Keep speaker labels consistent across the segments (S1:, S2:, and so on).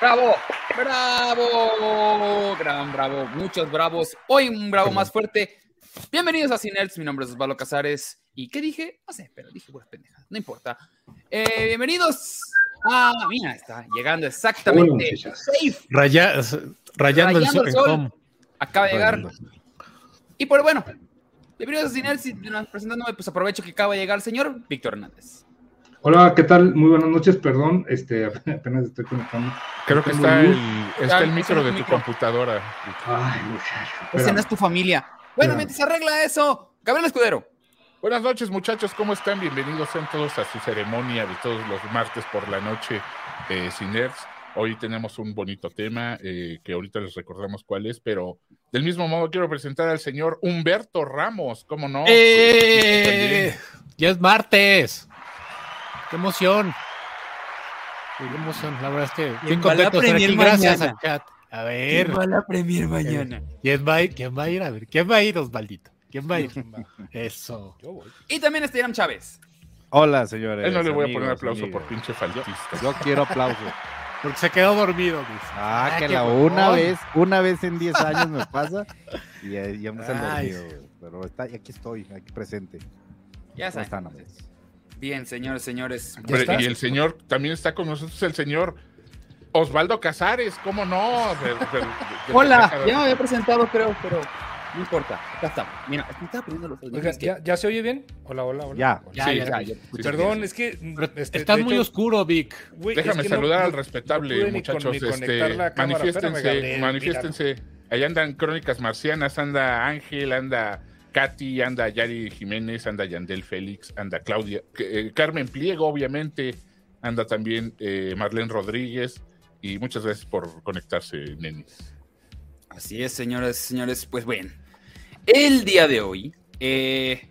S1: Bravo, bravo, gran bravo, muchos bravos. Hoy un bravo más fuerte. Bienvenidos a Cinerts, mi nombre es Osvaldo Casares. ¿Y qué dije? No sé, pero dije puras pendejas, no importa. Eh, bienvenidos a. Mira, está llegando exactamente. Safe,
S2: Raya- rayando,
S1: Rayando
S2: el sol.
S1: el
S2: en
S1: sol.
S2: home.
S1: acaba de llegar. Y por bueno, bienvenidos a Cinerts. Y bueno, presentándome, pues aprovecho que acaba de llegar el señor Víctor Hernández.
S3: Hola, ¿qué tal? Muy buenas noches, perdón, este, apenas estoy conectando.
S4: Creo que
S3: Tengo
S4: está el,
S3: luz.
S4: está el
S1: Ah, ese
S4: micro
S1: es
S4: de
S1: el
S4: tu
S1: micro.
S4: computadora.
S3: Ay, muchacho,
S1: Ese no
S3: espérame.
S1: es tu familia. Bueno,
S3: Espérame.
S1: mientras se arregla eso, Gabriel Escudero.
S4: Buenas noches, muchachos, ¿cómo están? Bienvenidos sean todos a su ceremonia de todos los martes por la noche de Ciners. Hoy tenemos un bonito tema eh, que ahorita les recordamos cuál es, pero del mismo modo quiero presentar al señor Humberto Ramos, ¿cómo no?
S2: ¡Eh! Ya es martes. ¡Qué emoción! ¡Qué emoción! La verdad es que bien
S5: va la
S2: contento de estar
S5: Premier
S2: aquí. Gracias
S5: mañana?
S2: al chat. A ver,
S5: la Premier mañana.
S2: ¿quién va a ir? ¿Quién va a ir? A ver, ¿quién va a ir, Osvaldito? ¿Quién va a ir? Eso.
S1: Y también está Irán Chávez.
S6: Hola, señores.
S4: Él no le voy a
S6: amigos,
S4: poner aplauso
S6: amigas.
S4: por pinche faltista.
S6: Yo quiero aplauso.
S2: Porque se quedó dormido. dice.
S6: Ah, que
S2: qué
S6: la
S2: huevón.
S6: una vez, una vez en 10 años me pasa y ya, ya me sale
S2: Ay.
S6: dormido. güey. Pero está, aquí estoy, aquí presente.
S1: Ya
S6: ¿Cómo están,
S1: saben.
S6: amigos?
S1: Bien, señores, señores.
S4: Hombre, y el señor, también está con nosotros el señor Osvaldo Casares, ¿cómo no? De- de- de- de-
S1: Hola,
S4: de-
S1: ya me había presentado, creo, pero no importa. Acá estamos. Mira, me estaba poniendo los
S5: Oiga, ¿ya, ya se oye bien? Hola, hola, hola.
S6: Ya.
S1: Ya,
S4: Sí,
S1: ya,
S4: sí,
S1: ya,
S4: sí,
S1: ya.
S4: sí,
S5: Perdón,
S4: sí.
S5: es que.
S2: Pero
S5: este,
S2: estás
S5: de
S2: muy
S5: hecho,
S2: oscuro, Vic.
S5: güey,
S4: Déjame
S5: es que no-
S4: saludar
S5: no-
S4: al
S5: no
S4: respetable,
S5: pude ni con-
S4: muchachos.
S5: ni conectar
S4: Este,
S5: la cámara,
S4: manifiéstense,
S5: espérame, Gabriel,
S4: manifiéstense. Ahí andan Crónicas Marcianas, anda Ángel, anda Katy, anda Yari Jiménez, anda Yandel Félix, anda Claudia, eh, Carmen Pliego, obviamente, anda también eh, Marlene Rodríguez. Y muchas gracias por conectarse, nenis.
S1: Así es, señoras y señores. Pues bueno, el día de hoy, eh,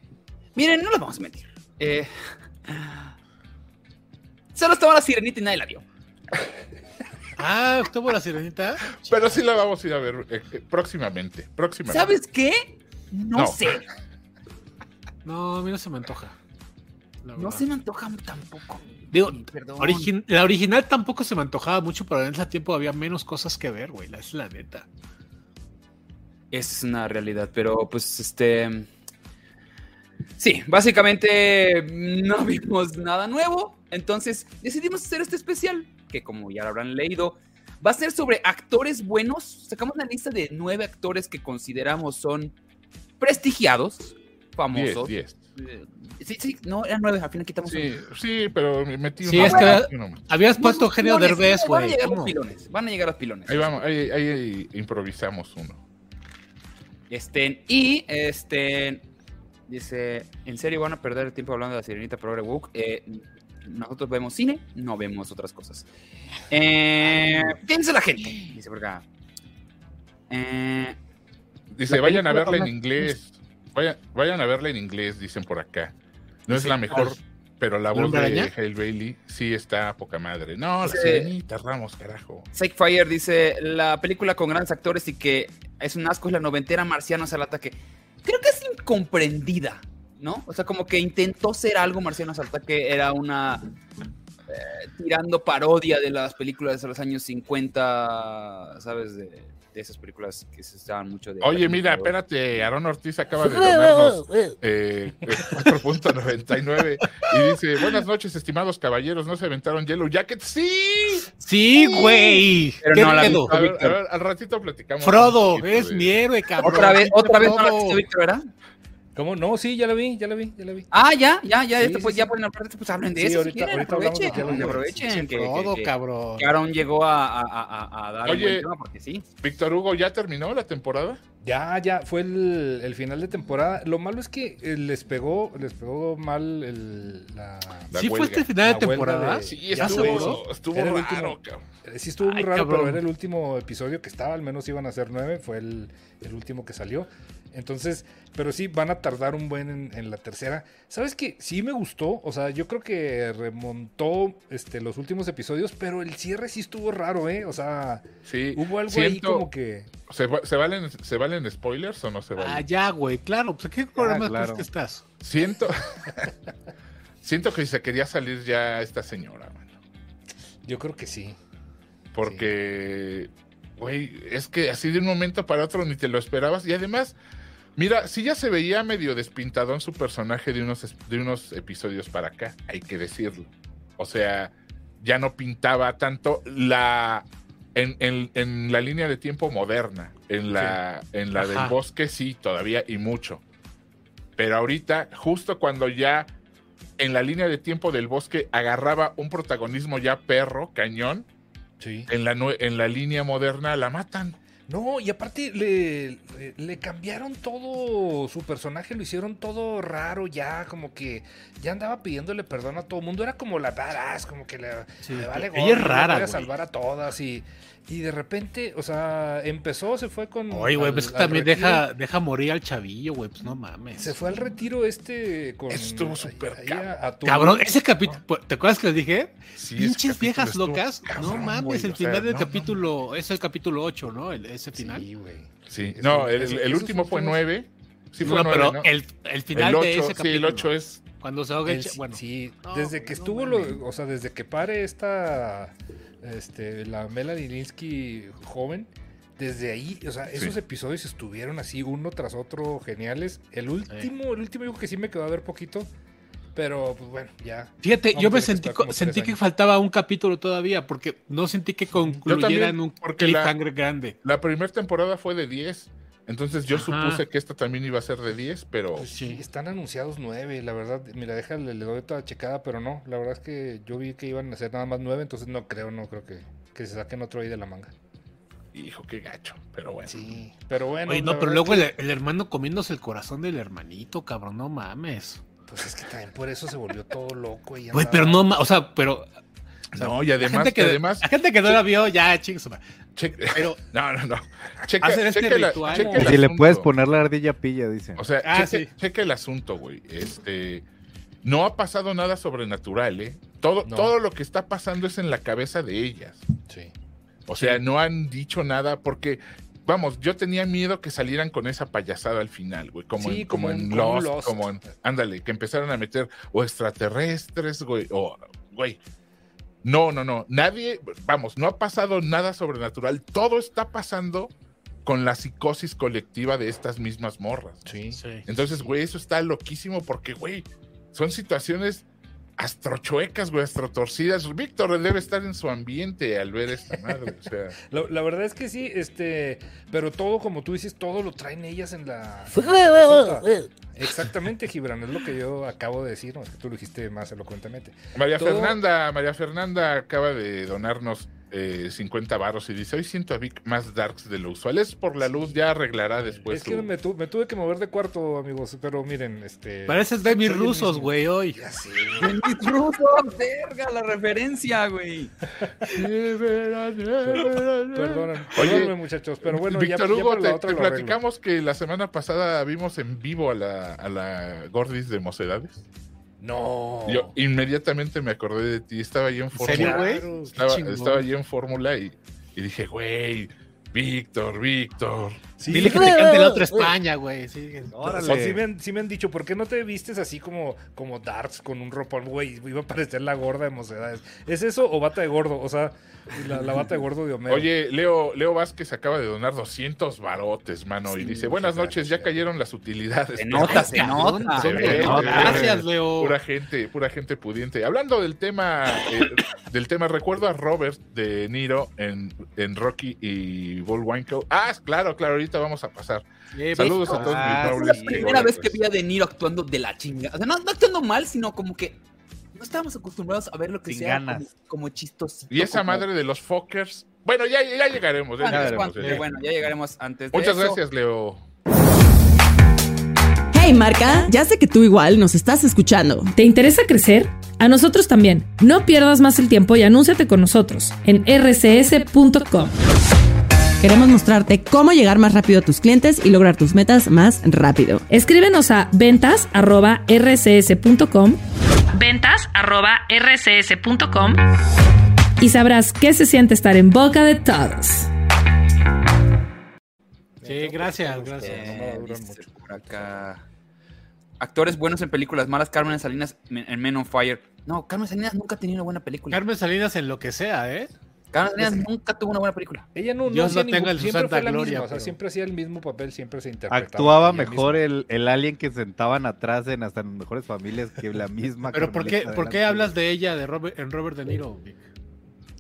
S1: miren, no les vamos a mentir. Eh, solo estaba la sirenita y nadie la vio.
S2: Ah, estuvo la sirenita.
S4: Pero sí la vamos a ir a ver eh, eh, próximamente, próximamente.
S1: ¿Sabes qué? No,
S4: No.
S1: sé.
S2: No, a mí no se me antoja. la
S1: No
S2: verdad.
S1: se me antoja tampoco.
S2: Digo,
S1: perdón.
S2: Origi- la original tampoco se me antojaba mucho, pero en ese tiempo había menos cosas que ver, güey. la- Es la neta.
S1: Esa es una realidad, pero pues este... Sí, básicamente no vimos nada nuevo, entonces decidimos hacer este especial, que como ya lo habrán leído, va a ser sobre actores buenos. Sacamos una lista de nueve actores que consideramos son prestigiados,
S4: 10,
S1: famosos.
S4: 10.
S1: Eh, Sí, sí, no, eran nueve, al final quitamos uno.
S4: Sí, sí, pero me metí
S2: Sí,
S4: una-
S2: es que-
S4: uno más.
S2: Habías
S1: No,
S2: puesto
S1: los
S2: Eugenio
S1: pilones,
S2: Derbez,
S1: no, Van a
S2: güey.
S1: llegar los
S2: ¿cómo?
S1: pilones, van a llegar los pilones.
S4: Ahí vamos, ahí, ahí improvisamos uno.
S1: Este, y este dice, ¿en serio van a perder el tiempo hablando de la sirenita progre woke? Eh, nosotros vemos cine, no vemos otras cosas. Eh, ¿Qué dice la gente? Dice por acá. Eh,
S4: Dice,
S1: La
S4: vayan a
S1: película
S4: verla en
S1: habla-
S4: inglés. Vayan, vayan a verla en inglés, dicen por acá. No es
S2: Dice,
S4: la mejor, pero la
S2: ¿El
S4: voz
S2: hombre
S4: de
S2: araña?
S4: Hale Bailey sí está a poca madre. No, la
S1: Dice-
S4: sirenita, Ramos, carajo.
S1: Fire dice, la película con grandes actores y que es un asco es la noventera Marcianos al ataque. Creo que es incomprendida, ¿no? O sea, como que intentó ser algo Marcianos al ataque, era una eh, tirando parodia de las películas de los años 50, ¿sabes? De, de esas películas que se estaban mucho de...
S4: Oye, mira, espérate, Aaron Ortiz acaba de donarnos eh, 4.99 y dice, buenas noches, estimados caballeros, ¿no se aventaron Yellow Jacket? ¡Sí!
S2: Sí, güey.
S1: Pero
S2: ¿Qué
S1: no la
S2: pedo?
S4: A ver,
S1: Víctor.
S4: a ver, al ratito platicamos.
S2: Frodo,
S4: un poquito
S2: es
S4: de-
S2: mi héroe, cabrón.
S1: Otra vez, otra vez no la
S2: Frodo.
S1: viste, Víctor, ¿verdad?
S5: ¿Cómo? No, sí, ya la vi, ya la vi, ya la vi.
S1: Ah, ya, ya, ya,
S5: Sí,
S1: este,
S5: sí,
S1: pues
S5: sí.
S1: ya pueden hablar, pues hablen de
S5: Sí,
S1: eso. si
S5: ahorita-
S1: quieren,
S5: ahorita hablamos de
S1: aprovechen,
S5: Yellow Jacket.
S1: aprovechen. que- que-
S2: Frodo,
S1: que-
S2: cabrón.
S1: que Aaron llegó a, a- a- a- a dar
S4: Oye.
S1: buen tema, porque sí.
S4: Víctor Hugo, ¿ya terminó la temporada?
S5: Ya, ya, fue el, el final de temporada. Lo malo es que eh, les pegó, les pegó mal el, la...
S4: La
S2: Sí, fue
S4: huelga.
S2: este final
S5: La
S2: de temporada.
S5: huelga de-
S4: Sí,
S5: ¿Ya
S4: estuvo,
S2: seguro?
S4: estuvo
S5: Era el
S4: raro,
S5: último.
S4: cabrón.
S5: Eh, Sí estuvo muy
S2: Ay,
S5: raro,
S2: cabrón.
S5: pero era el último episodio que estaba, al menos iban a ser nueve, fue el, el último que salió. Entonces, pero sí, van a tardar un buen en, en la tercera. ¿Sabes qué? Sí me gustó, o sea, yo creo que remontó este, los últimos episodios, pero el cierre sí estuvo raro, ¿eh? O sea,
S4: Sí,
S5: hubo algo ahí
S4: siento-
S5: como que...
S4: ¿Se, va- se valen, ¿Se valen spoilers o no se valen?
S2: Ah, ya, güey, claro. Pues, ¿en ¿Qué programa
S6: claro.
S2: crees que estás?
S4: Siento. Siento que se quería salir ya esta señora, mano.
S5: Yo creo que sí.
S4: Porque, güey, es que así de un momento para otro ni te lo esperabas. Y además, mira, si ya se veía medio despintadón su personaje de unos, es- de unos episodios para acá, hay que decirlo. O sea, ya no pintaba tanto la. En, en- en la línea de tiempo moderna, en la, en la del
S2: Ajá.
S4: bosque sí, todavía y mucho. Pero ahorita, justo cuando ya en la línea de tiempo del bosque agarraba un protagonismo ya perro, cañón,
S5: Sí.
S4: en la, nue- en la línea moderna la matan.
S5: No, y aparte le, le- le cambiaron todo su personaje, lo hicieron todo raro ya, como que ya andaba pidiéndole perdón a todo el mundo, era como la badass, como que le, le vale gorro,
S2: Ella es
S5: yo
S2: rara,
S5: voy a
S2: güey.
S5: salvar a todas y, y de repente, o sea, empezó, se fue con...
S2: Oye, güey,
S5: al-
S2: pues que
S5: al
S2: también
S5: retiro,
S2: deja, deja morir al chavillo, güey, pues no mames.
S5: Se fue al retiro este con...
S4: Estuvo
S5: ahí-
S4: súper
S5: ahí a- a tu-
S2: Cabrón, ese capítulo, ¿te acuerdas que les dije?
S4: Sí, ese
S2: Pinches
S4: capítulo
S2: viejas
S4: estuvo
S2: locas.
S4: cabrón,
S2: no mames,
S4: güey,
S2: el
S4: o sea,
S2: final del
S4: no, no,
S2: capítulo, es el capítulo 8, ¿no? El- ese final.
S5: Sí, güey.
S4: Sí,
S5: Eso-
S4: no, el,
S5: eso-
S4: el
S5: esos
S4: último fue
S5: últimos-
S4: nueve. Sí,
S2: no,
S4: fue nueve,
S2: pero
S4: ¿no?
S2: el, el final
S4: El
S2: de
S4: ocho,
S2: ese capítulo.
S4: sí, el ocho es.
S2: Cuando se ahoga el
S5: El-
S2: cha- Bueno,
S5: sí,
S2: No,
S5: desde
S2: güey,
S5: que
S2: no
S5: estuvo,
S2: mames.
S5: lo- o sea, desde que pare esta, este, la Melanie Linsky joven, desde ahí, o sea, esos
S4: Sí.
S5: episodios estuvieron así uno tras otro geniales. El último, el último yo creo que sí me quedó a ver poquito, pero pues bueno, ya.
S2: fíjate,
S5: Vamos
S2: yo
S5: a
S2: me
S5: esperar
S2: sentí,
S5: como
S2: co-
S5: tres
S2: sentí que
S5: años.
S2: faltaba un capítulo todavía, porque no sentí que concluyera
S4: también,
S2: en un
S4: porque la-
S2: cliffhanger grande.
S4: La primera temporada fue de 10. Entonces yo
S2: Ajá.
S4: supuse que esta también iba a ser de 10, pero.
S5: Pues
S2: Sí.
S5: sí, están anunciados nueve, la verdad, mira, déjale, le doy toda checada, pero no, la verdad es que yo vi que iban a hacer nada más nueve, entonces no creo, no creo que, que se saquen otro ahí de la manga.
S4: Hijo, qué gacho. Pero bueno.
S5: Sí, pero bueno.
S2: Oye,
S5: la
S2: no, pero
S5: verdad
S2: luego
S5: es que-
S2: el, el hermano comiéndose el corazón del hermanito, cabrón, no mames.
S5: Pues es que también por eso se volvió todo loco. Y
S2: Güey,
S5: andaba-
S2: pero no, ma- o sea, pero
S4: No, y
S2: la
S4: además,
S2: gente que,
S4: y además
S2: la gente que no la vio, ya, chicos.
S4: che-
S2: Pero
S4: no, no, no. Checa,
S2: Hacer este
S4: checa la-
S2: ritual.
S4: checa
S2: el
S6: Y si le puedes
S4: asunto.
S6: poner la ardilla pilla, dice.
S4: O sea,
S2: Ah,
S4: cheque,
S2: sí.
S4: cheque el asunto, güey. Este, no ha pasado nada sobrenatural, ¿eh? Todo,
S5: No.
S4: todo lo que está pasando es en la cabeza de ellas.
S5: Sí.
S4: O sea, no han dicho nada porque, vamos, yo tenía miedo que salieran con esa payasada al final, güey. Como,
S5: Sí,
S4: en, como,
S5: como
S4: en
S5: en- como
S4: Lost,
S5: Lost.
S4: como en... Ándale, que empezaron a meter o extraterrestres, güey, o... Güey. No, no, no. Nadie, vamos, no ha pasado nada sobrenatural. Todo está pasando con la psicosis colectiva de estas mismas morras.
S5: Sí.
S4: Entonces, güey, eso está loquísimo porque, güey, son situaciones astrochuecas, güey, astrotorcidas. Víctor debe estar en su ambiente al ver esta madre. O sea,
S5: La, la verdad es que sí, este, pero todo, como tú dices, todo lo traen ellas en la. Exactamente, Gibran, es lo que yo acabo de decir, no es que tú lo dijiste más elocuentemente.
S4: María
S5: Todo-
S4: Fernanda, María Fernanda acaba de donarnos eh, 50 varos y dice, hoy siento a Vic más darks de lo usual. Es por la luz, ya arreglará después.
S2: Pues
S5: es que
S4: su-
S5: me, tu- me tuve que mover de cuarto, amigos, pero miren, este.
S2: pareces baby
S5: Soy el
S2: rusos,
S5: mismo.
S2: güey, hoy.
S5: Ya sé.
S1: Mis rusos, verga, la referencia, güey.
S5: Perdónenme,
S4: Oye,
S5: perdónenme, muchachos, pero bueno, ya,
S4: Víctor
S5: ya
S4: Hugo,
S5: para la
S4: te,
S5: otra
S4: te
S5: lo arreglo.
S4: platicamos que la semana pasada vimos en vivo a la, a la Gordis de Mocedades.
S5: No.
S4: Yo inmediatamente me acordé de ti, estaba ahí en
S2: serio,
S4: fórmula.
S2: güey?
S5: Claro,
S4: Estaba,
S2: Qué chingón.
S4: estaba ahí en fórmula y, y dije, güey, Víctor, Víctor.
S5: sí,
S2: Dile que te cante la otra España, güey. Eh, sí.
S5: Eh, Sí, sí me han, sí me han dicho, ¿por qué no te vistes así como, como Darts con un ropón? Güey, iba a parecer la gorda de mocedades. ¿Es eso o bata de gordo? O sea, la, la bata de gordo de Homero.
S4: Oye, Leo, Leo Vázquez acaba de donar 200 barotes, mano, y
S5: Sí,
S4: dice,
S5: muchas
S4: buenas noches, ya
S5: gracias.
S4: cayeron las utilidades.
S1: Se nota, se
S2: Cabrón,
S1: nota.
S2: son-
S5: eh,
S4: Se ve,
S2: no,
S4: se ve.
S2: Gracias, Leo.
S4: Pura gente, pura gente pudiente. Hablando del tema, eh, del tema, recuerdo a Robert de Niro en, en Rocky y Bullwinkle. Ah, claro, claro, ahorita vamos a pasar.
S2: Sí,
S4: Saludos a
S2: Víctor.
S4: todos
S6: Ah,
S4: mis
S6: es
S4: nobles.
S1: la
S4: y
S1: primera vez que
S4: nobles.
S1: vi a De Niro actuando de la chinga. O sea, no, no actuando mal, sino como que no estábamos acostumbrados a ver lo que
S6: Sin
S1: sea
S6: ganas.
S1: como, como chistosito.
S4: Y esa
S1: como-
S4: madre de los fuckers. Bueno, ya, ya llegaremos. ya
S1: Antes,
S4: llegaremos,
S1: cuando- pero
S4: ya llegaremos.
S1: bueno, ya llegaremos antes de
S4: Muchas
S1: eso.
S4: gracias, Leo.
S7: Hey marca, ya sé que tú igual nos estás escuchando.
S8: ¿Te interesa crecer? A nosotros también. No pierdas más el tiempo y anúnciate con nosotros en rcs.com.
S7: Queremos mostrarte cómo llegar más rápido a tus clientes y lograr tus metas más rápido.
S8: Escríbenos a ventas@rcs.com. ventas@rcs.com y sabrás qué se siente estar en boca de todos.
S2: Sí, gracias, gracias.
S5: Eh,
S1: Bien,
S5: no duran
S1: dice
S5: mucho.
S1: por acá. Actores buenos en películas malas, Carmen Salinas en Men on Fire. No, Carmen Salinas nunca ha tenido una buena película.
S2: Carmen Salinas en lo que sea, ¿eh?
S1: Carmen, todas maneras, nunca tuvo una buena película.
S5: Ella no, no
S2: Dios
S5: hacía
S2: lo tenga
S5: ningún-
S2: en su
S5: siempre
S2: santa
S5: fue la
S2: gloria,
S5: misma, o sea,
S2: pero-
S5: siempre hacía el mismo papel, siempre se interpretaba.
S6: Actuaba
S5: ella misma.
S6: mejor eh. el, el alien que sentaban atrás en hasta en mejores familias que la misma.
S2: Pero ¿por qué,
S6: Carmelita
S2: ¿por qué
S6: Velázquez.
S2: hablas de ella, de Robert, en Robert De Niro? Vic?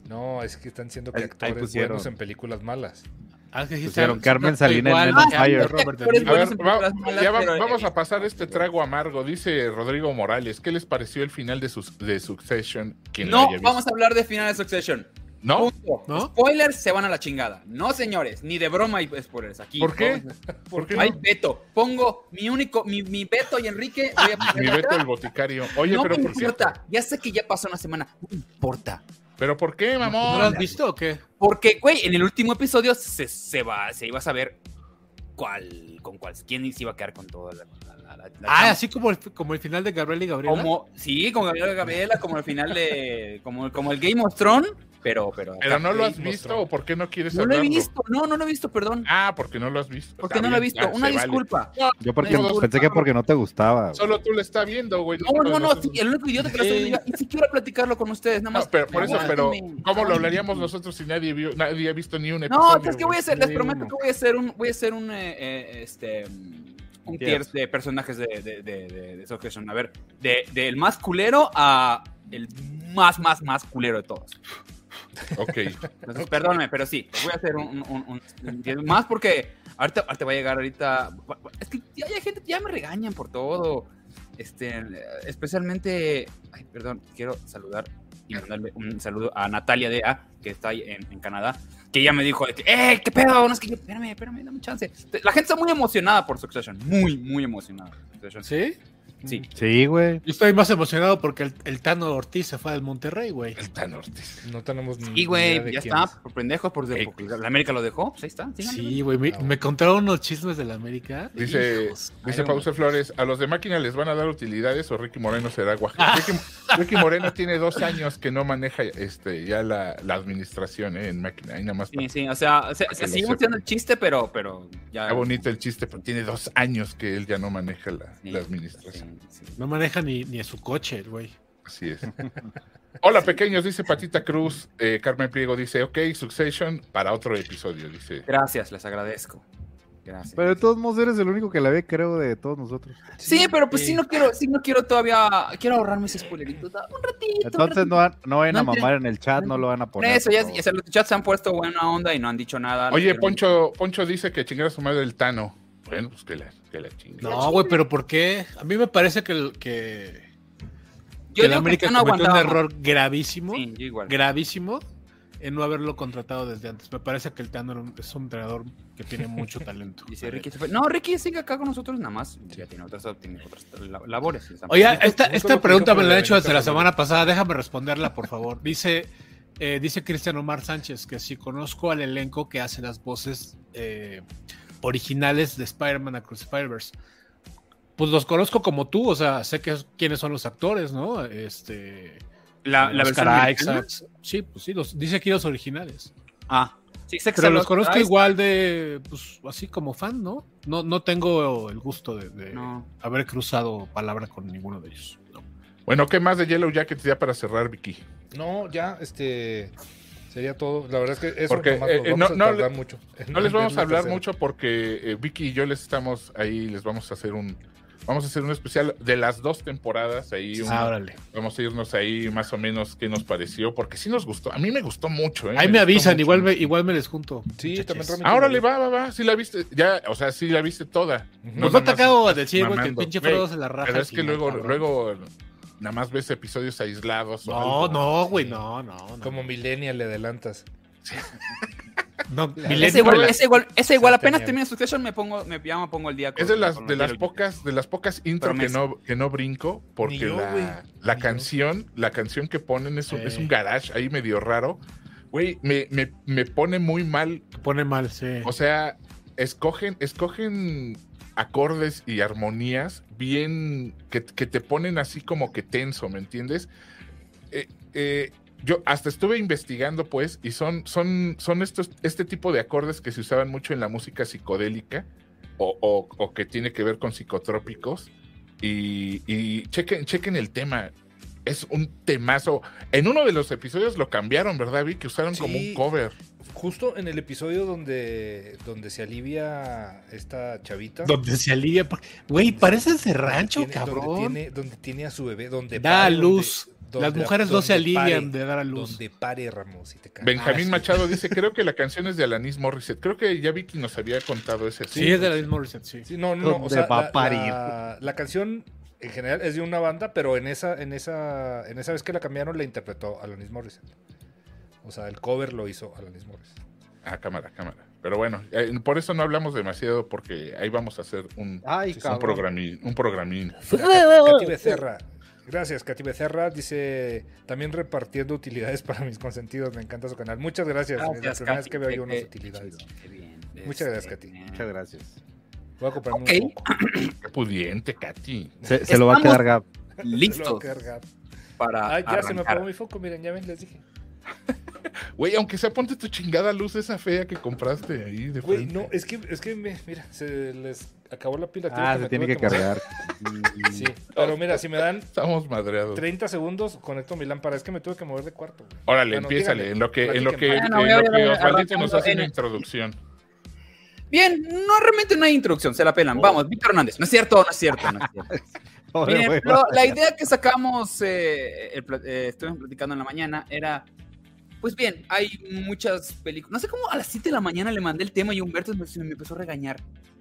S5: No, es que están siendo que
S6: Ahí- ahí
S5: actores
S6: pusieron.
S5: buenos en películas malas.
S2: Ah, es que sí
S6: Pusieron
S2: está-
S6: Pues Carmen
S2: está
S6: Salinas
S2: igual
S6: en Men on
S2: que habla
S6: Fire.
S2: Robert De
S1: Pero es
S4: A
S2: Niro.
S1: buenas
S4: ver,
S1: películas
S4: va-
S1: malas,
S4: ya va-
S1: pero-
S4: vamos a pasar este trago amargo, dice Rodrigo Morales. ¿Qué les pareció el final de, sus, de Succession? Quien lo
S1: No,
S4: haya visto.
S1: vamos a hablar de final de Succession.
S4: ¿No?
S1: Punto.
S2: ¿No?
S1: Spoilers se van a la chingada. No, señores, ni de broma hay spoilers aquí.
S4: ¿Por qué? ¿Por qué
S1: Hay
S4: no?
S1: veto. Pongo mi único, mi, mi veto y Enrique. Voy a poner
S4: Mi
S1: acá.
S4: Beto el boticario. Oye,
S1: no me
S4: pero, ¿por qué?
S1: importa. Ya sé que ya pasó una semana. No me importa.
S4: pero ¿por qué,
S2: ¿No lo
S4: mamón?
S2: has visto o qué?
S1: Porque, güey, en el último episodio se, se va, se iba a saber cuál, con cuál, quién se iba a quedar con toda la. la- la- la
S2: Ah,
S1: chamba.
S2: así como el, como el final de Gabriel y Gabriela.
S1: Como, sí, como Gabriela Gabriela, como el final de. Como, como el Game of Thrones, pero. Pero,
S4: ¿Pero no lo has
S1: Game of
S4: visto
S1: Thrones.
S4: o por qué no quieres
S1: No lo he
S4: hablarlo?
S1: visto, no, no lo he visto, perdón.
S4: Ah, porque no lo has visto.
S1: Porque
S4: Está
S1: no lo he
S4: bien,
S1: visto.
S4: ya,
S1: Una
S4: se vale.
S1: disculpa.
S6: Yo porque
S1: Me gusta.
S6: pensé que porque no te gustaba. güey.
S4: Solo tú lo estás viendo, güey.
S1: No, no, no,
S4: nosotros-
S1: sí, el único idiota que lo estoy viendo yo, y si quiero platicarlo con ustedes, nada
S4: No,
S1: más.
S4: pero por eso, pero
S1: aguántenme,
S4: ¿cómo lo
S1: aguántenme.
S4: hablaríamos nosotros si nadie vio, nadie ha visto ni un episodio?
S1: No, es que voy a hacer, les
S2: Ni
S1: prometo
S2: uno.
S1: que voy a hacer un, voy a hacer un, eh, eh, este, um, un tier
S6: Tier.
S1: de personajes de, de, de, de, de Succession. A ver, de- del más culero a el más, más, más culero de todos.
S4: güey? Ok.
S1: Entonces, perdóname, pero sí, voy a hacer un, un- un- un tier más porque ahorita, ahorita va a llegar ahorita, es que ya hay gente, ya me regañan por todo. Este, especialmente, ay, perdón, quiero saludar y mandarle un saludo a Natalia Dea, que está ahí en, en Canadá, que ella me dijo, de que, ¡eh, qué pedo! No es que yo, espérame, espérame, dame chance. La gente está muy emocionada por Succession, muy, muy emocionada. por Succession.
S2: ¿Sí?
S1: Sí.
S6: Sí, güey.
S2: Yo estoy más emocionado porque el, el Tano Ortiz se fue del Monterrey, güey.
S4: El Tan Ortiz.
S5: No tenemos ni
S1: Y,
S5: idea de
S1: güey, ya
S5: quién
S1: está,
S5: es.
S1: por pendejos, por,
S4: Ey.
S1: porque la América lo dejó, pues ahí está. síganlo.
S2: Sí, güey. Me, me contaron unos chismes de la América.
S4: Dice-
S2: Hijos.
S4: Dice
S2: Iron Man.
S4: Pausa Flores, ¿a los de máquina les van a dar utilidades o Ricky Moreno será
S1: Ah.
S4: Oaxaca? Ricky, Ricky Moreno tiene dos años que no maneja este ya la, la administración eh, en máquina. Ahí nada más
S1: Sí, sí, o sea, se,
S4: que lo
S1: seguimos
S4: sepan.
S1: siendo el chiste, pero, pero ya.
S4: está bonito el chiste, pero tiene dos años que él ya no maneja la,
S1: Sí,
S4: la administración.
S1: sí, sí.
S2: No maneja ni, ni a su coche, el güey.
S4: Así es. Hola pequeños, dice Patita Cruz. Eh, Carmen Pliego dice, ok, Succession para otro episodio, dice.
S1: Gracias, les agradezco. Gracias.
S6: Pero de todos modos eres el único que la ve, creo, de todos nosotros.
S1: sí, pero pues sí no quiero, sí no quiero todavía, quiero ahorrarme ese spoilerito. da- Ah, Un ratito.
S6: Entonces no, van- no vayan
S1: No
S6: a
S1: entre-
S6: mamar en el chat, no lo van a poner.
S1: Eso, ya,
S6: por
S1: o sea, los chats se han puesto buena onda y no han dicho nada.
S4: Oye,
S1: Pero-
S4: Poncho, Poncho dice que chingara su madre el Tano. Bueno, pues que la, que la chingue.
S2: No, güey, pero ¿por qué? A mí me parece que, el- que,
S1: yo
S2: que el
S1: digo
S2: América
S1: que no
S2: cometió un
S1: aguantaba.
S2: error gravísimo,
S1: Sí, yo igual.
S2: gravísimo, en no haberlo contratado desde antes. Me parece que el Tano era un- es un entrenador que tiene mucho talento.
S1: Dice Ricky se fue. No, Ricky sigue acá con nosotros nada más. Ya tiene otras, tiene otras la- labores.
S2: Oiga, esta,
S5: justo
S2: esta
S5: lo que
S2: pregunta
S5: dijo
S2: me la han
S5: Pedro
S2: hecho desde la
S5: Benito
S2: semana pasada. Déjame responderla, por favor. Dice, eh, dice Cristian Omar Sánchez que si conozco al elenco que hace las voces eh, originales de Spider-Man Across Spider-Verse. Pues los conozco como tú, o sea, sé que es- quiénes son los actores, ¿no? Este.
S1: la, la
S2: Oscar
S1: versión americana.
S2: Isaacs. Sí, pues sí, los, dice aquí los originales.
S1: Ah, sí, sé que
S2: Pero
S1: se
S2: los conozco
S1: traes.
S2: igual de, pues, así como fan, ¿no? No, no tengo el gusto de, de
S1: No.
S2: haber cruzado palabra con ninguno de ellos. No.
S4: Bueno, ¿qué más de Yellow Jackets ya para cerrar, Vicky?
S5: No, ya, este. Sería todo. La verdad es que eso
S4: Porque,
S5: nomás
S4: eh,
S5: nos
S4: eh,
S5: vamos
S4: no-
S5: a
S4: no
S5: tardar
S4: le-
S5: mucho.
S4: No les vamos a hablar
S5: mucho
S4: mucho porque eh, Vicky y yo les estamos ahí, les vamos a hacer un, vamos a hacer un especial de las dos temporadas ahí. un-
S2: Ah, órale.
S4: Vamos a irnos ahí más o menos qué nos pareció, porque sí nos gustó. A mí me gustó mucho. ¿eh?
S2: Ahí me
S4: gustó
S2: avisan,
S4: mucho,
S2: igual me,
S4: mucho.
S2: igual me les junto.
S5: Sí,
S2: muchachos.
S5: también Rami.
S4: Ahora le va, va, va. Sí la viste, ya, o sea, sí la viste toda.
S5: Ujú.
S4: No
S2: Nos
S4: nada
S2: falta
S4: más-
S2: acabo de decir, güey, que el
S4: mamando.
S2: pinche
S4: Güey,
S2: Frodo se la raja.
S4: Pero
S2: al
S4: es que
S2: final,
S4: luego,
S2: cabrón.
S4: luego, nada más ves episodios aislados. o
S2: No,
S4: algo.
S2: no, güey, no, no. no.
S5: Como Millennial le adelantas.
S2: No,
S1: Ese
S2: Milenio,
S1: igual,
S2: la-
S1: ese igual, ese igual
S5: Centennial.
S1: apenas termina Succession, me pongo, me, ya me pongo el día. con-
S4: Es de las,
S1: con los
S4: de las
S1: Yellow
S4: pocas, de las pocas intro que
S1: Promesa.
S4: no, que no brinco, porque
S5: Ni yo, güey.
S4: la, la
S5: Ni yo.
S4: canción, la canción que ponen es un, es
S2: Sí.
S4: un garage ahí medio raro. Güey, me, me, me pone muy mal.
S2: te pone mal, sí.
S4: O sea, escogen, escogen acordes y armonías bien que, que te ponen así como que tenso, ¿me entiendes? Eh, eh, yo hasta estuve investigando, pues, y son, son, son estos, este tipo de acordes que se usaban mucho en la música psicodélica o, o- o que tiene que ver con psicotrópicos. Y, y chequen, chequen el tema. es un temazo. En uno de los episodios lo cambiaron, ¿verdad? Vi que usaron como
S5: Sí.
S4: un cover.
S5: Justo en el episodio donde, donde se alivia esta chavita.
S2: Donde se alivia. pa- Güey, pareces de rancho,
S5: tiene- Donde
S2: cabrón.
S5: tiene, donde tiene a su bebé, donde
S2: Da a
S5: donde-
S2: luz.
S5: donde-
S2: Las mujeres no
S5: donde
S2: se alivian
S5: pare,
S2: de dar a luz.
S5: Donde pare, Ramos, si te cae.
S4: Benjamín
S2: sí.
S4: Machado dice, creo que la canción es de Alanis Morissette. Creo que ya Vicky nos había contado ese.
S2: Sí, es de la misma Morissette, sí.
S5: Sí, no, no, no, o
S6: Donde
S5: sea,
S6: va a
S5: la-
S6: parir.
S5: La, la canción en general es de una banda, pero en esa, en esa, en esa vez que la cambiaron la interpretó Alanis Morissette. O sea, el cover lo hizo Alanis Morissette.
S4: Ah, cámara, cámara. Pero bueno, eh, por eso no hablamos demasiado porque ahí vamos a hacer un,
S6: Ay,
S5: Sí, son
S4: un,
S6: cabrón.
S4: programín, un programín.
S5: Katy Becerra. Gracias, Katy Becerra. Dice, también repartiendo utilidades para mis consentidos. Me encanta su canal. Muchas gracias. es la primera vez que veo yo unas utilidades. Muchas gracias, Katy.
S6: Este, Muchas gracias.
S5: Voy a comprarme
S1: Ok.
S5: un poco.
S4: Qué pudiente, Katy.
S6: Se, se lo va a
S1: Estamos-
S6: quedar Gab.
S1: Listos para
S5: Ah, ya se me apagó
S1: arrancar.
S5: mi foco. Miren, ya ven, les dije.
S4: Güey, aunque sea ponte tu chingada luz esa fea que compraste ahí de
S5: Güey,
S4: frente.
S5: no, eh, es que, es que me- mira, se les acabó la pila. creo
S6: Ah, se
S5: me
S6: tiene
S5: tuve
S6: que cargar.
S5: mover. Sí, pero mira, si me dan
S4: Estamos madreados.
S5: 30 segundos, conecto mi lámpara. Es que me tuve que mover de cuarto. güey.
S4: Órale,
S5: Bueno,
S4: empiézale.
S5: dígame,
S4: en lo que, en lo que,
S5: platíquenme.
S1: Bueno, voy
S4: en
S1: a-
S4: lo
S1: voy
S4: que
S1: a-
S4: Osvaldito nos
S1: arrancando
S4: hace
S1: en
S4: una
S1: el-
S4: introducción.
S1: Bien, no realmente no hay introducción, se la
S6: Oh.
S1: pelan. Vamos, Víctor Hernández. No es cierto, no es cierto, no es cierto.
S6: Pobre
S1: Miren,
S6: güey.
S1: lo- la idea que sacamos, eh, el pla- eh, estuvimos platicando en la mañana, era, pues bien, hay muchas películas. No sé cómo a las 7 de la mañana le mandé el tema y Humberto me, se me empezó a regañar.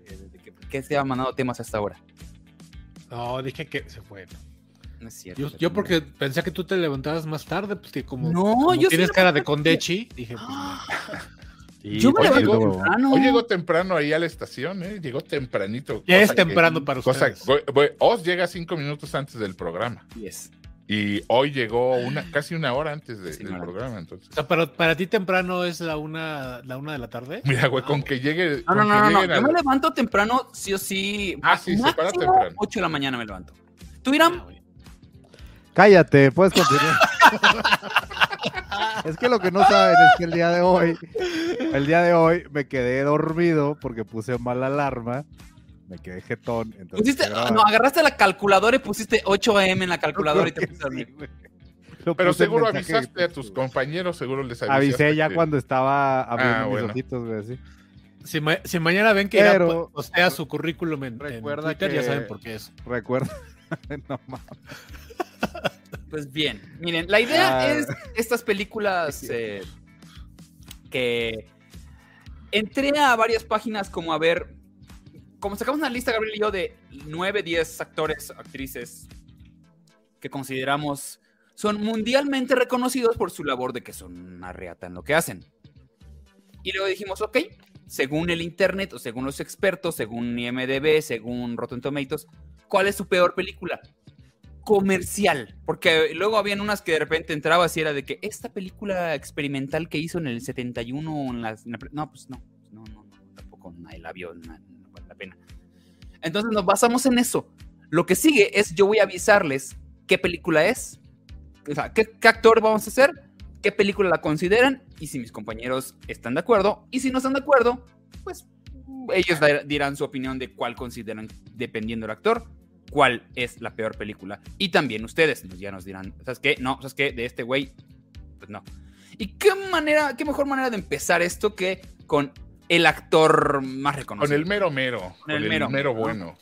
S1: eh, de que, ¿Por qué se ha mandado temas hasta ahora?
S2: No, dije que se fue.
S1: No es cierto.
S2: Yo, yo porque pensé que tú te levantabas más tarde, pues que como,
S1: No,
S2: como
S1: yo sí
S2: tienes
S1: me
S2: cara de condechi, dije, pues,
S6: Sí,
S1: Yo me
S6: pobrecito,
S4: levanto
S6: huevón.
S1: temprano.
S4: Hoy llegó temprano ahí a la estación, ¿eh? Llegó tempranito.
S2: ya es
S4: cosa que-
S2: temprano para
S4: Cosa,
S2: ustedes.
S4: güey, güey, Oz llega cinco minutos antes del programa.
S1: Yes.
S4: Y hoy llegó una, casi una hora antes de-
S1: Sí,
S4: del
S1: no,
S4: programa, entonces.
S2: O sea, para, para ti temprano es la una, la una de la tarde.
S4: Mira, güey, con que llegue.
S1: No,
S4: con
S1: no,
S4: que
S1: no, no, no.
S4: lleguen
S1: Yo me
S4: al-
S1: levanto temprano, sí o sí.
S4: Ah, sí, se para
S1: máximo
S4: temprano.
S1: 8 de la mañana me levanto. ¿Tú, Irán?
S2: Ah, güey.
S6: Cállate, puedes continuar. es que lo que no saben es que el día de hoy, el día de hoy me quedé dormido porque puse mala alarma, me quedé jetón, entonces.
S1: Pusiste, ah,
S6: fui a grabar.
S1: no, agarraste la calculadora y pusiste 8 AM en la
S6: Yo creo
S1: calculadora y te
S6: que
S1: pusiste a dormir.
S6: sí, güey. Lo
S4: Pero
S6: puse en
S4: seguro
S6: mensaje de
S4: avisaste a
S6: texto,
S4: tus
S6: güey.
S4: compañeros, seguro les avisaste.
S6: Avisé ya cuando estaba abriendo
S4: Ah,
S6: mis
S4: bueno.
S6: ojitos, güey, así.
S2: Si, ma- si mañana ven que Irán pues,
S6: Pero-
S2: postea su currículum en, en
S6: Recuerda
S2: Twitter, ya
S6: que-
S2: saben por qué es.
S6: Recuerda. no mames.
S1: Pues bien, miren, la idea
S6: Ah.
S1: es estas películas eh, que entré a varias páginas como a ver, como sacamos una lista, Gabriel y yo, de 9, 10 actores, actrices que consideramos son mundialmente reconocidos por su labor de que son una reata en lo que hacen. Y luego dijimos, ok, según el internet o según los expertos, según IMDB, según Rotten Tomatoes, ¿cuál es su peor película? Comercial. Porque luego habían unas que de repente entrabas y era de que esta película experimental que hizo en el 71 o en las... en la pre-". no, pues no, no, no, no, tampoco nadie la vio, na- no vale la pena. Entonces nos basamos en eso. Lo que sigue es yo voy a avisarles qué película es, o sea, qué, qué actor vamos a hacer, qué película la consideran y si mis compañeros están de acuerdo. Y si no están de acuerdo, pues ellos dar- dirán su opinión de cuál consideran, dependiendo del actor, cuál es la peor película. Y también ustedes nos, ya nos dirán, ¿sabes qué? No, ¿sabes qué? De este güey, pues no. ¿Y qué manera, qué mejor manera de empezar esto que con el actor más reconocido?
S4: Con el mero mero. Con el mero, bueno.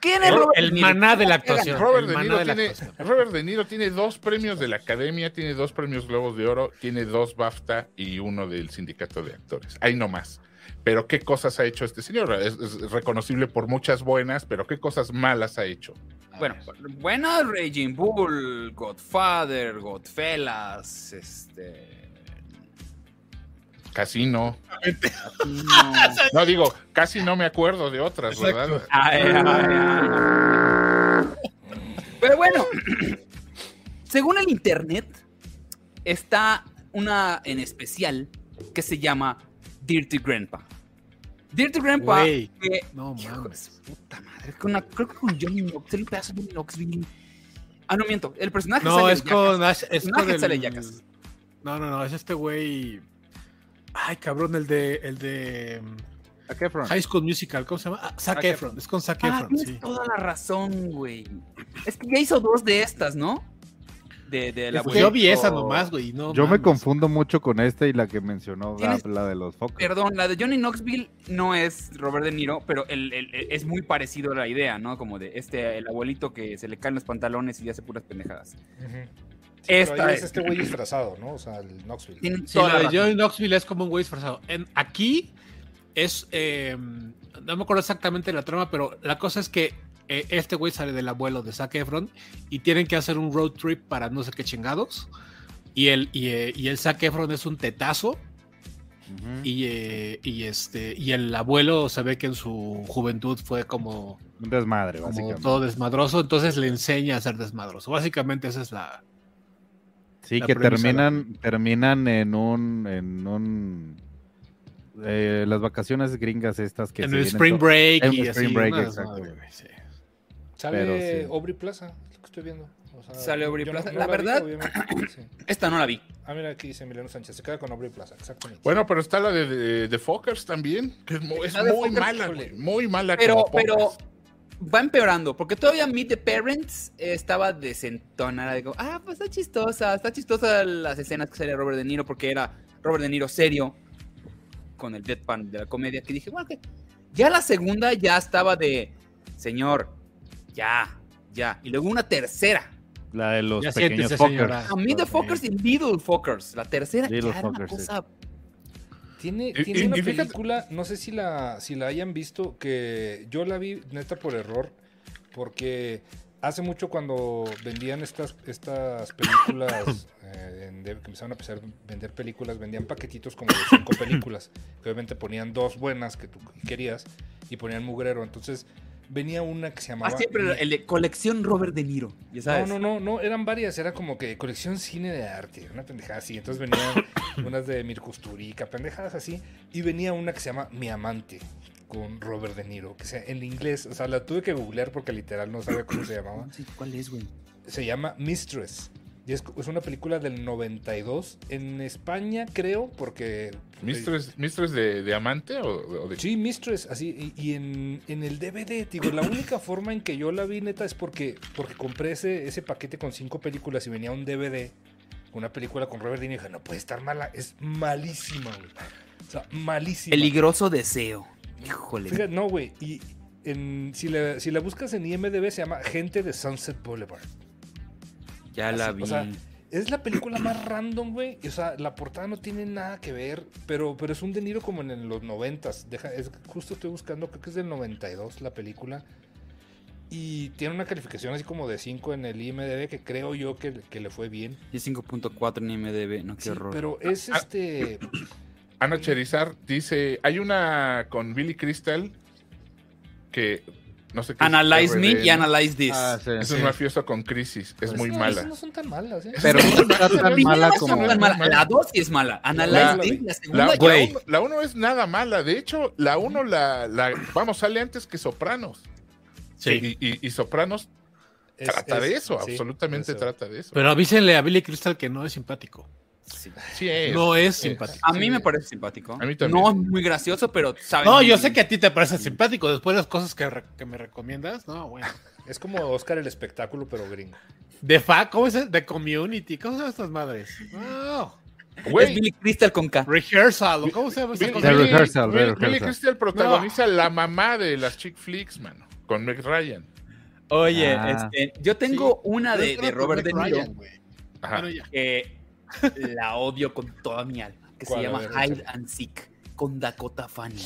S1: ¿Quién es Robert
S2: El
S1: De Niro?
S2: maná de la
S1: ¿Cómo era?
S2: actuación.
S4: Robert
S2: el
S4: de,
S2: maná
S4: Niro
S2: de la
S4: tiene,
S2: actuación.
S4: Robert De Niro tiene dos premios de la Academia, tiene dos premios Globos de Oro, tiene dos BAFTA y uno del Sindicato de Actores. Ahí nomás. Pero qué cosas ha hecho este señor. Es, es reconocible por muchas buenas, pero qué cosas malas ha hecho.
S1: Bueno, buena Raging Bull, Godfather, Godfellas, este.
S4: Casino.
S1: no.
S4: No digo, casi no me acuerdo de otras, ¿verdad?
S1: Ay, ay, ay. Pero bueno, según el internet, está una en especial que se llama Dirty Grandpa. Dirty Grandpa,
S2: Güey.
S1: que
S2: No
S1: Hijo de
S2: mames.
S1: su puta madre. Con una- creo que con Johnny Knoxville, un pedazo de Johnny Knoxville. Ah, no miento. El personaje
S2: No,
S1: sale
S2: es
S1: de Jackass.
S2: con Ash- es
S1: Un
S2: con
S1: ángel
S2: el-
S1: sale yacas.
S2: No, no, no, es este güey. Ay, cabrón, el de el de mm,
S6: Zac Efron.
S2: High School Musical, ¿cómo se llama? Ah, Zac
S6: Zac
S2: Efron, es con Zac
S1: Ah,
S2: Efron,
S1: tienes
S2: sí.
S1: toda la razón, güey. Es que ya hizo dos de estas, ¿no? de, del
S2: Pues
S1: abuelito.
S2: yo vi esa nomás, güey. No,
S6: Yo me
S2: mames.
S6: confundo mucho con esta y la que mencionó
S1: Tienes-
S6: Gab, la de los focos.
S1: Perdón, la de Johnny Knoxville no es Robert De Niro, pero el- el- el- es muy parecido a la idea, ¿no? Como de este, el abuelito que se le caen los pantalones y hace puras pendejadas.
S5: Ujú.
S1: Esta
S5: Pero ahí es
S1: es-
S5: este güey disfrazado, ¿no? O sea, el Knoxville.
S1: Tienen
S2: Sí,
S1: toda
S2: la
S1: la
S2: de
S1: razón.
S2: Johnny Knoxville es como un güey disfrazado. En, aquí es. eh, no me acuerdo exactamente la trama, pero la cosa es que eh, este güey sale del abuelo de Zac Efron y tienen que hacer un road trip para no sé qué chingados. Y el, y, eh, y el Zac Efron es un tetazo.
S6: Ujú.
S2: Y, eh, y este y el abuelo se ve que en su juventud fue como,
S6: Un desmadre,
S2: como
S6: básicamente.
S2: todo desmadroso, entonces le enseña a ser desmadroso. Básicamente esa es la...
S6: Sí,
S2: la
S6: que
S2: premisa de la
S6: terminan, terminan en un, en un eh, las vacaciones gringas estas que
S2: en
S6: se
S2: el
S6: vienen
S2: Spring
S6: to-
S2: Break
S6: en
S2: y
S6: el
S2: así.
S6: Spring Break,
S2: una
S6: exacto,
S2: desmadre,
S6: güey.
S2: güey, sí.
S5: Sale
S6: pero sí.
S5: Aubrey Plaza, es lo que estoy viendo. O sea,
S1: Sale Aubrey
S5: yo
S1: Plaza.
S5: yo
S1: La
S5: vi,
S1: verdad-
S5: obviamente, sí.
S1: Esta no la vi.
S5: Ah, mira, aquí dice Emiliano Sánchez. Se queda con Aubrey Plaza, exactamente.
S4: Bueno, pero está la de, de, de Fockers también, que es, mu- es
S1: La de
S4: muy
S1: Fockers,
S4: mala,
S1: híjole.
S4: güey, muy mala.
S1: Pero,
S4: como
S1: pero
S4: pocas.
S1: va empeorando, porque todavía Meet the Parents eh, estaba desentona. era de como, ah, pues está chistosa, está chistosa las escenas que salía Robert De Niro, porque era Robert De Niro serio, con el deadpan de la comedia, que dije, bueno, que ya la segunda ya estaba de, señor, ya, ya. Y luego una tercera.
S6: La de los
S2: Ya
S6: pequeños
S2: siéntese,
S6: fuckers.
S2: señora.
S1: A Meet the Fuckers y Little Fuckers. La tercera
S6: Little
S1: ya era una
S6: Fuckers, sí.
S1: cosa
S5: Tiene,
S4: Y-
S5: tiene
S4: y-
S5: una
S4: y fíjate-
S5: película, no sé si la, si la hayan visto, que yo la vi neta por error, porque hace mucho cuando vendían estas, estas películas, eh, en- de- que empezaron a empezar a vender películas, vendían paquetitos como de cinco películas, que obviamente ponían dos buenas que tú querías y ponían mugrero, entonces venía una que se
S1: Ah,
S5: llamaba...
S1: siempre el de colección Robert De Niro, ya
S5: No,
S1: sabes.
S5: no, no, no, eran varias, era como que colección cine de arte, una pendejada así. Entonces venían unas de Mircosturica, pendejadas así, y venía una que se llama Mi Amante, con Robert De Niro, que sea en inglés, o sea, la tuve que googlear porque literal no sabía cómo se llamaba.
S1: Sí, ¿Cuál es, güey?
S5: Se llama Mistress. Y es, es una película del 92 en España, creo, porque. pues,
S4: ¿Mistress, mistress de, de amante o, o de
S5: Sí, Mistress, así. Y, y en, en el DVD, te digo, la única forma en que yo la vi, neta, es porque, porque compré ese, ese paquete con cinco películas y venía un DVD, una película con Robert De Niro, y dije, no puede estar mala, es malísima, güey. O sea, malísima.
S1: Peligroso deseo. Híjole.
S5: Fíjate, no, güey. Y en- si, la, si la buscas en IMDB, se llama Gente de Sunset Boulevard.
S1: ya la
S5: así,
S1: vi.
S5: o sea, Es la película más random, güey. y, O sea, la portada no tiene nada que ver, pero, pero es un De Niro como en, en los noventas. Deja, es, justo estoy buscando, creo que es del 92 la película. Y tiene una calificación así como de 5 en el IMDB, que creo yo que, que le fue bien.
S1: Y 5.4 en IMDB. No, qué
S5: Sí,
S1: horror.
S5: pero es
S4: Ah, ah.
S5: este...
S4: Ana Cherizar dice, hay una con Billy Crystal que no sé qué. es,
S1: analyze me
S4: RD,
S1: y
S4: ¿no?
S1: analyze this.
S6: Ah, sí.
S4: Es un mafioso con crisis, es
S5: pues
S4: muy
S5: no,
S4: mala.
S5: esas no son tan malas, ¿eh?
S6: Pero no está
S1: la
S6: tan
S1: primera
S6: mala
S1: no es
S6: como.
S1: tan
S4: No,
S1: mala,
S4: no, no.
S1: La dos sí es mala. Analyze
S4: La-
S1: this. La segunda
S4: La,
S1: ya-
S4: la uno, la uno es nada mala, de hecho, la uno la, la- vamos, sale antes que Sopranos.
S2: Sí.
S4: Y, y- y Sopranos
S5: Es-
S4: trata
S5: es-
S4: de eso,
S5: sí,
S4: absolutamente
S5: eso.
S4: trata de eso.
S2: Pero avísenle a Billy Crystal que no es simpático.
S1: Sí.
S4: Sí es.
S2: No es Ah,
S4: Sí.
S2: simpático.
S1: A mí me parece simpático.
S4: A mí también.
S1: No es muy gracioso, pero sabes.
S2: Ah, No,
S1: muy
S2: yo
S1: bien.
S2: sé que a ti te parece simpático. Después de las cosas que, re- que me recomiendas, no, bueno.
S5: Es como Oscar el espectáculo, pero gringo.
S2: De fa, ¿cómo es? el? De community. ¿Cómo se llaman estas madres? No.
S1: Es
S4: Güey,
S1: Billy Crystal con K.
S2: Rehearsal. ¿o ¿Cómo se llama esa
S4: Bill-
S2: cosa?
S6: The
S4: Billy,
S6: rehearsal,
S4: Bill-
S6: the
S4: Billy
S6: rehearsal.
S4: Crystal protagoniza la mamá de las chick flicks, mano, con Meg Ryan.
S1: Oye,
S6: Ah.
S1: este, yo tengo una de, de Robert De Niro
S2: Ryan, güey.
S4: Ajá.
S2: Bueno, ya.
S1: que la odio con toda mi alma. Que se
S5: ¿Cuál? A
S1: llama
S5: ver,
S1: Hide
S5: échale.
S1: and Seek con Dakota Fanning.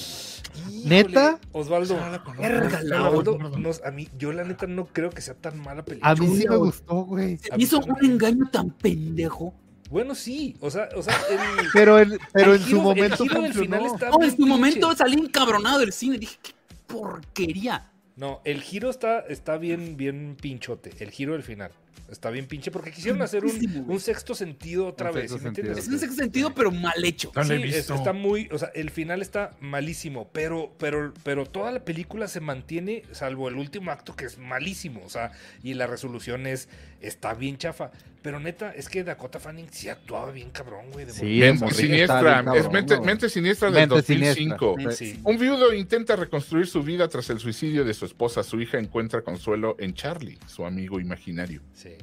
S6: ¿Neta?
S5: Híjole, Osvaldo.
S1: Verga, la
S5: Osvaldo,
S2: odio.
S5: no, a mí, yo la neta no creo que sea tan mala película.
S6: A mí sí
S5: Yo-
S6: me gustó, güey.
S1: Se me hizo un engaño tan pendejo.
S5: Bueno, sí, o sea, o sea, el,
S6: Pero en, pero
S5: el
S6: en su
S5: giro- el
S6: momento.
S5: giro del
S6: funcionó.
S5: final está
S1: No,
S5: bien
S1: en su momento
S5: pinche.
S1: salí encabronado del cine. Dije, qué porquería.
S5: No, el giro está, está bien, bien pinchote. El giro del final. Está bien pinche porque quisieron hacer
S1: Pintísimo,
S5: un,
S1: güey.
S5: un sexto sentido otra
S6: Un
S5: vez.
S6: sexto
S5: ¿sí me entiendes?
S1: Es en ese sentido, pero mal hecho.
S4: No la he
S5: Sí, es-
S4: visto.
S5: está muy, o sea, el final está malísimo, pero, pero, pero toda la película se mantiene, salvo el último acto que es malísimo, o sea, y la resolución es, está bien chafa. Pero neta, es que Dakota Fanning sí actuaba bien cabrón, güey. de
S6: Sí,
S5: morrilla.
S6: de
S4: Mente
S6: morrillo
S4: siniestra,
S6: estaba bien
S4: es
S6: cabrón,
S4: mente,
S6: güey.
S4: Mente siniestra del
S6: Mente
S4: 2005.
S6: siniestra.
S5: Sí.
S4: Un viudo intenta reconstruir su vida tras el suicidio de su esposa. Su hija encuentra consuelo en Charlie, su amigo imaginario.
S5: Sí.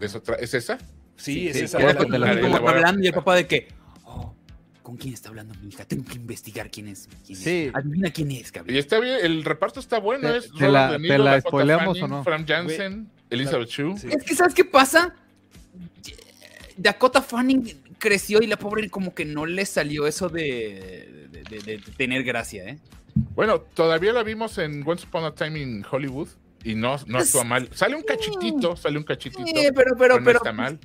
S4: ¿Es, otra- ¿es esa?
S5: Sí, es
S1: Sí,
S5: esa.
S1: era
S5: la-
S1: como-
S5: la-
S4: la-
S1: como
S4: la-
S1: que hablando y el papá de que, oh, ¿con quién está hablando mi hija? Tengo que investigar quién es. quién es.
S6: Sí.
S1: Adivina quién es,
S4: Y
S1: cabrón.
S4: está bien, el reparto está bueno.
S6: ¿Te-
S4: es
S6: te la-
S4: Robert De
S6: te
S4: Niro,
S6: la
S4: Dakota
S6: spoileamos
S4: Fanning,
S6: o no?
S4: Fran Jansen, Elizabeth Shue.
S5: sí.
S1: Es que, ¿sabes qué pasa? Dakota Fanning creció y la pobre como que no le salió eso de, de- de- de tener gracia, ¿eh?
S4: Bueno, todavía la vimos en Once Upon a Time in Hollywood y no, no actúa mal. Sale un cachitito, sale un cachitito.
S1: Sí, Eh, pero, pero,
S4: no
S1: pero,
S4: está mal.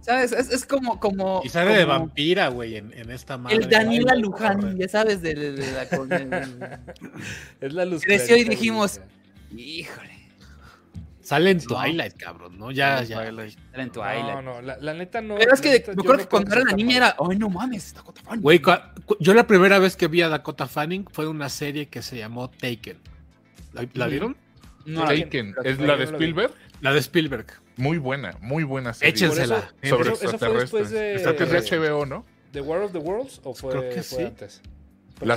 S1: ¿sabes? Es, es como, como...
S2: Y sale de
S1: como
S2: vampira, güey, en, en esta madre.
S1: El Daniela
S2: Ay,
S1: Luján,
S2: corre.
S1: ya sabes, de, de- de la... con- de-
S5: Es la luz.
S1: Creció y
S5: clarita,
S1: dijimos-
S5: güey.
S1: Híjole,
S2: Sale en
S1: No.
S2: Twilight, cabrón, ¿no? Ya, ya.
S1: era en
S5: No,
S1: Twilight.
S5: no, la, la neta no.
S1: Pero es que
S5: la neta,
S1: me
S5: yo
S1: acuerdo
S5: no
S1: que cuando
S5: creo
S1: era la
S5: sea
S1: niña
S5: mala.
S1: era, ay, no mames, Dakota Fanning.
S2: Güey, cua- cu- yo la primera vez que vi a Dakota Fanning fue en una serie que se llamó Taken. ¿La, la vieron?
S1: No,
S5: Sí.
S4: Taken,
S5: la-
S4: es
S5: la- yo no
S4: la de
S5: la vi.
S4: Spielberg.
S2: La de Spielberg.
S4: Muy buena, muy buena serie.
S5: Por
S2: Échensela.
S5: eso,
S2: Sobre
S5: eso-
S4: Sobre
S5: eso fue después
S4: extraterrestres.
S5: de.
S4: Esta que es de HBO, ¿no?
S5: ¿The War of the Worlds o fue,
S2: Creo que
S5: fue
S2: sí.
S5: antes?
S4: La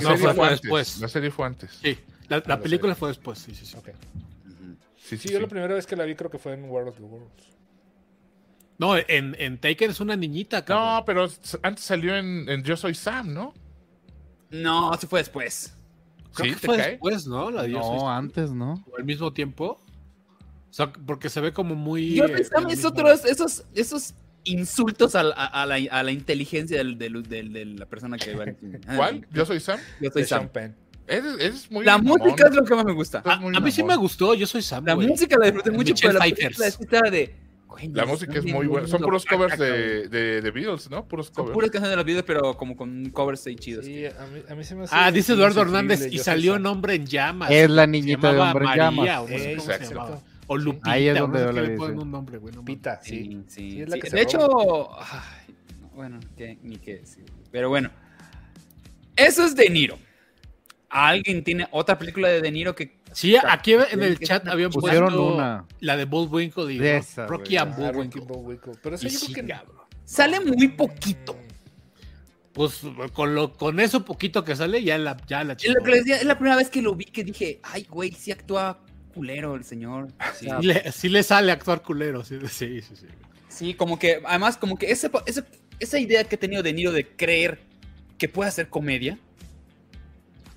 S2: No,
S5: Porque
S4: serie
S2: fue-
S4: fue,
S2: fue
S4: antes.
S2: después.
S4: La serie fue antes.
S2: Sí. La, la película fue después, sí, sí, sí.
S5: Ok.
S4: Sí,
S5: Sí,
S4: sí,
S5: yo
S4: sí.
S5: la primera vez que la vi creo que fue en War of the Worlds.
S2: No, en, en Taken es una niñita,
S4: No,
S2: cabrón.
S4: pero s- antes salió en, en Yo Soy Sam, ¿no?
S1: no, se fue después.
S2: Creo
S4: Sí,
S2: que
S4: te
S2: fue
S4: cae.
S2: después, ¿no? La de Yo soy-
S6: No, antes, ¿no?
S2: o al mismo tiempo. O sea, porque se ve como muy.
S1: Yo
S2: eh,
S1: pensaba
S2: lo
S1: es
S2: mismo.
S1: otros, esos, esos insultos al- a, a la, a la inteligencia del, del- del- de la persona que iba en-
S5: Ah,
S4: ¿Cuál? ¿Yo Soy Sam?
S1: Yo soy
S5: De Sean
S1: Sam.
S5: Penn.
S4: Eres, eres muy.
S1: La
S4: mamón.
S1: música es lo que más me gusta.
S2: A, a mí sí me gustó, yo soy Sam.
S1: La
S2: güey.
S1: música la disfruté mucho,
S2: Michelle
S1: pero la
S2: Pfeiffer.
S1: película sí estaba de... güey,
S4: La
S1: nos
S4: música es
S1: están
S4: muy buena. Son
S1: vendiendo
S4: puros
S1: caca,
S4: covers
S1: cabrón.
S4: de, de, de Beatles, ¿no? Puros
S1: Son
S4: covers.
S1: puras canciones de los videos, pero como con covers ahí chidos.
S5: Sí, a mí, a mí se me hace
S2: Ah, dice Eduardo
S5: insufrible
S2: Hernández y
S5: Yo soy
S2: salió
S5: Sam.
S2: nombre en llamas.
S6: Es la
S2: Se
S6: niñita de
S2: llamaba
S6: hombre en
S2: María,
S6: llamas.
S2: O, no sé
S5: Eh,
S2: cómo se
S5: exacto.
S2: llamaba. o Lupita.
S6: Ahí es
S2: o no
S6: donde
S2: sé
S6: yo
S2: qué
S6: la
S2: le
S6: vi,
S2: ponen
S6: sí.
S2: un nombre, güey. no mames.
S5: Pita, sí.
S1: Sí, sí,
S5: es la
S1: sí.
S5: que se
S1: De hecho, ay, no, bueno, que, ni que decir. Pero bueno, eso es De Niro. ¿Alguien tiene otra película de De Niro que
S2: Sí, aquí en el
S1: Sí,
S2: chat habían
S6: Pusieron
S2: puesto
S6: una.
S2: la de Bullwinkle y
S6: De
S2: Ro-
S6: esa,
S2: Rocky
S6: güey.
S5: Ah,
S2: and
S5: Rocky
S2: Bullwinkle.
S5: Bullwinkle. Pero eso
S2: Y
S5: yo
S2: sí,
S5: creo que.
S2: cabrón.
S1: sale muy poquito?
S2: Pues con, lo, con eso poquito que sale, ya la, ya la
S1: Es
S2: chingó.
S1: lo que les decía, es la primera vez que lo vi que dije, ay, güey, sí actúa culero el señor. Sí,
S2: Sí le, sí le sale actuar culero. Sí, sí, sí. sí.
S1: sí, como que, además, como que ese pa- ese- esa idea que ha tenido De Niro de creer que puede hacer comedia,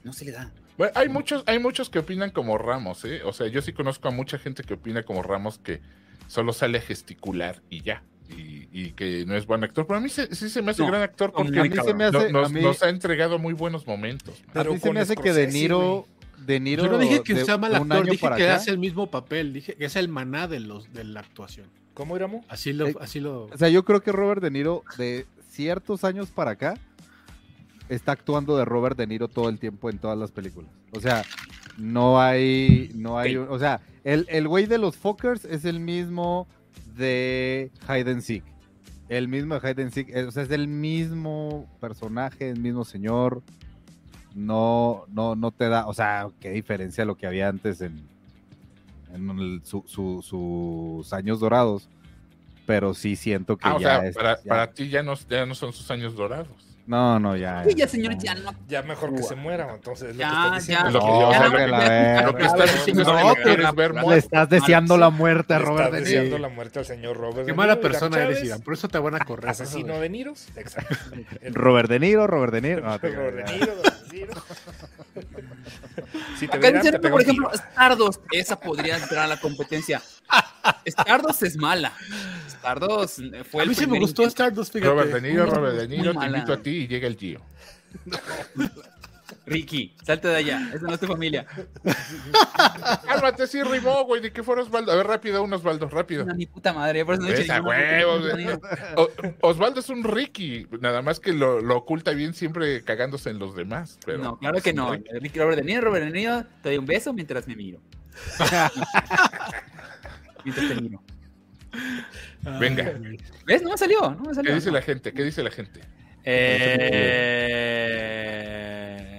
S1: no se le da.
S4: Bueno, hay muchos, hay muchos que opinan como Ramos, ¿eh? O sea, yo sí conozco a mucha gente que opina como Ramos que solo sale a gesticular y ya. Y, y que no es buen actor. Pero a mí se- sí se me hace
S1: No,
S4: gran actor
S1: no,
S4: porque
S1: muy
S4: a mí se
S1: cabrón.
S4: me hace-
S6: No,
S4: nos,
S6: a mí-
S4: nos ha entregado muy buenos momentos.
S6: A
S5: Pero
S6: mí se
S5: con
S6: me hace que De
S5: Scorsese,
S6: Niro. De Niro
S2: Yo no dije que
S6: de-
S2: sea mal
S6: de un
S2: actor,
S6: año
S2: dije
S6: para
S2: que
S6: acá.
S2: hace el mismo papel, dije que es el maná de los de la actuación.
S5: ¿Cómo Iramo?
S2: Así lo,
S6: Eh,
S2: así lo.
S6: O sea, yo creo que Robert De Niro, de ciertos años para acá, está actuando de Robert De Niro todo el tiempo en todas las películas. O sea, no hay. No hay o sea, el, el güey de los Fockers es el mismo de Hide and Seek. El mismo de Hide and Seek. eh, O sea, es el mismo personaje, el mismo señor. No, no, no te da. O sea, qué diferencia lo que había antes en, en el- su- su- sus años dorados. Pero sí siento que
S4: Ah, o
S6: ya
S4: sea,
S6: es-
S4: para,
S6: ya-
S4: para ti ya no, ya no son sus años dorados.
S6: No, no, ya.
S1: Sí, ya, señor,
S6: no.
S1: ya no.
S5: Ya mejor que
S1: Ua.
S5: se muera, entonces. es lo
S1: Ya,
S5: que estás diciendo.
S1: ya.
S4: Es lo que-
S6: No,
S4: o sea,
S1: que la
S4: lo que- lo que estás diciendo es que lo
S1: No,
S4: quieres ver
S5: pero-
S6: Le
S4: muerto.
S6: estás deseando la muerte a
S5: Le
S6: Robert
S5: estás
S6: De Niro.
S5: deseando la muerte al señor Robert.
S2: Qué
S5: De
S2: mala
S5: Niro, Irán
S2: persona eres,
S5: Chávez,
S2: Irán, por eso te van a correr.
S5: Asesino de Niros. Exacto. El-
S6: Robert De Niro, Robert De Niro. No, te creo,
S5: Robert
S6: ya.
S5: De Niro, Robert De Niro. Si te
S1: Acá
S5: vieran,
S1: dicen,
S5: te pega
S1: por
S5: un tiro.
S1: ejemplo, Stardos, esa podría entrar a la competencia. Stardos es mala. Stardos eh, fue
S2: A
S1: el
S2: mí sí me
S1: primer
S2: gustó
S1: intento.
S2: Stardust, fíjate.
S4: Robert De Niro,
S1: Muy
S4: Robert De Niro, te
S1: mala.
S4: invito a ti y llega el Gio.
S1: Ricky, salte de allá, esa no es tu familia.
S4: Cálmate, sí rimó, güey, de que fuera Osvaldo. A ver, rápido, un Osvaldo, rápido.
S1: No, ni puta madre, por eso no he dicho
S4: Esa
S1: ninguna
S4: huevo,
S1: puta
S4: güey.
S1: madre.
S4: O- Osvaldo es un Ricky, nada más que lo, lo oculta bien siempre cagándose en los demás. Pero
S1: No, claro que no. Ricky Robert De Niro, Robert De Niro, te doy un beso mientras me miro. mientras te miro.
S2: Ah,
S4: Venga.
S1: ¿Ves? No me salió, no me salió.
S4: ¿Qué dice
S1: no.
S4: la gente? ¿Qué dice la gente?
S5: Eh,
S1: Eh...
S5: dice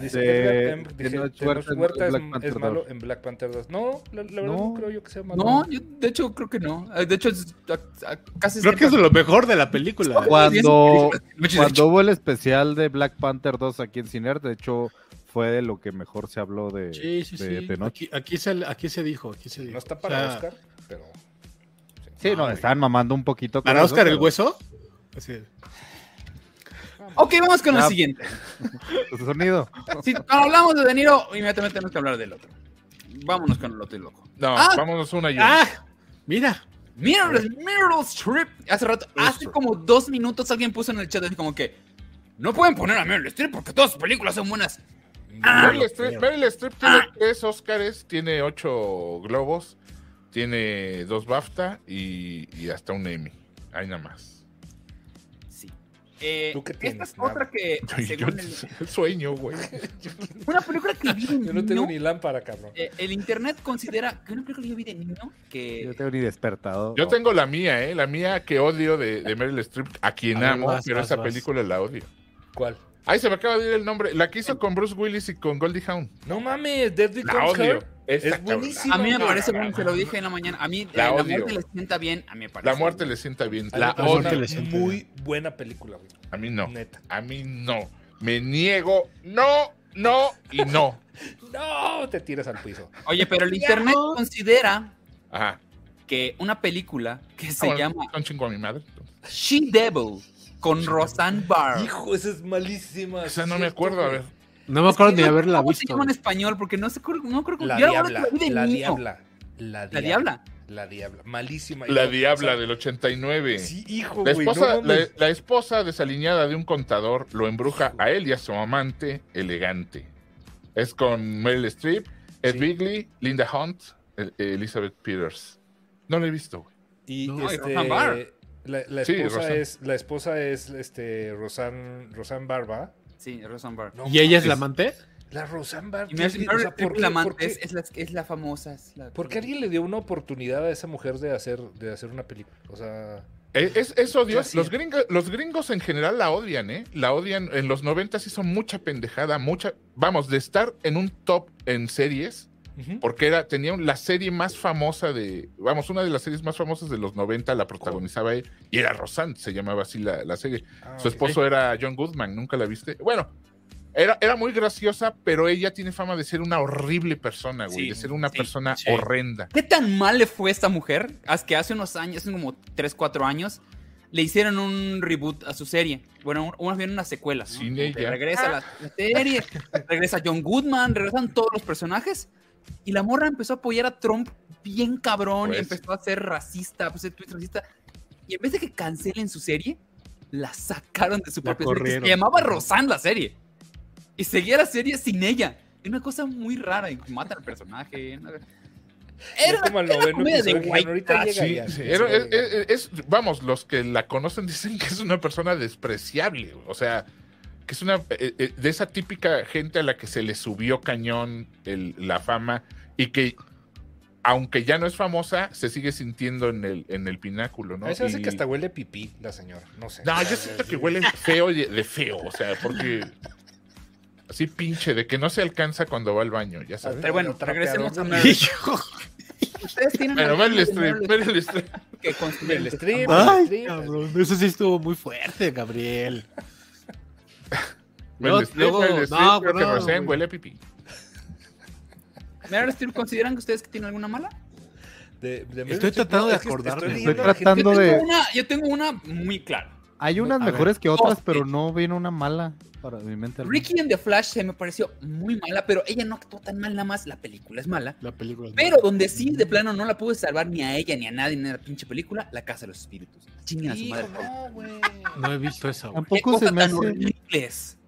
S6: Dice,
S5: Edgar M. dice,
S6: Tenoch
S5: Tenoch
S6: Huerta es
S5: Huerta
S6: malo en
S5: es,
S6: Black Panther
S5: es malo en Black Panther 2. No, la, la verdad no.
S6: No.
S5: creo yo que sea malo.
S1: No, yo de hecho creo que no. Eh, De hecho, es- a- a- casi
S2: Creo que es de lo mejor de la película.
S6: Cuando,
S1: Muchas
S6: cuando hubo el especial de Black Panther 2 aquí en Ciner, de hecho, fue de lo que mejor se habló de,
S2: Sí, sí,
S6: de
S2: sí.
S6: Tenoch.
S2: Aquí, aquí se, aquí se dijo, aquí se dijo.
S5: No está
S2: O
S5: para
S2: sea,
S5: Oscar, pero.
S1: Sí,
S6: Sí,
S2: Ah,
S6: no, estaban mamando un poquito. con
S2: ¿Para
S6: eso,
S2: Oscar el
S6: pero-
S2: hueso? Así.
S1: Ok, vamos con el
S6: Ah.
S1: siguiente.
S6: Su sonido.
S1: Si hablamos de De Niro, inmediatamente tenemos que hablar del otro. Vámonos con el otro loco.
S4: No,
S1: Ah.
S4: vámonos una y una.
S2: ¡Ah! Mira.
S1: Mira, Meryl Streep. Hace rato, hace como dos minutos alguien puso en el chat así como que no pueden poner a Meryl Streep porque todas sus películas son buenas.
S4: Meryl
S1: ah.
S4: Streep Meryl Streep tiene tres Óscares, tiene ocho globos, tiene dos BAFTA y, y hasta un Emmy. Ahí nada más.
S1: Sí. Eh,
S5: ¿Tú qué
S1: esta
S5: tienes?
S1: es otra
S5: Nada.
S1: que,
S4: Yo,
S1: según el-
S4: sueño, güey.
S1: una película que vi de
S5: Yo no tengo
S1: niño,
S5: ni lámpara, cabrón.
S1: eh, el internet considera que una película que yo vi de niño que
S6: Yo tengo ni despertado.
S4: Yo tengo la mía, ¿eh? La mía que odio de, de Meryl Streep, a quien
S2: A ver,
S4: amo,
S2: vas,
S4: pero
S2: vas,
S4: esa
S2: vas.
S4: película la odio.
S5: ¿Cuál?
S4: Ahí se me acaba de ir el nombre. La que hizo con Bruce Willis y con Goldie Hawn.
S5: No mames, Deadly
S4: La
S5: Comes
S4: odio.
S5: Her.
S4: Esta,
S5: Es
S4: cabrona.
S5: buenísima.
S1: a mí me
S4: no,
S1: parece
S4: no,
S1: bueno,
S4: no,
S1: se
S4: no.
S1: lo dije en la mañana, a mí eh,
S4: La
S1: la,
S4: odio.
S1: muerte le sienta bien, a mí me parece.
S4: La muerte
S1: bien.
S4: le sienta bien.
S5: A mí
S4: La
S5: me parece
S4: odio.
S2: que le
S5: una
S2: siente
S5: muy buena película, güey.
S4: A mí no.
S5: Neta.
S4: A mí no. Me niego. No, no y no.
S5: No, te tiras al piso.
S1: Oye, pero el internet considera
S4: Ajá.
S1: que una película que se
S4: Ah, bueno,
S1: llama
S4: Un chingo a mi madre.
S1: She Devil con Roseanne Barr.
S5: Hijo, esa es malísima.
S4: O sea,
S5: sí
S4: no
S5: es
S4: me
S5: cierto,
S4: acuerdo. A
S5: güey.
S4: ver.
S2: No me
S1: Es que
S2: acuerdo ni
S1: no sé
S2: haberla
S1: ¿Cómo se
S2: visto.
S1: llama en español? Porque no, se, acuer- no creo que
S5: La
S1: yo ahora
S5: diabla,
S1: que vi de
S5: la
S1: niño.
S5: diabla, la
S1: La
S5: diabla.
S1: diabla.
S5: La diabla. Malísima.
S4: La
S5: Hijo,
S4: diabla
S5: o sea,
S4: del 89.
S5: Sí, hijo,
S4: La
S5: güey.
S4: esposa,
S5: no
S4: la, e-
S5: mames.
S4: la esposa desaliñada de un contador lo embruja a él y a su amante elegante. Es con Meryl Streep, Ed
S5: Sí.
S4: Bigley, Linda Hunt, el- Elizabeth Peters. No la he visto, güey.
S5: Y
S2: No,
S1: y
S5: este,
S1: Roseanne Barr.
S5: La, la
S4: Sí,
S5: esposa
S4: Roseanne.
S5: es, la esposa es este Rosan, Rosan Barba.
S1: Sí, Roseanne Barr.
S5: No
S2: ¿Y ella es la
S5: mames,
S2: amante?
S5: La Rosan Barba.
S1: Y me hace-
S5: o sea,
S1: Meryl
S5: ¿por
S1: Streep
S5: qué-
S1: la
S5: por
S1: amante,
S5: qué-
S1: es, es la, es la famosa. es la-
S5: por qué alguien le dio una oportunidad a esa mujer de hacer, de hacer una película? O sea,
S4: Eh, Es, es odioso.
S5: Así
S4: Los
S5: es.
S4: gringos, los gringos en general la odian, ¿eh? La odian. En los 90 hizo mucha pendejada, mucha. Vamos, de estar en un top en series,
S5: ujú.
S4: porque era, tenía un- la serie más famosa de. Vamos, una de las series más famosas de los 90 la protagonizaba él, y era Rosanne, se llamaba así la, la serie.
S5: Ah,
S4: Su
S5: ok.
S4: esposo era John Goodman, ¿nunca la viste? Bueno, era, era muy graciosa, pero ella tiene fama de ser una horrible persona, güey,
S1: Sí,
S4: de ser una
S1: sí,
S4: persona
S2: sí.
S4: horrenda.
S1: ¿Qué tan mal le fue a esta mujer? Haz que hace unos años, hace como 3, 4 años, le hicieron un reboot a su serie. Bueno, un- unas bien unas secuelas. ¿no?
S4: Sin
S1: Como que
S4: ella.
S1: Regresa la, la serie, regresa John Goodman, regresan todos los personajes. Y la morra empezó a apoyar a Trump bien cabrón y
S4: Pues.
S1: empezó a ser racista, pues, ser tweets racista. Y en vez de que cancelen su serie, la sacaron de su
S2: La
S1: propia serie. que
S2: corrieron.
S1: se llamaba Rosanne la serie. Y seguía la serie sin ella. Es una cosa muy rara. Y matan al personaje. ¿no?
S5: Es como el noveno
S1: comedia de Ah,
S5: episodio que
S1: White
S5: ahorita
S1: Trash.
S5: llega
S4: Sí,
S5: ya,
S4: sí,
S5: sí,
S4: era-
S5: sí,
S4: es-
S5: ya.
S4: es- es- vamos, los que la conocen dicen que es una persona despreciable, güey, o sea, que es una eh, eh, de esa típica gente a la que se le subió cañón el- la fama y que aunque ya no es famosa, se sigue sintiendo en el, en el pináculo, ¿no?
S5: A mí se me hace que
S4: Y-
S5: hasta huele pipí la señora. No sé.
S4: No, yo siento que huele feo de, de feo, o sea, porque así pinche, de que no se alcanza cuando va al baño, ya sabes.
S1: Pero bueno, regresemos a Meryl.
S2: Hijo.
S1: Ustedes tienen
S4: Pero
S1: algo
S4: Meryl
S1: de
S4: Streep,
S1: Meryl
S4: Meryl Streep.
S1: Streep que consideren
S5: El
S1: que está
S5: stream.
S1: mal.
S2: Ay, cabrón. Eso sí estuvo muy fuerte, Gabriel.
S4: Meryl
S2: No,
S4: Streep,
S2: luego-
S4: Meryl Streep,
S2: no,
S4: creo que
S2: no,
S4: Roseanne
S2: güey.
S4: huele a pipí.
S1: Meryl Streep, ¿consideran que ustedes que tienen alguna mala?
S5: De- de-
S2: Estoy tratando de
S5: es que estoy
S2: acordarme.
S5: leyendo
S6: Estoy
S5: a la gente-
S6: tratando
S1: yo, tengo
S6: de.
S1: una, yo tengo una muy clara.
S6: Hay
S2: No,
S6: unas
S2: a ver.
S6: mejores que otras,
S1: Dos,
S6: pero
S1: eh.
S6: no viene una mala para mi mente. al menos.
S1: Ricky and the Flash se me pareció muy mala, pero ella no actuó tan mal nada más. La película es mala.
S2: La película. es
S1: Pero donde sí, de plano, no la pude salvar ni a ella ni a nadie ni a la pinche película, La Casa de los Espíritus. Chinguen a su
S5: Hijo,
S1: madre.
S5: no, güey.
S2: No he visto esa, güey.
S1: Qué
S6: Tampoco se
S1: cosa
S6: me
S1: tan
S6: hace.
S1: horrible es.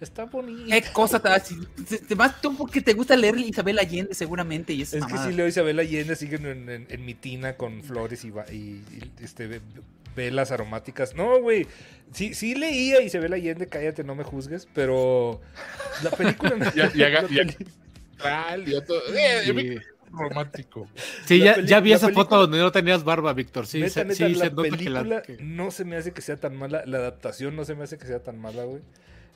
S5: Está bonito.
S1: Qué cosa tan así. Te- te vas tú porque te gusta leer Isabel Allende seguramente y es
S5: Es que si Leo Isabel Allende siguen en, en- en mi tina con flores y, va- y- y, este, ve- velas aromáticas. No, güey. Sí, sí leía Isabel Allende, cállate, no me juzgues, pero la película... no-
S4: Ya- ya-
S5: la
S4: ya-
S5: peli-
S4: Tal, y otro- eh,
S2: Sí.
S4: eh, romántico.
S2: Sí,
S5: La
S2: ya,
S5: peli-
S2: ya vi
S5: la
S2: esa
S5: película-
S2: foto donde no tenías barba, Víctor. Sí,
S5: neta,
S2: se,
S5: neta,
S2: sí,
S5: la
S2: se nota que
S5: película
S2: la. que-
S5: no se me hace que sea tan mala. La adaptación no se me hace que sea tan mala, güey.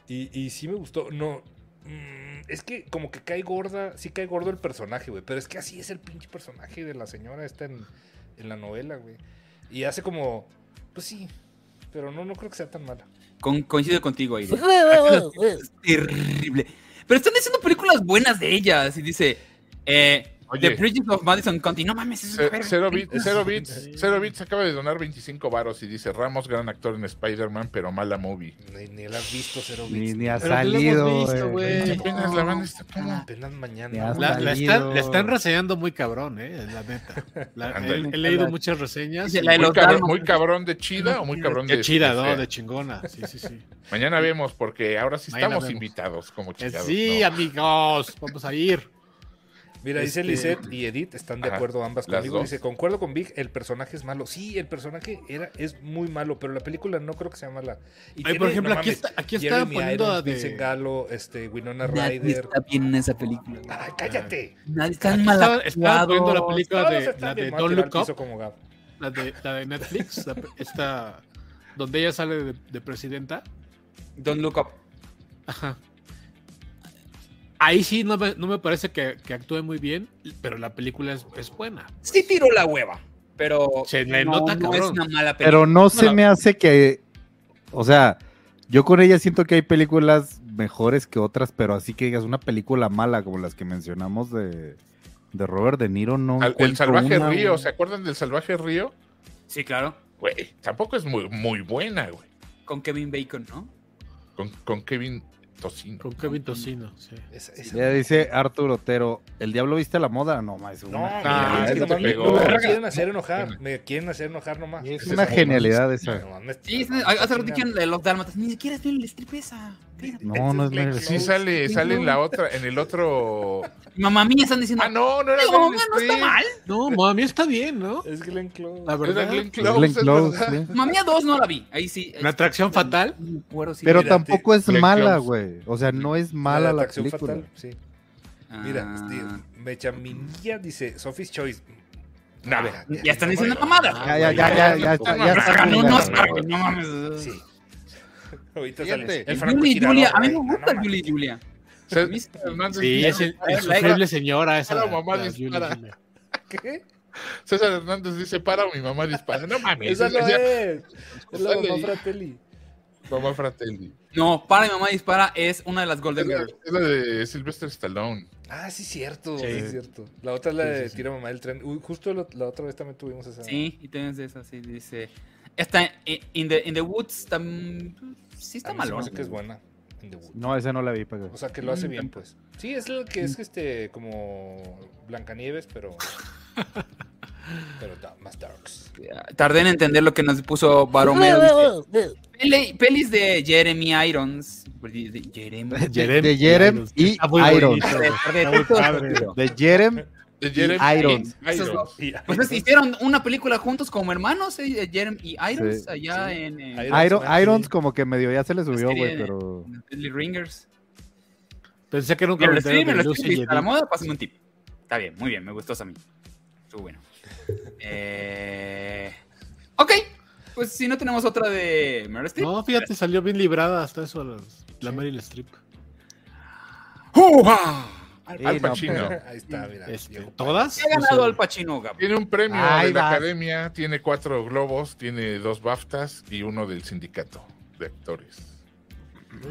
S5: Y, y sí me gustó. No... mm, Es que como que cae gorda, sí cae gordo el personaje, güey. Pero es que así es el pinche personaje de la señora esta en, en la novela, güey. Y hace como... Pues sí, pero no, no creo que sea tan mala.
S1: Con- coincido contigo ahí. es terrible. Pero están haciendo películas buenas de ellas. Y dice, eh, The
S4: Oye,
S1: Bridges of Madison County. No mames, es una
S4: ce-
S1: verga.
S4: Cero Bits, Cero Bits, Cero Bits acaba de donar 25 varos y dice Ramos, gran actor en Spider-Man, pero mala movie.
S5: Ni, ni la has visto, cero
S6: Ni,
S5: bits.
S6: ni ha
S2: Pero que lo hemos
S6: salido. eh.
S2: visto,
S6: güey.
S2: güey.
S4: Apenas la van a estar
S5: Apenas
S6: Ni
S5: mañana.
S6: has
S2: La, la
S6: salido.
S2: están, la están reseñando muy cabrón, eh, la neta. La- he,
S4: Ándale.
S2: he leído muchas reseñas.
S1: Dice,
S2: y-
S1: la de
S4: Muy
S1: los
S4: cabrón,
S1: dálmatas.
S4: muy cabrón de chida o muy cabrón de.
S2: Qué chida,
S4: de
S2: ¿no?
S4: fea?
S2: De chingona. Sí, sí, sí.
S4: Mañana vemos, porque ahora sí
S2: Mañana
S4: estamos
S2: vemos.
S4: invitados como
S2: Eh,
S4: chingados.
S2: sí,
S4: ¿no?
S2: amigos, vamos a ir.
S5: Mira, dice
S2: Este-
S5: Lisette y Edith, están de
S4: Ajá,
S5: acuerdo ambas
S4: las
S5: conmigo.
S4: dos.
S5: Dice, concuerdo con Vic, el personaje es malo. Sí, el personaje era, es muy malo, pero la película no creo que sea mala. Y
S2: Ay, por ejemplo, aquí, está, aquí estaban
S5: Jeremy
S2: poniendo
S5: Irons,
S2: a de-
S5: Vincent Gallo, este, Winona
S1: Nadie
S5: Ryder.
S1: está bien en esa película. güey.
S5: ¡Ah, cállate!
S1: Nadie está
S2: aquí
S1: mal
S2: estaban- estaban poniendo la
S1: actuado.
S2: película
S5: Todos
S2: de,
S5: están
S2: la
S5: bien,
S2: de
S5: me voy a
S2: Don't
S5: tirar
S2: Look
S5: al piso
S2: Up,
S5: como Gab.
S2: la de, la de Netflix, la pe- esta donde ella sale de, de presidenta.
S1: Don't Look Up.
S2: Ajá. Ahí sí no me, no me parece que, que actúe muy bien, pero la película es, es buena.
S1: Sí tiró la hueva, pero
S2: Se le
S1: no,
S2: nota
S1: no
S2: cabrón.
S1: es una mala película.
S6: Pero no se
S2: la-
S6: me hace que. O sea, yo con ella siento que hay películas mejores que otras, pero así que digas una película mala como las que mencionamos de, de Robert De Niro, no.
S4: Al- el
S6: encuentro
S4: Salvaje
S6: una,
S4: Río,
S6: güey.
S4: ¿se acuerdan del Salvaje Río?
S1: Sí, claro.
S4: Güey, tampoco es muy, muy buena, güey.
S1: Con Kevin Bacon, ¿no?
S4: Con, con Kevin Tocino.
S2: Con Kevin Tocino, sí.
S5: Esa- esa-
S6: Ya dice Arturo Otero, ¿el diablo viste la moda? No, ma, es
S5: No,
S6: una,
S4: Ah,
S5: mira, es
S4: ese
S5: nomás
S4: te
S5: me-
S4: pegó.
S5: no, me quieren hacer enojar. Me quieren hacer enojar nomás.
S6: es
S5: Ese
S6: una
S5: es-
S6: genialidad esa.
S5: No, mames,
S1: Sí, es-
S5: no,
S1: hace rato
S5: chinga.
S1: dijeron la de los dálmatas. Ni siquiera es bien el strip esa. Espérate.
S6: No, no es
S5: Blake
S6: negro.
S4: Sí sale, sale en la otra, en el otro.
S1: Mamá mía, están diciendo.
S4: Ah, no, no era
S1: "Ay, mamá,
S4: Meryl
S1: no está
S4: Streep,
S1: mal.
S2: No, mami, está bien, ¿no?
S5: Es Glenn Close.
S2: La
S4: Era
S2: verdad.
S4: Glenn
S6: Es
S4: Close,
S6: Glenn
S4: es
S6: Close,
S4: verdad.
S6: Glenn.
S1: Mamá mía 2 no la vi. Ahí sí.
S2: Una atracción fatal.
S1: No me acuerdo si-
S6: Pero
S5: Mira,
S6: tampoco es
S4: Glenn
S6: mala,
S4: Close.
S6: güey. O sea, no es
S5: La de
S6: mala la
S5: Atracción
S6: película.
S5: Fatal, sí.
S1: Ah,
S5: Mira, este, Bechaminilla dice, Sophie's Choice.
S4: Nah,
S1: Ya están diciendo mamadas.
S6: Ah, Ya, ya, ya, ya, ya, está, ya está
S1: Hagan
S6: vulgar.
S1: unos, güey, no mames.
S5: Sí. Ahorita
S6: Siguiente.
S5: sale.
S1: El
S5: El
S1: Julie y Julia. A mí me
S5: güey,
S1: gusta
S5: no
S1: Julie y Julia.
S4: Se-
S1: A mí sí.
S4: Hernández
S2: Sí,
S4: dice-
S2: es in-
S1: la-
S2: insufrible señora esa.
S4: la mamá
S2: la
S4: dispara.
S2: Julia Gilmer.
S5: ¿Qué?
S4: César Hernández dice: Para, o mi mamá dispara. No mames.
S5: Esa no
S4: ya-
S5: es. Es la
S4: Sale
S5: mamá
S4: ahí.
S5: Fratelli.
S4: Mamá Fratelli.
S1: No, para mi mamá dispara es una de las
S4: Es
S1: Golden
S4: la,
S1: Girls.
S4: es la de Sylvester Stallone.
S5: Ah, sí, cierto.
S2: Sí.
S5: Sí, es cierto. La otra es la
S2: Sí,
S5: de
S2: sí, sí.
S5: Tira Mamá del Tren. Uy, justo la, la otra vez también tuvimos esa.
S1: Sí, y tienes esa, sí, dice. Está en in the, in the Woods, tam- sí
S5: A
S1: está
S5: mí se me
S1: malo.
S5: hace que es buena. In the Wood.
S6: No, esa no la vi, pero...
S5: O sea, que lo hace
S1: Mm,
S5: bien,
S1: tamp-
S5: pues. Sí, es lo que es este, como Blancanieves, pero. pero da- más darks.
S1: Pues Tardé en entender lo que nos puso Baromeo. dice, "Pele- pelis de Jeremy Irons. De Jeremy.
S6: De Jerem y
S2: Está muy
S6: Iron.
S2: bonito.
S1: de-
S2: Está muy
S1: de-
S2: padre.
S6: De Jerem
S4: De Jeremy
S6: Irons.
S1: Esos
S4: Irons.
S1: dos.
S5: Y-
S1: Pues es- hicieron una película juntos como hermanos, eh, eh, Jeremy y Irons,
S6: Sí.
S1: allá
S5: Sí.
S1: en eh,
S5: Irons,
S6: Iron,
S5: man,
S6: Irons
S5: sí.
S6: como que medio ya se le subió,
S1: serie
S6: güey,
S1: de-
S6: pero...
S1: en Deadly Ringers.
S2: Pensé que era un
S1: Me lo escribí,
S2: comentario
S1: me lo
S2: de Lucy
S1: escribí.
S2: y
S1: A la
S2: Edith.
S1: moda, pásame un tip. Está bien, muy bien, me gustó a mí. Estuvo bueno. Eh, Ok, pues si no tenemos otra de Meryl Streep.
S2: No, fíjate, salió bien librada hasta eso la, la Meryl Streep.
S1: ¡Juja! Al-
S6: Sí,
S4: Al
S6: no,
S4: Pacino.
S5: Ahí está, mira.
S2: Este,
S5: Diego Pablo.
S2: ¿Todas?
S1: Se ha ganado
S2: O sea,
S1: al Pacino, Gab.
S4: Tiene un premio
S6: Ahí
S4: de la
S6: vas.
S4: academia, tiene cuatro globos, tiene dos BAFTAs y uno del sindicato de actores.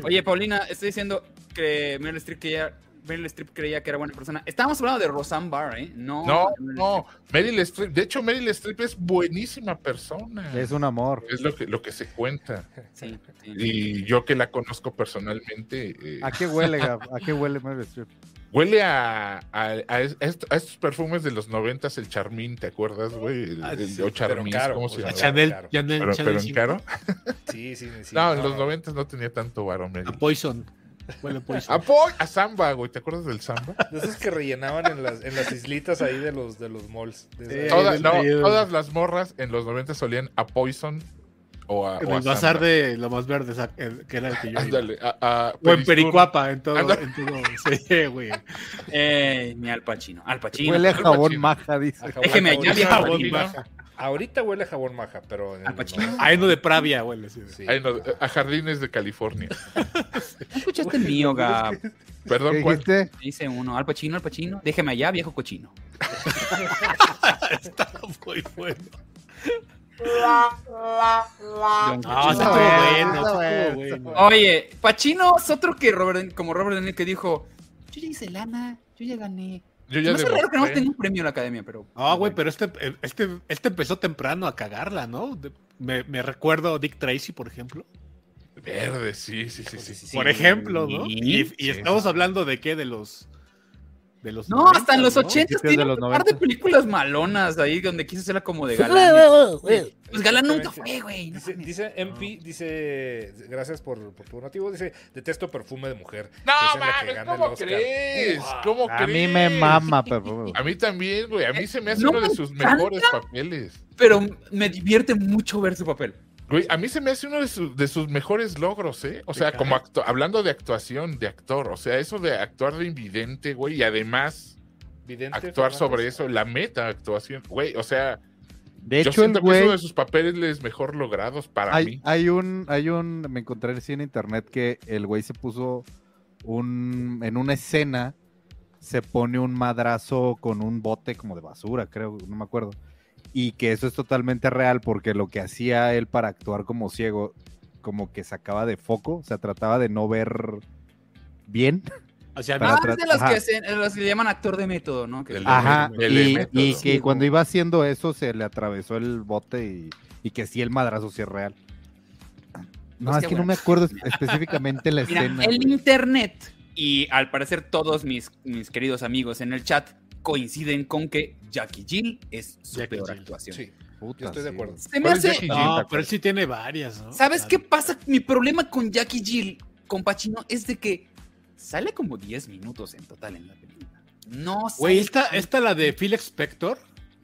S1: Oye, Paulina, estoy diciendo que Meryl Streep creía, Meryl Streep creía que era buena persona. Estábamos hablando de Roseanne Barr, ¿eh? No,
S4: No,
S1: de Meryl
S4: no, Meryl Streep. De hecho, Meryl Streep es buenísima persona.
S6: Es un amor.
S4: Es lo que, lo que se cuenta.
S1: Streep, sí, sí.
S4: Y yo que la conozco personalmente, eh,
S6: ¿A qué huele, Gab? ¿A qué huele Meryl Streep?
S4: huele a, a, a es- a est- a estos perfumes de los noventas, el Charmín, ¿te acuerdas, güey? El,
S5: Ah,
S4: el-
S5: sí,
S4: o
S5: pero
S4: Charmín,
S5: caro,
S4: ¿cómo
S5: o
S4: se
S5: sea,
S4: llama?
S5: caro.
S2: Chanel,
S5: Claro.
S2: Chanel,
S4: Pero,
S2: Chanel
S4: pero en
S2: cinco.
S4: caro.
S5: Sí, sí, sí.
S4: no, en los noventas no tenía tanto varón.
S2: A
S4: Meryl.
S2: Poison. Huele a Poison.
S4: A, Poi- a Samba, güey, ¿te acuerdas del Samba?
S5: De esos que rellenaban en las, en las islitas ahí de los, de los malls. De
S2: Sí,
S5: esas-
S2: Toda-
S4: Todas,
S2: del
S4: no,
S2: periodo.
S4: todas las morras en los 90 solían a Poison o a.
S2: En
S4: Ah, o a
S2: el bazar
S4: Sandra.
S2: de lo más verde, sa- el- que era el que yo. iba.
S4: Ándale, a, a
S2: O en
S4: Perisur.
S2: Pericuapa, en todo.
S4: Ándale.
S2: En todo sí, güey.
S1: Eh, ni al Pacino. Al Pacino.
S6: Huele a
S4: Al
S6: jabón
S4: Pacino.
S6: maja,
S5: a
S6: dice.
S5: jabón-
S1: Déjeme, ya
S5: ahorita-
S1: vi a
S4: Jabón
S1: Pacino.
S4: maja.
S5: Ahorita huele a jabón maja, pero. en
S1: Al
S5: el
S1: Pacino.
S5: noventa.
S2: Ahí no Ah, de Pravia huele. Sí,
S5: Sí.
S4: Ay, no, a Jardines de California.
S1: ¿No escuchaste el mío, Gab?
S6: ¿Qué
S4: Perdón, ¿cuál?
S6: dijiste?
S1: Dice uno, al Pacino, al Pacino. Déjeme allá, viejo cochino.
S2: Está muy bueno.
S1: Don
S2: No,
S1: Pacino.
S2: está Ah, bueno.
S6: Ah, Está
S2: Está
S6: bueno, está
S2: bueno.
S6: bueno.
S1: Oye, Pacino es otro que Robert, De- como Robert De Niro que dijo, yo ya hice lana, yo ya gané,
S4: Yo ya ¿eh?
S1: No es raro que no
S4: demostré.
S1: tenga un premio en la academia, pero.
S2: Ah, güey, pero este, este, este empezó temprano a cagarla, ¿no? De- me, me recuerdo Dick Tracy, por ejemplo.
S4: Verde, sí, sí, sí, sí. sí.
S2: por ejemplo, ¿no?
S1: Sí,
S2: Y, y
S4: sí.
S2: estamos hablando de qué, de los... De los
S1: No, hasta en los
S2: 80.
S1: 80
S6: Principios
S1: tiene
S6: de los
S1: un par de
S6: 90.
S1: películas malonas ahí donde quiso hacerla como de galán. Pues galán nunca fue, güey. no
S5: Dice,
S1: mames.
S5: dice MP, dice, gracias por, por tu donativo, dice, detesto perfume de mujer. que es
S4: No,
S5: en la que
S4: mames,
S5: gana el
S4: ¿cómo
S5: Oscar.
S4: crees? ¿Cómo
S6: A mí
S4: crees?
S6: me mama, perfume.
S4: A mí también, güey. A mí se me hace
S1: No
S4: uno de
S1: me
S4: sus
S1: encanta.
S4: mejores papeles.
S1: Pero me divierte mucho ver su papel.
S4: Güey, a mí se me hace uno de, sus- de sus mejores logros, ¿eh? O sea, como actu- hablando de actuación, de actor. O sea, eso de actuar de invidente, güey. Y además
S5: Vidente
S4: actuar
S5: Fernández.
S4: sobre eso, la meta actuación. Güey, o sea,
S6: De
S4: yo
S6: hecho, el
S4: siento que es
S6: güey.
S4: uno de sus papeles mejor logrados para
S6: Hay,
S4: mí.
S6: hay un, hay un, me encontré sí en internet que el güey se puso un, en una escena, se pone un madrazo con un bote como de basura, creo, no me acuerdo. Y que eso es totalmente real porque lo que hacía él para actuar como ciego, como que sacaba de foco, o sea, trataba de no ver bien.
S2: O sea,
S6: Para
S1: ah,
S6: atrás,
S1: es de los
S6: ajá.
S1: que, se- de los que le llaman actor de método, ¿no? Que-
S4: El-
S6: Ajá,
S4: el
S6: y,
S4: método.
S6: y que cuando iba haciendo eso se le atravesó el bote y, y que sí el madrazo sí es real. No,
S1: Hostia, Pues
S6: es que no
S1: bueno.
S6: me acuerdo espe- específicamente la
S1: Mira,
S6: escena.
S1: el
S6: güey.
S1: internet y al parecer todos mis, mis queridos amigos en el chat coinciden con que Jackie Jill es su
S2: Jackie
S1: peor
S2: Jill,
S1: actuación.
S5: Sí,
S6: Puta,
S5: yo estoy de
S6: sí,
S5: acuerdo.
S1: Se me
S4: ¿Cuál es
S1: hace...
S4: Jackie Jill?
S2: No, pero él sí tiene varias, ¿no?
S1: ¿Sabes
S2: Claro.
S1: qué pasa? Mi problema con Jackie Jill, con Pacino, es de que sale como 10 minutos en total en la película. No sé.
S2: Güey, esta, esta la de Phil Spector,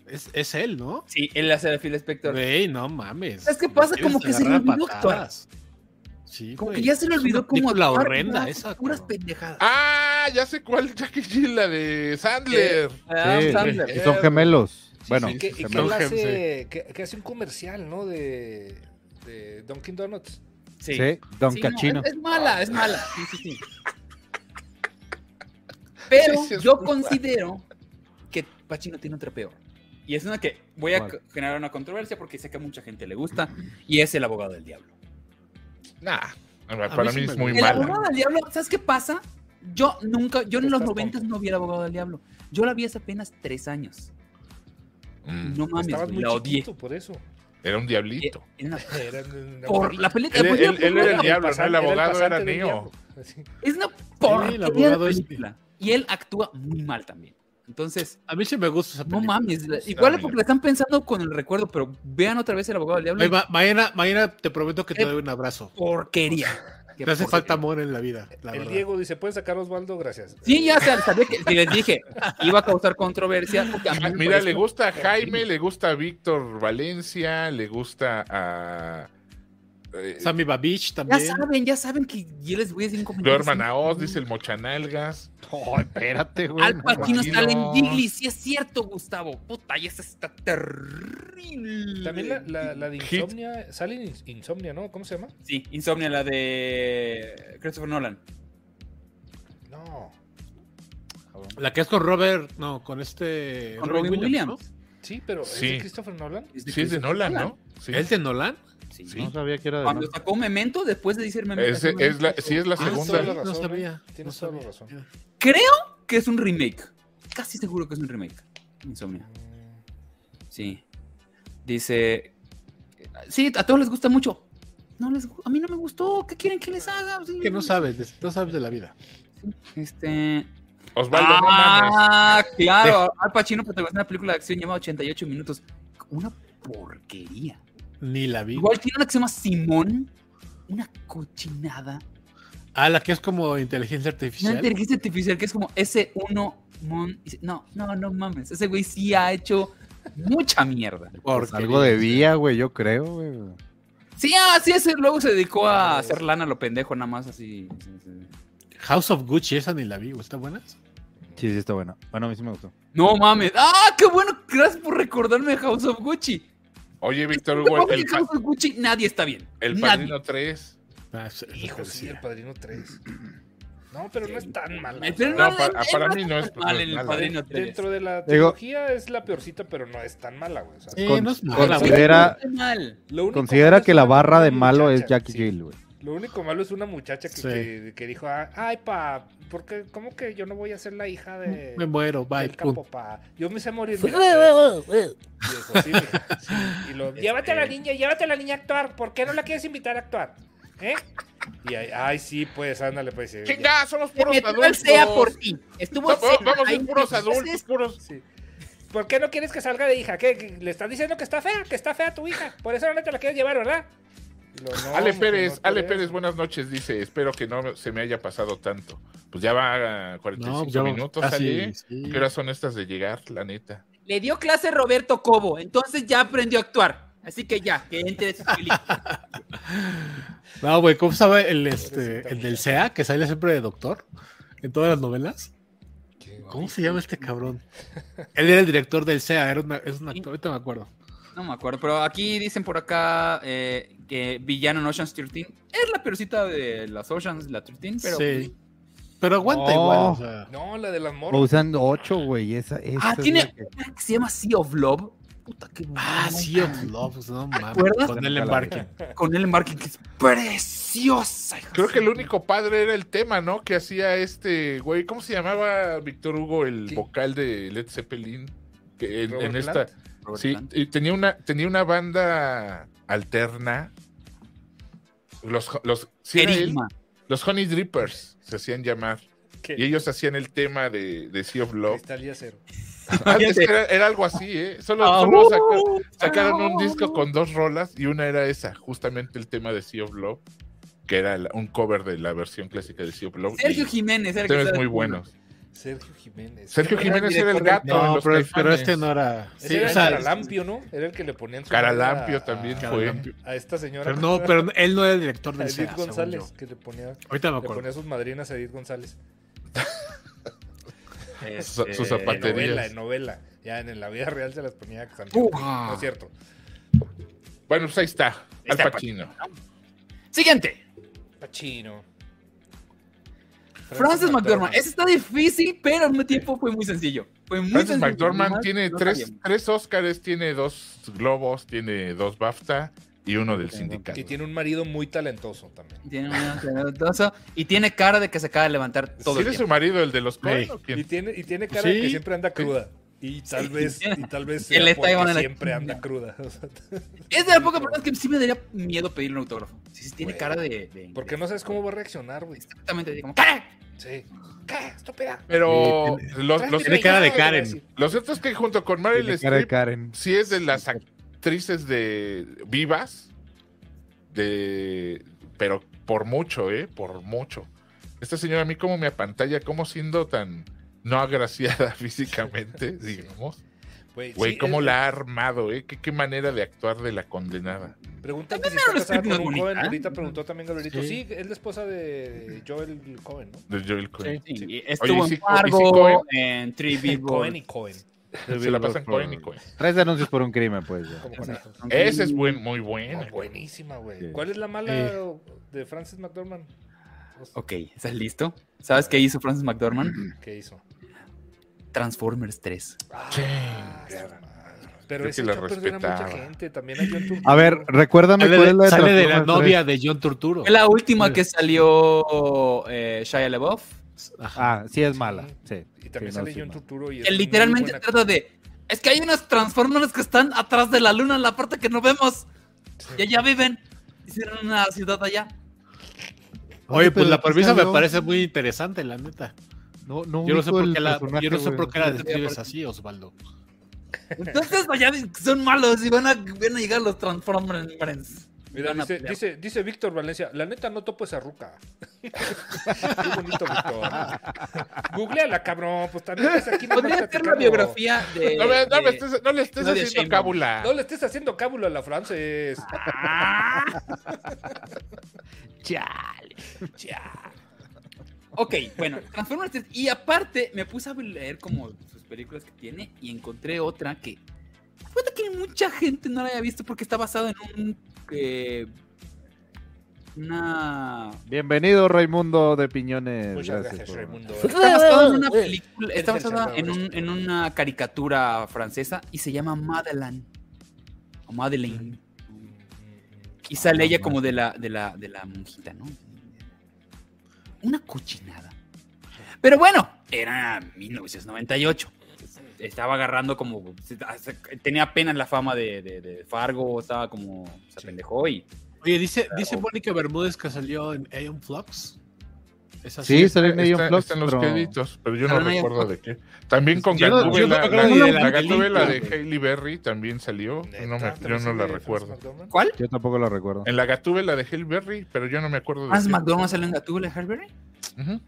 S2: es, es él, ¿no?
S1: Sí, él hace de Phil Spector.
S2: Güey, no mames.
S1: ¿Sabes qué pasa?
S2: Quieres
S1: Como que se
S2: agarrar
S1: le olvidó
S2: patadas. Sí,
S1: Como que
S2: güey.
S1: ya se le
S2: Es una
S1: olvidó cómo
S2: película
S1: actuar,
S2: horrenda
S1: ¿no?
S2: esa.
S1: Puras
S2: cabrón.
S1: pendejadas.
S4: Ah, ya sé cuál Jackie Jill, la de Sandler.
S1: Adam
S6: Sí,
S1: Sandler. eh.
S6: Y son gemelos. bueno,
S5: Y que, y que
S6: gemelos.
S5: él
S4: Gem,
S5: hace, que, que hace un comercial, ¿no? De, de Dunkin' Donuts.
S1: Sí.
S6: Sí, Don
S1: Sí, no,
S6: Cachino.
S1: es, es mala, es mala. Sí, sí, sí. Pero
S4: Sí, sí, es
S1: yo
S4: muy
S1: considero que Pacino tiene otra peor. Y es una que voy a
S6: ¿Cuál?
S1: c- generar una controversia porque sé que a mucha gente le gusta. Y es el abogado del diablo.
S4: Nah,
S2: mí
S4: para
S2: sí
S4: mí,
S2: me
S4: es muy
S1: El
S2: gusta.
S4: mala.
S1: abogado del diablo, ¿sabes qué pasa? Yo nunca, yo en los
S5: Estás
S1: 90 no vi el abogado del diablo. Yo la vi hace apenas tres años.
S4: Mm,
S1: No mames,
S5: Estabas
S1: güey,
S5: muy
S1: la odié.
S5: chiquito por eso.
S4: Era un diablito.
S1: Era una-
S5: Era una-
S1: por la película.
S4: Él,
S1: pues,
S4: él-
S1: la
S4: él era el
S1: película-
S4: diablo, ¿no? el abogado era
S5: pasante del
S4: Neo.
S5: diablo. Así.
S1: Es una porquería de
S2: abogado es-
S1: película. Y él actúa muy mal también. Entonces,
S2: A mí sí me gusta esa
S1: no
S2: película.
S1: mames. la- Igual es
S4: mira.
S1: porque la están pensando con el recuerdo, pero vean otra vez el abogado del diablo.
S2: Güey,
S1: y
S2: ma- mañana, mañana te prometo que te
S1: Eh,
S2: doy un abrazo.
S1: porquería. Qué
S2: Te hace
S1: porquería.
S2: falta amor en la vida, la
S5: El
S2: verdad.
S5: Diego dice, ¿pueden sacar a Osvaldo? Gracias.
S1: Sí, ya sab- sabía que que les dije, iba a causar controversia. porque a mí
S4: Ah,
S1: me
S4: Mira,
S1: parece-
S4: le gusta a Jaime, le gusta a Víctor Valencia, le gusta a. eh,
S2: Sammy Babich
S1: Ya
S2: también.
S1: saben, ya saben que yo les voy a decir un comentario.
S4: Norman Aoz, dice el Mochanalgas.
S6: Oh, espérate, güey.
S1: Al
S6: no
S1: Pacino
S4: Imagino.
S1: sale en Jiggly, sí es cierto, Gustavo. Puta, y esa está terrible.
S5: También la, la, la de
S4: Hit.
S5: Insomnia, sale en Ins- Insomnia, ¿no? ¿Cómo se llama?
S1: Sí, Insomnia, la de Christopher Nolan.
S5: No.
S2: La que es con Robert, no, con este.
S1: Con Robin Williams. Este, pues,
S5: Sí, pero ¿es
S4: Sí.
S5: de Christopher Nolan?
S4: Sí, es de Nolan, ¿no? Sí.
S2: ¿no? ¿Es de Nolan?
S1: Sí.
S6: mames, No sabía que era de
S1: Cuando
S6: Nolan.
S1: sacó Memento, después de decir Memento.
S4: Es, es la, sí, es la
S2: Ah,
S5: toda la
S4: segunda.
S5: razón,
S2: no
S5: ¿eh?
S2: sabía.
S5: Tienes
S2: no
S5: toda la
S2: sabía.
S1: Creo que es un remake. Casi seguro que es un remake. Insomnia. Sí. Dice. Sí, a todos les gusta mucho. No les, gu- a mí no me gustó. ¿Qué quieren que les haga? Sí.
S2: Que no sabes, de- no sabes de la vida.
S1: Este.
S4: Osvaldo, no mames.
S1: ah, claro. Al Pacino protagonizó una película de acción llamada 88 minutos. Una porquería.
S2: Ni la vi.
S1: Igual tiene una que se llama Simón. Una cochinada.
S2: Ah, la que es como inteligencia
S1: Una
S2: artificial.
S1: inteligencia artificial que es como S1 Mon. y dice, No, no, no mames. Ese güey sí ha hecho mucha mierda.
S6: Pues
S2: Porquería.
S6: algo debía, güey, yo creo, güey.
S1: Sí, así es. Luego se dedicó a
S4: Pues.
S1: hacer lana a lo pendejo, nada más así. sí, sí.
S2: House of Gucci, esa ni la vi, güey, ¿está buena?
S6: Sí, sí, está bueno. Bueno, a mí sí me gustó.
S1: No mames. ¡Ah, qué bueno! Gracias por recordarme de House of Gucci.
S4: Oye, Víctor
S1: No
S4: Hugo,
S1: mames,
S4: el,
S1: de
S4: pa-
S1: House of Gucci nadie está bien.
S4: el
S1: nadie.
S4: Padrino 3.
S2: Ah, sí, esa
S5: Hijo, sí,
S2: parecía.
S5: el Padrino 3. No, pero no es tan mala.
S1: Pero
S5: O sea,
S4: No,
S1: no,
S4: para-
S1: él
S4: para
S1: no
S4: mí
S1: es
S4: no es-
S1: tan mal
S4: no es
S1: en el
S4: mala.
S1: Padrino 3.
S5: Dentro de la
S6: Digo-
S5: trilogía es la peorcita, pero no es tan mala, güey. O sea,
S2: Sí,
S6: Con-
S2: no es mala, güey.
S6: considera-
S1: No está mal.
S5: lo único
S6: Considera
S5: malo
S6: que la
S5: es
S6: barra de
S5: muchacha,
S6: malo es Jackie
S5: sí.
S6: Jill, güey.
S5: Lo único malo es una muchacha que,
S2: Sí.
S5: que- que dijo, "Ah, ay, pa, ¿por qué? ¿cómo que yo no voy a ser la hija de,
S2: Me muero, bye.
S5: del campo,
S2: punto.
S5: pa? Yo me sé morir. mira". Y dijo, "Sí, mija, sí". Y lo, llévate
S2: Este.
S5: a la niña, llévate a la niña a actuar. ¿Por qué no la quieres invitar a actuar? ¿Eh? Y ahí, ay, sí, pues, ándale, pues. eh, ya".
S4: Chingada, somos
S9: Se
S4: puros
S9: metió el SEA por
S4: adultos.
S9: ti. Estuvo
S4: Va-
S9: el
S4: va-
S9: SEA
S4: Vamos a
S9: ahí.
S4: ser puros adultos,
S9: Entonces,
S4: puros
S5: Sí. ¿Por qué no quieres que salga de hija? ¿Qué? ¿Que ¿Le estás diciendo que está fea? ¿Que está fea tu hija? Por eso no te la quieres llevar, ¿verdad? Y lo, "No,
S4: Ale
S5: mujer,
S4: Pérez,
S5: no
S4: Ale
S5: puedes".
S4: Pérez, buenas noches, dice, espero que no se me haya pasado tanto. Pues ya va a 45
S2: No, ya vamos
S4: minutos,
S2: casi,
S4: Ale.
S2: sí.
S4: ¿Qué horas son estas de llegar, la neta?
S9: Le dio clase Roberto Cobo, entonces ya aprendió a actuar. Así que ya, que entre su película.
S2: No, güey, ¿cómo sabe el, este,
S5: Pobrecita
S2: el del
S5: muchacha.
S2: SEA que sale siempre de doctor en todas las novelas? ¿Cómo se llama este cabrón? Él era el director del SEA, era una- es un actor, ahorita me acuerdo.
S1: No me acuerdo, pero aquí dicen por acá eh, que villano en Ocean's 13 es la peorcita de las Oceans, la 13, pero
S2: sí. Pero aguanta
S6: No.
S2: igual, o sea.
S5: No, la del amor.
S6: Usan 8, güey. Esa, esa
S1: Ah,
S6: es la
S1: tiene-
S6: que-
S1: pues, que se llama Sea of Love. Puta, qué
S2: Ah,
S1: bueno.
S2: sí, of Love, pues, no mames.
S1: acuerdas?
S2: Con el embarque.
S1: Con el marketing que es preciosa. hija.
S4: Creo que el único padre era el tema, ¿no? Que hacía este güey, ¿cómo se llamaba Víctor Hugo, el
S5: ¿Qué?
S4: vocal de Led Zeppelin? Que en,
S5: Robert
S4: en esta.
S5: Plant.
S1: Robert
S4: Sí,
S1: Plant.
S4: y tenía una, tenía una banda alterna. Los, los, sí era él.
S1: Enigma.
S4: los Honey Drippers se hacían llamar.
S5: ¿Qué?
S4: Y ellos hacían el tema de, de Sea of Love.
S5: Cristal y acero.
S4: Ah, es que era, era algo así, ¿eh? Solo,
S1: Ah,
S4: solo
S1: uh,
S4: saca- sacaron un disco con dos rolas y una era esa, justamente el tema de Sea of Love, que era la- un cover de la versión clásica de Sea of Love.
S1: Sergio
S4: y
S1: Jiménez era el que
S4: temas
S1: estaba-
S4: Este muy buenos.
S5: Sergio Jiménez.
S4: Sergio
S5: Era-
S4: Jiménez era el gato. en
S2: No,
S4: los
S2: pero, pero
S4: Caifanes.
S2: este no era.
S5: Ese
S2: Sí,
S5: era
S2: o
S5: el
S2: sea,
S5: Caralampio, ¿no? Era el que le ponían su nombre
S4: Caralampio
S5: a-
S4: también
S5: a-
S4: fue.
S5: A esta señora.
S2: pero no, pero él no era el director
S5: A
S2: del
S5: Edith
S2: SEA. según
S5: González,
S2: yo.
S5: que le ponía,
S2: Ahorita me
S5: le
S2: acuerdo.
S5: ponía sus madrinas a Edith González.
S4: Su-
S1: Este,
S4: sus
S5: En Eh, novela,
S4: zapaterías.
S5: en novela. Ya en, en la vida real se las ponía a Santiago.
S1: Uh.
S5: No es cierto.
S4: Bueno, pues ahí está. Al
S1: está,
S4: Pacino.
S1: Siguiente.
S5: Pachino.
S1: Francis McDormand. Ese está difícil, pero al mismo tiempo fue muy sencillo. Fue muy
S4: Francis
S1: sencillo.
S4: McDormand
S1: Nomás
S4: tiene
S1: no
S4: tres,
S1: sabíamos.
S4: tres Oscars, tiene dos Globos, tiene dos BAFTA y uno del sindicato.
S5: Que tiene un marido muy talentoso también.
S1: Tiene una talentosa y tiene cara de que se acaba de levantar todo
S4: ¿Tiene
S1: el
S4: su
S1: tiempo.
S4: marido, el de los Coen,
S2: Sí.
S4: o quién?
S5: Y tiene, y tiene cara
S2: Pues Sí.
S5: de que siempre anda cruda. Y tal vez, y tal vez
S1: Que le
S5: sea
S1: traigan
S5: porque
S1: a la
S5: siempre
S1: chinga.
S5: anda cruda. O sea,
S1: Es de las pocas personas que sí me daría miedo pedirle un autógrafo. Sí, sí, tiene
S5: Güey.
S1: cara de. de-
S5: Porque no sabes cómo va a reaccionar, güey.
S1: Exactamente, como, ¡cara!
S5: Sí. ¿Qué? Estúpida.
S4: Pero los, los,
S2: Tiene cara de Karen.
S4: lo cierto es que junto con
S6: tiene
S4: Marilyn
S6: cara de
S4: Streep,
S6: Karen.
S4: sí es de las actrices de vivas, de pero por mucho, eh, por mucho. Esta señora a mí como me apantalla, como siendo tan no agraciada físicamente, digamos. Güey,
S5: sí,
S4: cómo
S5: es-
S4: la ha armado, eh. Qué, qué manera de actuar de la condenada.
S5: Pregunta que si
S1: Meryl
S5: está casada
S1: Streep no
S5: con un
S1: es
S5: joven.
S1: bonita.
S5: Ahorita preguntó también Gabrielito.
S2: Sí.
S5: Sí, es la esposa de Joel Cohen, ¿no?
S4: de Joel Cohen.
S1: Sí, y Estuvo
S4: Oye,
S1: en
S4: ¿y si Co- y si
S1: Fargo, en Three
S5: Cohen
S1: Billboards.
S5: y Cohen.
S4: Se la pasan Cohen y Cohen.
S6: Tres denuncias por un crimen, pues. ya.
S5: Como conejos.
S4: Esa es buen, muy buena.
S5: Oh, buenísima, güey.
S6: Sí.
S5: ¿Cuál es la mala
S2: Eh.
S5: de Frances McDormand? Pues,
S1: Ok, ¿estás listo? ¿Sabes qué hizo Francis McDormand?
S5: ¿Qué hizo?
S1: Transformers 3.
S5: Ah, su madre. Pero
S4: Creo
S5: ese
S4: que la
S5: la perdieron a mucha
S4: respetaba.
S5: gente. También hay otro-
S6: A ver, recuérdame
S2: Sale
S6: cuál
S2: de,
S6: es la de
S2: sale de la
S6: Transformers
S2: novia de John Turturro.
S1: Fue la última que salió eh, Shia LaBeouf.
S6: tres. Ah, sí es mala. Sí.
S5: Y también
S6: Sí, no,
S5: sale
S6: sí,
S5: John
S6: no.
S5: Turturro. Y es
S1: que
S5: muy
S1: literalmente
S5: buena-
S1: trata de. Es que hay unas Transformers que están atrás de la luna en la parte que no vemos. Y allá viven. Hicieron una ciudad allá.
S2: Oye, pues
S6: pero
S2: la
S6: aquí
S2: premisa me
S6: salió-
S2: parece muy interesante, la neta.
S6: No, no
S2: Yo no sé
S6: ubico
S2: por
S6: el
S2: qué la, yo no
S6: personaje,
S2: sé
S6: güey.
S2: por qué la
S1: Sí,
S2: describes
S1: aparte.
S2: así, Osvaldo.
S1: Entonces allá son malos y van a, van a llegar los Transformers.
S5: Mira,
S1: Van a
S5: dice,
S1: pelear.
S5: dice, dice Víctor Valencia, la neta no topo esa ruca. Qué bonito, Víctor. Googleala, cabrón. Pues también es aquí nomás
S1: Podría ser la
S5: platicando.
S1: biografía de.
S4: No, me- no me
S1: de-
S4: estés, no le estés
S1: no de
S4: haciendo
S1: Sheinbaum.
S4: cábula.
S5: No le estés haciendo cábulo a la Frances.
S1: Ok, bueno, Transformers 3. Y aparte, me puse a leer como sus películas que tiene y encontré otra que. Fíjate que mucha gente no la haya visto porque está basado en un. eh, una.
S6: Bienvenido, Raimundo de Piñones.
S5: Muchas gracias,
S6: gracias, por-
S5: Raimundo.
S1: Está basado en una película. Está
S5: Eres el
S1: basada en,
S5: salvador.
S1: un- en una caricatura francesa y se llama Madeleine. O Madeleine. Y sale ella como de la, de la, de la monjita, ¿no? Una cochinada. Pero bueno, era 1998. Estaba agarrando como. Tenía apenas la fama de, de- de Fargo, estaba como. Se apendejó y.
S2: Oye, dice, dice Mónica Bermúdez que salió en Aeon Flux. ¿Es así?
S6: Sí, salió en Medium
S4: Está-
S6: Flux,
S4: están los
S6: pero-
S4: créditos, pero
S2: Ah,
S4: yo no
S1: Pero no hay-
S4: recuerdo de qué. También con
S2: Yo no- yo
S4: Gatúbela,
S2: no me
S4: la,
S2: acuerdo ni de la
S4: la Gatúbela de
S2: película,
S4: Hailey Berry también salió. No me- yo no la recuerdo.
S1: ¿Cuál?
S6: Yo tampoco lo recuerdo.
S4: En la Gatúbela de Hailey Berry, pero yo no me acuerdo de
S1: ¿Más
S4: qué.
S1: McDonald's salió en Gatúbela de Harbury?
S4: Ujú.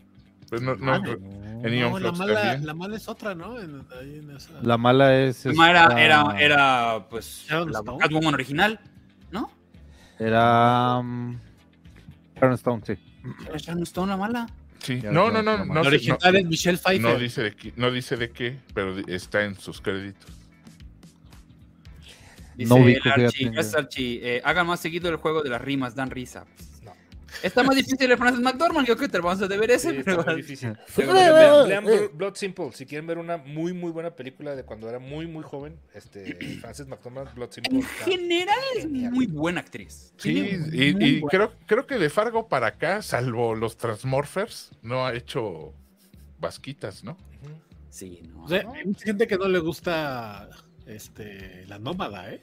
S4: Pues no- no-
S1: Madre.
S4: en Neon
S2: No, la,
S4: Flux
S2: mala,
S4: también.
S2: la mala es otra, ¿no? En- ahí en esa-
S6: La mala es.
S1: Además, Era,
S6: esta-
S1: era, era, pues,
S2: Sharon
S1: la
S2: Stone.
S1: Catwoman original, ¿no?
S6: Era. um, Sharon Stone, sí.
S1: Era Sharon Stone la mala.
S4: Sí.
S6: Ya
S4: No, no,
S6: recuerdo
S4: no,
S6: la
S4: no,
S6: mala.
S2: la
S4: sé,
S2: original
S4: no-
S2: es Michelle Pfeiffer.
S4: no dice de qué, no dice de qué, pero di- está en sus créditos.
S1: Dice
S6: No ubico,
S1: el Archie,
S6: fíjate.
S1: gracias Archie. Eh, hagan más seguido el juego de las rimas, dan risa. Pues,
S5: No.
S1: Está más difícil el Francis McDormand, yo creo que te lo vamos a deber ese,
S5: Sí, está
S1: pero...
S5: muy difícil. Pero vean- Vean Blo- Blood Simple. Si quieren ver una muy, muy buena película de cuando era muy, muy joven, este, Frances McDormand, Blood Simple.
S1: En
S5: está-
S1: general es muy buena actriz.
S4: Sí,
S1: Tiene
S4: y,
S1: muy
S4: y
S1: buen-
S4: creo, creo que de Fargo para acá, salvo los Transmorphers, no ha hecho vasquitas, ¿no?
S5: Ujú.
S1: Sí, no.
S2: O sea, hay mucha gente que no le gusta este, la nómada, ¿eh?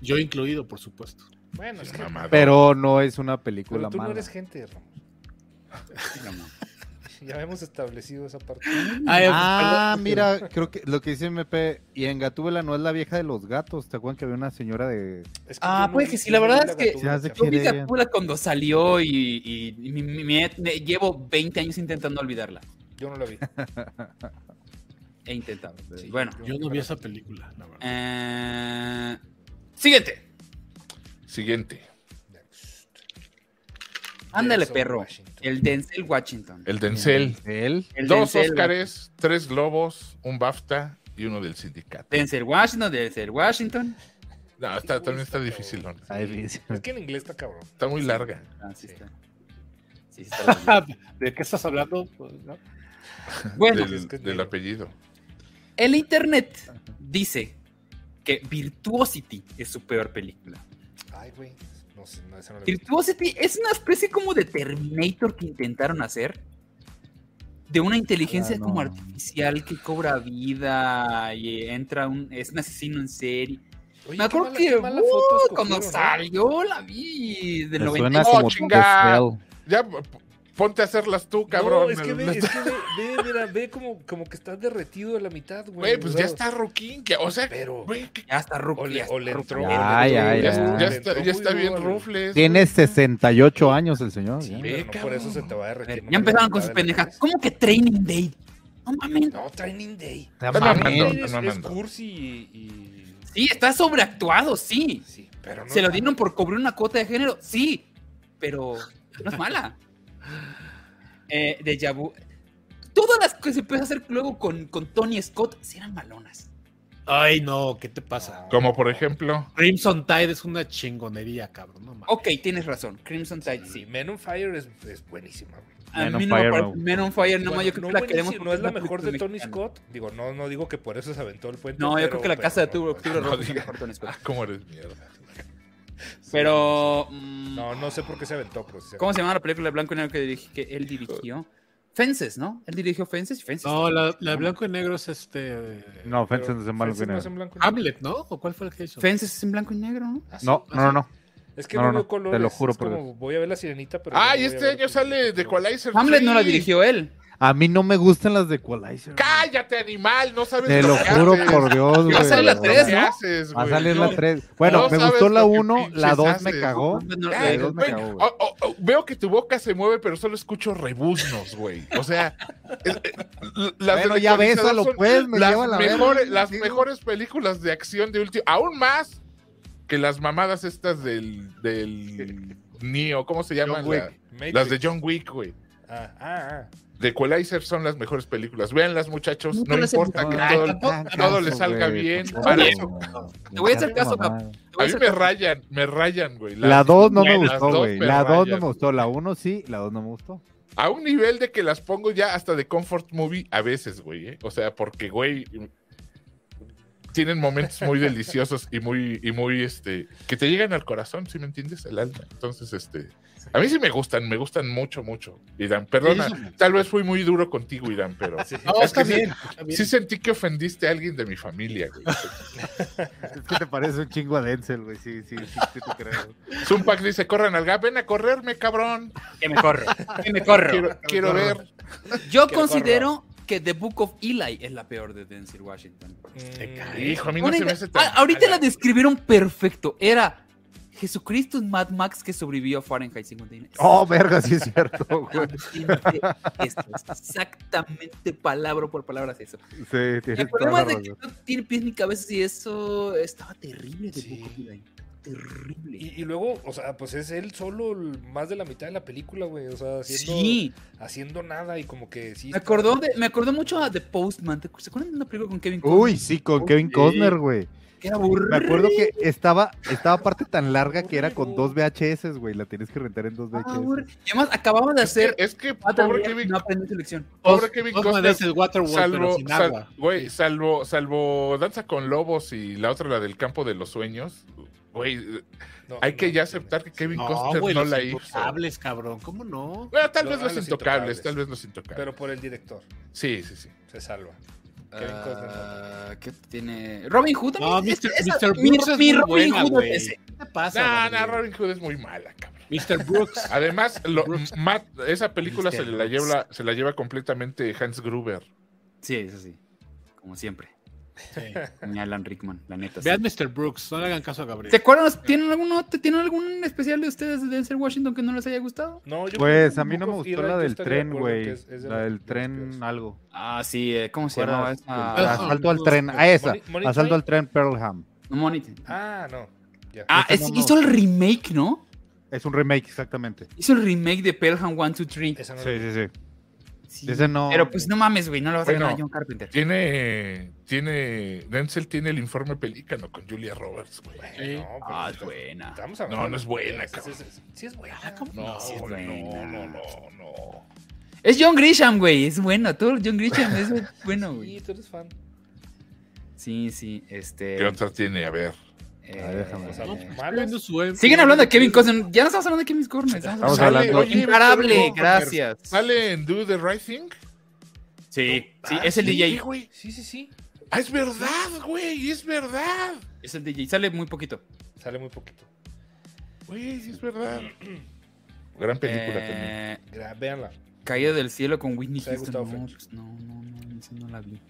S2: Yo incluido, por supuesto.
S1: Pues
S5: Bueno, es que.
S4: Mamador.
S6: Pero no es una
S5: Pero
S6: película
S5: tú no
S6: mala.
S5: eres gente, Ramos.
S1: no, no.
S5: Ya hemos establecido esa parte.
S6: Ah, mira, creo que lo que dice MP. Y en Gatúbela no es la vieja de los gatos. ¿Te acuerdas que había una señora de.
S5: Es que
S1: Ah,
S5: yo no
S1: puede
S5: vi-
S1: que sí,
S5: yo
S1: la
S5: no vi
S1: verdad es que-
S5: Gatúbela,
S6: Se hace
S1: Yo
S5: chavo.
S1: vi
S6: Quiere-
S1: Gatúbela cuando salió y, y- y mi- mi- mi- me llevo 20 años intentando olvidarla.
S5: Yo no la vi.
S1: He intentado.
S5: Sí,
S1: bueno.
S2: Yo no vi esa película, la verdad.
S1: eh, Siguiente.
S4: Siguiente,
S1: Ándale,
S5: Denzel
S1: perro.
S5: Washington.
S1: El Denzel Washington.
S4: el Denzel.
S6: Él.
S1: El
S4: Dos eh.
S1: Denzel
S4: Óscares, tres Globos, un BAFTA y uno del sindicato.
S1: Denzel Washington, Denzel Washington.
S4: No, está, también está difícil. ¿no?
S6: Ay, dice.
S5: Es que en inglés está cabrón.
S4: Está muy larga.
S1: Ah, sí
S5: Sí.
S1: está. Sí, sí está la-
S2: ¿De qué estás hablando? Pues, ¿no?
S1: bueno,
S4: Del,
S5: es que es
S4: del
S5: negro.
S4: apellido.
S1: el internet dice que Virtuosity es su peor película.
S5: Ay, güey. No sé, no, esa no la vi.
S1: Virtuosity es una especie como de Terminator que intentaron hacer. De una inteligencia
S6: Ah, no.
S1: como artificial que cobra vida y entra un. es un asesino en serie. Me
S5: Oye, qué
S1: acuerdo
S5: mala-
S1: que
S5: qué mala foto
S1: uh,
S5: escogieron,
S1: cuando
S5: Pues ¿no?
S1: salió la vi del
S6: Me
S1: 90.
S6: suena como
S4: chinga.
S6: The Cell.
S4: Ya, p- ponte a hacerlas tú,
S5: Cabrón.
S4: cabrón.
S5: es que ve, es que ve, ve, mira, ve como, como que estás derretido a la mitad, güey.
S4: Güey, pues ya
S5: ¿verdad?
S4: está Ruquín. ya- o sea,
S5: Pero-
S4: güey, que-
S1: Ya está
S5: O
S1: Rookie.
S5: le, o le entró. o
S6: Ya,
S5: le
S6: ya,
S5: entró-
S4: ya,
S6: ya.
S4: ya
S5: le
S4: está,
S5: entró
S4: ya
S5: muy
S4: está bien
S5: duro al-
S4: Rufles.
S6: Tiene 68 años el señor.
S5: Sí,
S6: ya.
S5: pero no por
S1: cabrón.
S5: eso se te va a derretir.
S1: Ya empezaron con sus pendejas. ¿Cómo que Training Day? No mames.
S5: No, Training Day.
S6: Está
S4: Está
S6: mamando.
S4: mamando.
S5: Es,
S4: no,
S5: es
S4: no.
S5: cursi y,
S1: Sí, está sobreactuado, sí.
S5: y- Sí, pero no.
S1: Se lo dieron por cubrir una cuota de género, sí, pero no es mala. Eh, Deja vu. Todas las que se empezó a hacer luego con, con Tony Scott, sí eran malonas.
S2: Ay, no, ¿qué te pasa?
S4: Como por ejemplo,
S2: Crimson Tide es una chingonería, cabrón. No, mames.
S1: Ok, tienes razón. Crimson Tide,
S5: Sí,
S1: sí.
S5: Men on Fire es, es buenísima, güey.
S1: A
S6: Men
S1: mí
S6: on
S1: no me
S6: Fire,
S1: parece-
S6: no.
S1: Men on Fire, no,
S5: Bueno,
S1: yo creo
S5: no
S1: que la queremos.
S5: buenísima,
S1: porque
S5: No es la
S1: una
S5: mejor de
S1: película
S5: Tony
S1: mexicana.
S5: Scott. Digo, no, no digo que por eso se aventó el puente.
S1: No, yo
S5: pero-
S1: creo que la
S5: pero
S1: casa de
S5: no,
S1: tu octubre
S5: no,
S1: rojo
S5: no,
S1: es la mejor Tony Scott.
S4: ah, ¿cómo eres mierda?
S1: Pero. mm,
S5: No, no sé por qué se aventó, pero sí se
S1: ¿Cómo se llama la película de blanco y negro que, dirigi- que él dirigió? Fences, ¿no? Él dirigió Fences y Fences.
S2: No, la, la de blanco y negro es este.
S6: No,
S5: aventó.
S6: Fences no es
S5: Fences no
S6: en blanco y negro.
S5: es en blanco y
S1: Ah,
S5: negro.
S2: Hamlet, ¿no? ¿O cuál fue el que hizo?
S1: Fences es en blanco y negro, ¿no?
S6: No, no, no, no.
S5: Es que
S6: No,
S5: no,
S6: no,
S5: veo
S6: no, te lo
S5: colores.
S6: juro
S5: es
S6: por
S5: como, voy a ver la sirenita, pero.
S4: Ay,
S5: no voy a
S4: este
S5: ver
S4: año sale de
S5: película.
S4: Equalizer.
S1: Hamlet no la
S4: sí.
S1: dirigió él.
S6: A mí no me gustan las de Equalizer.
S4: Cállate, animal, no sabes
S6: Te
S4: lo
S6: lo
S4: que
S6: juro
S4: haces.
S6: por Dios, güey.
S1: Va a salir la
S6: no,
S1: tres,
S4: ¿Qué
S1: ¿no?
S4: haces,
S6: Va a
S4: güey?
S6: salir la
S4: No.
S6: 3. Bueno,
S4: no
S6: me
S4: sabes
S6: gustó la
S4: lo que
S6: 1, la
S4: pinches
S6: 2 me
S4: haces.
S6: cagó.
S1: No,
S4: Ay,
S6: La
S1: eh,
S6: dos me
S4: güey,
S6: cagó, güey.
S4: oh, oh, oh, veo que tu boca se mueve, pero solo escucho rebuznos, güey. O sea, eh, eh, las
S6: Bueno,
S4: del
S6: ya
S4: ecualizador
S6: bésalo,
S4: son
S6: pues, me
S4: las
S6: lleva la verga,
S4: mejores, las
S6: digo.
S4: mejores películas de acción de último, aún más que las mamadas estas del del Neo, ¿cómo se llaman?
S5: John Wick,
S4: La-
S5: Matrix.
S4: las de John Wick, güey.
S5: Ah, ah, ah.
S4: De Equalizer son las mejores películas. Véanlas, muchachos.
S1: Nunca
S4: No
S1: las he
S4: importa que
S1: Ay,
S4: todo,
S1: tampoco-
S4: que todo le salga
S6: güey,
S4: bien.
S6: tampoco.
S4: Para eso.
S1: Te voy a hacer caso,
S6: Mamá.
S1: te voy
S4: A
S1: a
S4: mí
S1: hacer
S4: me
S1: caso.
S4: rayan, me rayan, güey.
S6: La 2 no me
S4: Las
S6: gustó,
S4: dos
S6: güey. La 2 no
S4: rayan.
S6: me gustó. La 1 sí, la 2 no me gustó.
S4: A un nivel de que las pongo ya hasta de comfort movie a veces, güey. ¿eh? O sea, porque, güey, tienen momentos muy deliciosos y muy, y muy, este, que te llegan al corazón, si me entiendes, el alma. Entonces, este, a mí sí me gustan, me gustan mucho, mucho, Irán. Perdona,
S2: Eso.
S4: tal vez fui muy duro contigo, Irán, pero
S5: ah,
S2: No,
S4: Es
S2: está
S4: que sí-
S2: bien. está bien.
S4: sí sentí que ofendiste a alguien de mi familia, güey.
S6: Es que te parece un chingo a Denzel, güey. Sí, sí, sí, sí te creo.
S4: Zumpac dice, corran al gas, ven a correrme, cabrón.
S9: Que me corro. Que me corro.
S4: Quiero, quiero ver.
S1: Yo
S5: Que
S1: considero que The Book of Eli es la peor de Denzel Washington.
S5: Mm,
S4: Hijo, a mí no se me hace
S1: Ponen-
S4: tan...
S1: a- Ah, ahorita la describieron perfecto. Era Jesucristo en Mad Max que sobrevivió a Fahrenheit 59.
S6: Oh, verga, sí es cierto, güey.
S1: Exactamente eso, exactamente palabra por palabra es eso.
S6: Sí,
S1: El
S6: tienes toda
S1: problema
S6: la
S1: es de que
S6: razón.
S1: no tiene pies ni cabeza y eso estaba terrible de
S5: Sí.
S1: Book of Eli. Terrible.
S5: Y, y luego, o sea, pues es él solo el- más de la mitad de la película, güey. O sea, haciendo,
S1: Sí,
S5: haciendo nada y como que sí.
S1: me
S5: está-
S1: acordó, de, me acordó mucho a The Postman. ¿Te- ¿Se acuerdan de una película con Kevin Costner?
S6: Uy, sí, con Kevin Costner, güey.
S1: Qué aburrido.
S6: Me acuerdo que estaba, estaba parte tan larga que era con dos VHS, güey. La tienes que rentar en
S5: Ah,
S6: dos VHS.
S1: aburrido. Y además acababa de
S4: Es que-
S1: hacer...
S4: Es que,
S1: Batman
S4: pobre
S1: Real,
S4: Kevin,
S1: Ah, No pues, aprendí su lección.
S4: pobre Kevin
S2: Osman
S4: Costner,
S2: es el Waterworld, pero
S4: Salvo,
S2: sin
S4: sal-
S2: agua.
S4: güey, salvo, salvo Danza con Lobos y la otra, la del campo de los sueños, güey,
S5: No,
S4: hay que
S5: no,
S4: ya
S5: sí,
S4: aceptar que Kevin
S2: No,
S4: Costner
S2: güey,
S4: no
S2: los
S4: la hizo.
S2: intocables, cabrón. ¿Cómo no?
S4: Bueno, tal
S5: Lo-
S4: vez
S5: ah,
S4: los,
S5: los
S4: intocables,
S5: intocables.
S4: tal vez los intocables.
S5: Pero por el director,
S4: sí, sí, sí.
S5: se salva. Kevin Costner.
S1: Ah, ¿Qué tiene? Robin Hood también.
S2: No,
S1: Es-
S2: Mr.
S1: esa-
S2: Mr.
S1: mi-
S2: Brooks es
S1: mi
S2: muy
S1: Robin
S2: buena,
S1: Hood
S2: güey.
S1: es ese.
S2: ¿Qué te pasa?
S4: No, no,
S2: güey?
S4: Robin Hood es muy mala, cabrón.
S2: Mr. Brooks.
S4: Además, lo-
S2: Brooks.
S4: Matt- esa película se
S1: Mr.
S4: la, lleva, se la lleva completamente Hans Gruber.
S1: Sí, es así. Como siempre.
S2: Sí.
S1: Ni Alan Rickman, la neta. sí.
S2: Vean Mr. Brooks, no le hagan caso a Gabriel.
S1: ¿Se acuerdan? ¿Tienen algún, otro- ¿Tienen algún especial de ustedes de Denzel Washington que no les haya gustado?
S5: No, yo creo
S6: Pues
S5: que
S6: a mí no me
S5: Book of
S6: gustó
S5: Eli,
S6: la
S5: yo
S6: del
S5: estaría de
S6: tren,
S5: acuerdo que
S6: güey.
S5: es- es de
S6: La
S5: las-
S6: del
S5: de las
S6: tren
S5: peores.
S6: algo.
S1: Ah, sí. eh, ¿Cómo se
S6: ¿Recuerdas?
S1: llamaba
S6: El
S1: esa?
S2: Ajá.
S6: Asalto al tren, a esa.
S5: Money- Money
S6: Asalto
S5: Train.
S6: al tren Pearl Ham.
S1: No, Monite.
S5: Ah, no. Ya.
S1: Ah,
S6: esa
S1: es-
S6: no, no.
S1: hizo el remake, ¿no?
S6: Es un remake, exactamente.
S1: Hizo el remake de Pelham 1, 2, 3.
S5: Esa no
S6: Sí,
S5: la-
S6: sí, sí. Ese no.
S1: Pero pues no mames, güey. No le vas
S4: Bueno.
S1: a ganar a John Carpenter.
S4: Tiene, tiene, Denzel tiene el informe pelícano con Julia Roberts, güey.
S5: Bueno, pero
S1: Ah, es
S5: estamos-
S1: buena.
S5: estamos
S4: No,
S5: hablando-
S4: no es buena,
S5: Sí,
S4: cabrón. Ah,
S5: sí, sí, sí es buena.
S4: No,
S1: Sí, es
S4: güey, no,
S1: buena.
S4: no, no, no.
S1: Es John Grisham, güey. Es bueno. Todo John Grisham es bueno, güey.
S5: Sí, tú eres fan.
S1: Sí, sí, este.
S4: ¿Qué otra tiene? A ver.
S1: eh,
S6: A ver, déjame
S5: O sea,
S1: eh,
S5: malas.
S2: em-
S1: Siguen hablando de Kevin Costner. Ya no estamos hablando de Kevin Costner. estamos
S6: Estamos
S1: hablando-
S6: hablando-
S4: oye,
S1: Imparable,
S4: Mr.
S1: gracias.
S4: ¿Sale en Do the Right Thing?
S1: Sí, sí,
S5: Ah,
S1: es el
S5: sí,
S1: DJ.
S5: güey. Sí, sí, sí.
S4: Ah, es verdad, güey, es verdad.
S1: Es el DJ. Sale muy poquito.
S5: Sale muy poquito.
S4: Güey, sí es verdad. Gran película también.
S1: Eh,
S5: Gra- Véanla.
S1: Caída del cielo con Whitney
S5: Sale
S1: Houston.
S5: Gustavo
S1: No, pues, no, no, no, esa no la vi.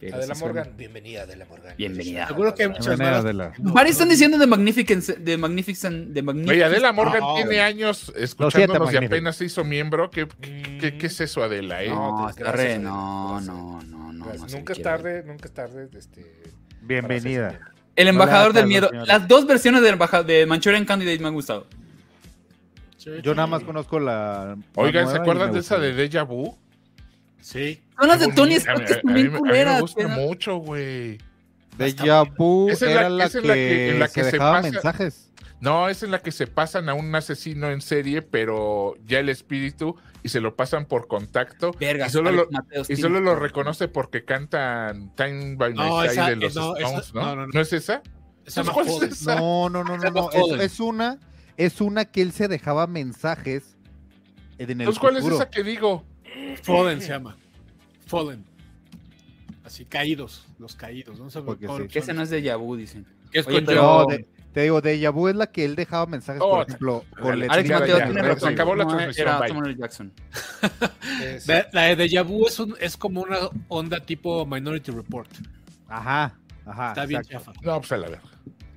S1: Pero
S5: Adela
S1: sí suena.
S5: Morgan. Bienvenida, Adela Morgan.
S1: Bienvenida.
S2: Seguro que hay
S6: De
S2: muchas
S6: manera
S2: malas.
S6: de la-
S1: Varios están diciendo de Magnificent, de Magnificent, de Magnificent.
S4: Oye, Adela Morgan
S2: No,
S4: tiene años
S6: siete
S4: escuchándonos y
S6: magníficos.
S4: apenas se hizo miembro. ¿Qué,
S5: Mm,
S4: qué, qué es eso, Adela? eh?
S1: No,
S5: No,
S1: está
S5: gracias,
S1: re,
S5: Adela,
S1: no,
S5: gracias.
S1: no, no, no. no
S5: Gracias.
S1: se
S5: pues, nunca es
S1: quiere ver.
S5: tarde, nunca es tarde. Este,
S6: Bienvenida.
S1: El
S6: No le
S1: embajador
S6: hagas
S1: del
S6: caso,
S1: miedo.
S6: señora.
S1: Las dos versiones de, embaja- de Manchurian Candidate me han gustado.
S6: Yo nada más conozco la. la
S4: Oigan, ¿se
S6: nueva y
S4: acuerdan
S6: me
S4: de esa
S6: gustó.
S4: de Deja Vu?
S2: Sí.
S1: Son las de
S4: Qué
S1: Tony
S4: bonita,
S1: Scott que
S4: a- a-
S1: son
S4: a mí
S1: bien
S4: me- a mí me
S1: culeras.
S4: gusta
S1: pero-
S4: mucho, güey.
S6: Deja Vu
S4: Esa es la-
S6: era la
S4: esa es la que-
S6: que,
S4: en la que
S6: se
S4: se
S6: dejaba
S4: pasa-
S6: mensajes.
S4: No, es en la que se pasan a un asesino en serie, pero ya el espíritu, y se lo pasan por contacto.
S1: Verga,
S4: y solo,
S1: Alex
S4: lo,
S1: Mateos
S4: y
S6: pues,
S1: tiene-
S4: solo lo reconoce porque cantan Time by My
S2: No,
S4: Side
S2: esa-
S4: de los
S2: no, esa-
S4: Stones, ¿no?
S2: no, no, no.
S4: ¿No es esa?
S2: Esa más
S4: ¿Cuál es
S2: joven.
S4: esa?
S6: No, no, no, no, no.
S2: Joder.
S6: Es, es una, es una que él se dejaba mensajes en el
S4: Entonces, ¿cuál
S6: futuro.
S4: es esa que digo?
S2: Fallen se llama. Fallen. Así caídos, los caídos. No sé
S6: Porque
S2: cómo
S6: sí.
S2: son.
S1: Que ese no es de Yabu, dicen.
S2: Que es
S1: Oye,
S2: con
S1: pero-
S2: John.
S6: No, de- te digo, Deja Vu es la que él dejaba mensajes,
S4: Oh,
S6: por ejemplo, con
S4: dale,
S6: la
S1: Alex
S4: chingada,
S1: Mateo
S4: ya,
S1: tiene
S4: se
S1: razón.
S4: acabó la
S1: no
S4: transmisión,
S1: Era
S4: bye.
S1: Samuel L. Jackson.
S5: es-
S2: De- La de Deja Vu es, un- es como una onda tipo Minority Report.
S6: Ajá, ajá.
S2: Está bien
S6: Ah, exacto.
S2: chafa.
S4: No, pues a la verga.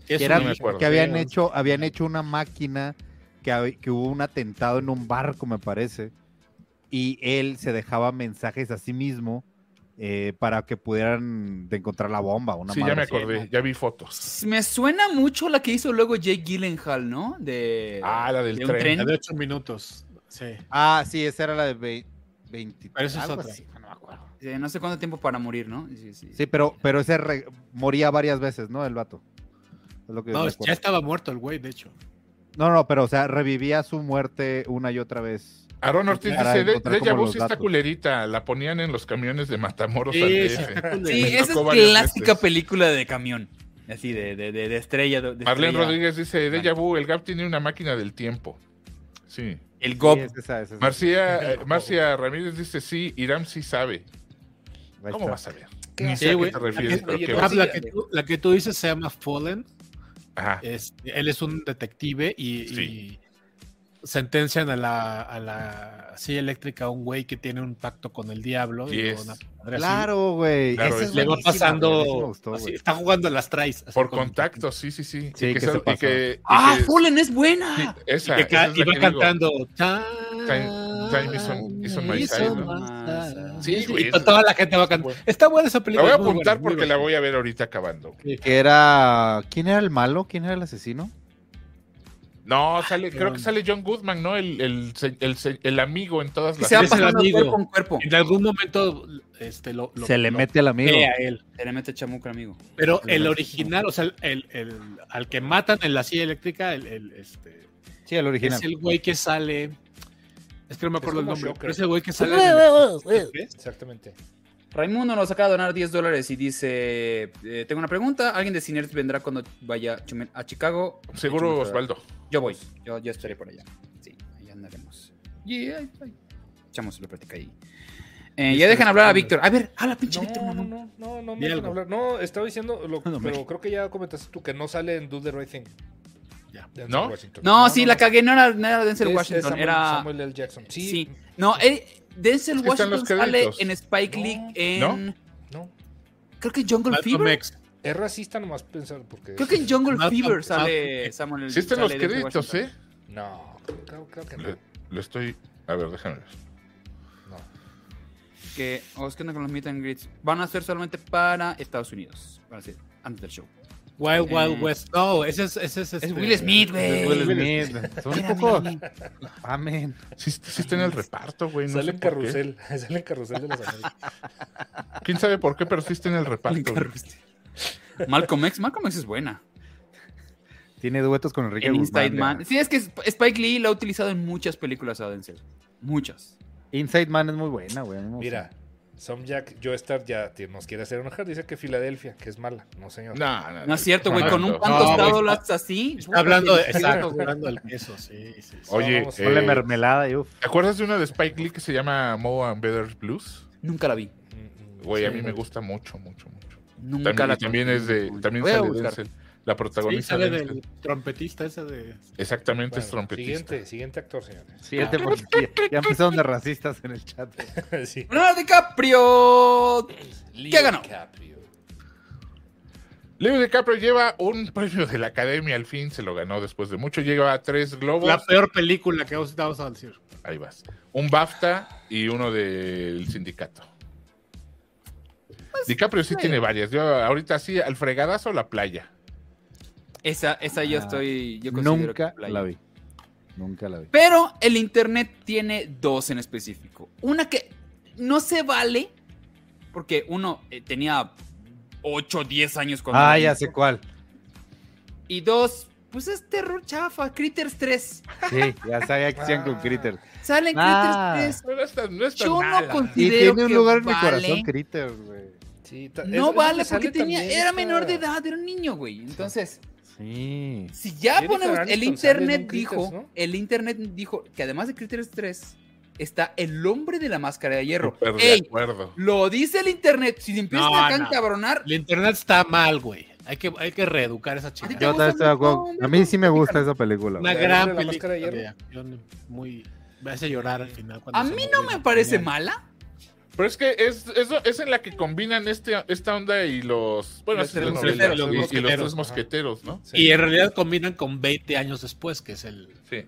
S2: Que es
S6: Que, era-
S4: no
S2: un-
S4: me acuerdo.
S6: que habían
S2: Sí,
S6: hecho, habían hecho una máquina que, hab- que hubo un atentado en un barco, me parece, y él se dejaba mensajes a sí mismo eh, para que pudieran de encontrar la bomba. Una
S4: sí, ya
S6: madre
S4: me
S6: así.
S4: acordé, ya vi fotos.
S1: Me suena mucho la que hizo luego Jake Gyllenhaal, ¿no? De,
S4: Ah, la del
S1: de un
S4: tren.
S2: La de 8 minutos. Sí.
S6: Ah, sí, esa era la de vei- 20.
S2: Pero esa es
S6: algo
S2: otra.
S6: así, no me acuerdo.
S1: Eh, no sé cuánto tiempo para morir, ¿no? Sí, sí.
S6: Sí, pero, pero ese re- moría varias veces, ¿no? El vato. Es lo que
S2: No,
S6: me
S2: ya
S6: acuerdo.
S2: estaba muerto el güey, de hecho.
S6: No, no, pero o sea, revivía su muerte una y otra vez.
S4: Aaron Ortiz
S6: Para
S4: dice, de,
S6: encontrar
S4: Deja
S6: como
S4: Vu
S6: los
S4: sí está
S6: datos.
S4: culerita, la ponían en los camiones de Matamoros al
S2: Sí, sí,
S4: DF.
S2: sí.
S4: este, Me
S9: Sí, esa es
S4: tocó varias
S9: clásica
S4: veces.
S9: película de camión. Así, de, de, de, de estrella. de- de
S4: Marlene
S9: estrella.
S4: Rodríguez dice, Deja Vu, el Gap tiene una máquina del tiempo. Sí.
S9: El
S6: Sí,
S9: GOP.
S6: es esa, es esa.
S4: Marcia, eh, Marcia Ramírez dice, sí, Iram sí sabe.
S6: Ahí
S4: ¿Cómo
S6: está.
S4: vas a ver?
S5: ¿Qué
S4: No
S5: hace?
S4: sé
S2: Sí,
S4: a qué
S2: güey.
S4: te refieres, pero qué
S2: Ah,
S4: vas-
S2: la, que tú, la que tú dices se llama Fallen.
S4: Ajá.
S2: Es- él es un detective y,
S4: Sí.
S2: y sentencian a la, a la silla eléctrica a un güey que tiene un pacto con el diablo. Y
S4: Yes.
S2: con una madre así.
S6: Claro, güey.
S4: Claro,
S6: esa
S4: es-
S6: es
S2: Le va
S6: buenísima, güey, esa me
S2: pasando.
S6: gustó,
S2: así,
S6: güey.
S2: está jugando a las trays. así
S4: Por
S2: con-
S4: contacto, sí, sí, sí.
S6: Sí,
S4: Y
S6: que
S4: son-
S6: se
S4: y
S6: pasó.
S4: que- y
S9: ¡Ah,
S4: que-
S9: Fallen es
S4: sí,
S9: buena!
S4: Esa,
S2: Y, que ca-
S4: esa es
S2: y
S4: la
S2: va
S4: que digo.
S2: cantando.
S4: Time is on- is on my side, ¿no? Sí,
S2: Sí,
S4: güey,
S2: y
S4: esa-
S2: toda la gente va cantando. Está buena esa
S4: La
S2: película.
S4: voy a
S2: es muy
S4: apuntar
S2: buena, muy
S4: porque la
S2: buena.
S4: voy a ver ahorita acabando.
S6: Que era. ¿Quién era el malo? ¿Quién era el asesino?
S9: Ah,
S4: No, sale, creo
S2: cabrón.
S4: que sale John Goodman, ¿no? El, el, se- el, se- el amigo en todas
S9: Que
S4: las.
S9: se va
S2: Es el
S9: pasando
S2: amigo.
S9: cuerpo con cuerpo.
S2: En algún momento este, lo, lo-
S6: Se le
S2: lo
S6: mete al amigo.
S2: pelea él.
S9: Se le mete chamuca, amigo.
S2: Pero
S6: Sí,
S2: el
S6: sí.
S2: original, o sea, el, el- al que matan en la silla eléctrica, el, el, este,
S6: Sí, el original.
S2: es el güey que sale. Es que no me acuerdo el
S5: como
S2: nombre,
S5: Shocker.
S2: pero es el güey que sale. en el-
S5: Exactamente.
S1: Raimundo nos acaba de donar 10 dólares y dice: eh, Tengo una pregunta. ¿Alguien de Cineers vendrá cuando vaya Chumel a Chicago?
S4: Seguro
S1: Chumel-
S4: Osvaldo.
S1: Yo voy. Yo, yo estaré por allá. Sí, allá andaremos. Y ahí- ahí echamos la plática ahí. Eh,
S4: Este
S1: ya dejan hablar a Víctor. A ver,
S2: Ah,
S1: habla, pinche
S5: No,
S1: Víctor.
S5: no,
S1: mamón.
S5: no, no, no,
S2: Di
S5: me dejan
S2: algo.
S5: hablar. No, estaba diciendo, lo-
S6: No,
S5: pero creo que ya comentaste tú que no sale en Do the Right Thing.
S2: Ya.
S5: De Denzel
S4: ¿No?
S5: Washington.
S1: No, sí, la cagué. No era, no era Denzel
S5: Es- es
S1: Washington.
S5: Samuel,
S1: era.
S5: Samuel L. Jackson. Sí,
S1: Sí. No, eh, Denzel
S4: Es que están los
S1: Washington sale
S4: créditos.
S1: en Spike
S5: No,
S1: Lee en.
S5: no.
S1: Creo que en Jungle
S2: Malcolm
S1: Fever.
S2: X.
S5: Es racista nomás pensar porque.
S1: Creo que en Jungle
S2: Malcolm-
S1: Fever sale Samuel
S4: Sí, están los
S1: sale Denzel
S4: créditos, ¿eh?
S1: Washington.
S5: No, creo, creo que no.
S4: Lo, lo estoy. A ver, déjame ver.
S5: no.
S1: Que, o es que andan con los meet and greets. Van a ser solamente para Estados Unidos. Van a ser antes del show.
S2: Wild
S1: Eh.
S2: Wild West. No, ese es. Ese es,
S1: Es
S2: este-
S1: Will Smith, güey.
S6: Es Will Smith. Son un
S1: Mira,
S6: poco.
S1: mira, mira.
S6: Amén.
S4: Sí, sí está en el reparto, güey. Pues No
S5: sale
S4: sé
S5: en
S4: por qué.
S5: carrusel. Sale en carrusel de las Américas.
S4: ¿Quién sabe por qué, pero sí está en el reparto? güey.
S1: Malcolm X. Malcolm X es buena.
S6: Tiene duetos con Enrique
S1: En
S6: Guzmán.
S1: Inside
S6: ya.
S1: Man. Sí, es que Sp- Spike Lee lo ha utilizado en muchas películas a Denzel. Muchas.
S6: Inside Man es muy buena, güey. a mí me gusta.
S5: Mira, Some Jack Joestar ya te- nos quiere hacer enojar. Dice que Filadelfia, que es mala. No, señor.
S4: No, no,
S1: No es cierto, güey.
S4: no,
S1: Con
S4: Ah, no.
S1: un pan
S2: No,
S1: tostado
S2: güey.
S1: lo haces así.
S2: Está hablando de.
S1: Puta,
S2: Exacto, hablando del queso, sí. sí, sí.
S4: Oye,
S5: Vamos,
S6: Ponle
S4: eh,
S6: mermelada y uff.
S4: ¿te acuerdas de una de Spike Lee que se llama Mo and Better Blues?
S1: Nunca la vi.
S5: Mm, mm,
S4: Güey, a
S5: sí,
S4: mí me
S5: no.
S4: gusta mucho, mucho, mucho.
S1: Nunca
S4: También,
S1: la
S4: y también es de. También
S1: Voy a
S4: sale
S1: buscar.
S4: Denzel. La
S2: Sí,
S4: protagonista.
S2: sale
S4: Denzel.
S2: del trompetista ese de.
S4: Exactamente,
S5: Bueno,
S4: es trompetista.
S5: Siguiente, siguiente actor, señores.
S6: Fíjate, porque ya, ya empezaron de racistas en el chat.
S5: sí.
S1: Leonardo DiCaprio. ¿Qué ganó?
S5: DiCaprio.
S4: Leo DiCaprio lleva un premio de la Academia, al fin se lo ganó después de mucho. Lleva tres globos.
S2: La peor película que os vamos a decir.
S4: Ahí vas. Un BAFTA y uno del sindicato.
S1: Pues,
S4: DiCaprio
S1: eh.
S4: sí tiene varias. Yo ahorita sí, al fregadazo o la playa.
S1: Esa, esa yo
S6: Ah,
S1: estoy. Yo considero
S6: Nunca
S1: que playa.
S6: la vi. Nunca la vi.
S1: Pero el internet tiene dos en específico. Una que no se vale, porque uno eh, tenía 8 o 10 años cuando.
S6: Ah,
S1: la
S6: ya
S1: hizo.
S6: sé cuál.
S1: Y dos, pues es terror chafa, Critters 3.
S6: Sí, ya sabía que hacían con
S5: Ah.
S6: Critter.
S1: Salen
S6: Ah.
S1: Critters 3.
S4: No es tan, no es tan
S1: Yo no
S4: mala.
S6: Y
S1: considero
S6: tiene un
S1: que
S6: lugar en mi
S1: vale.
S6: corazón Critter, güey.
S5: Sí, ta- es- es
S1: No
S5: donde
S1: vale
S5: sale
S1: porque tenía,
S5: también
S1: era
S5: esta-
S1: menor de edad, era un niño, güey. Entonces,
S6: Sí.
S1: si ya
S5: Jennifer
S1: ponemos, el
S5: Aniston sale en
S1: internet
S5: un
S1: dijo,
S5: Critters, ¿no?
S1: el internet dijo que además de Critters 3 está el hombre de la máscara de hierro.
S4: Súper de
S1: Ey,
S4: acuerdo.
S1: lo dice el internet, si empiezas
S2: No,
S1: a
S2: no.
S1: encabronar,
S2: El internet está mal, güey. Hay que, hay que reeducar a esa chica.
S1: ¿A ti te
S6: Yo
S1: gusta
S6: también estoy de
S1: mucho,
S6: acuerdo.
S1: hombre?
S6: A mí sí me gusta esa película.
S2: Una
S6: güey.
S5: La
S2: gran
S5: de la
S2: película
S5: máscara de
S2: de,
S5: hierro.
S2: acción muy me hace llorar al final. cuando
S1: a
S2: se
S1: mí
S2: muere
S1: no
S2: la
S1: me parece
S2: niña.
S1: mala.
S4: Pero es que es, es, es en la que combinan este, esta onda y los. Bueno,
S1: Los
S4: es de
S1: tres
S4: novela,
S2: mosqueteros,
S4: y-
S2: los
S4: y, los tres
S2: mosqueteros,
S4: mosqueteros, ¿no?
S5: Sí.
S2: Y en realidad combinan con 20 años después, que es el
S4: Sí.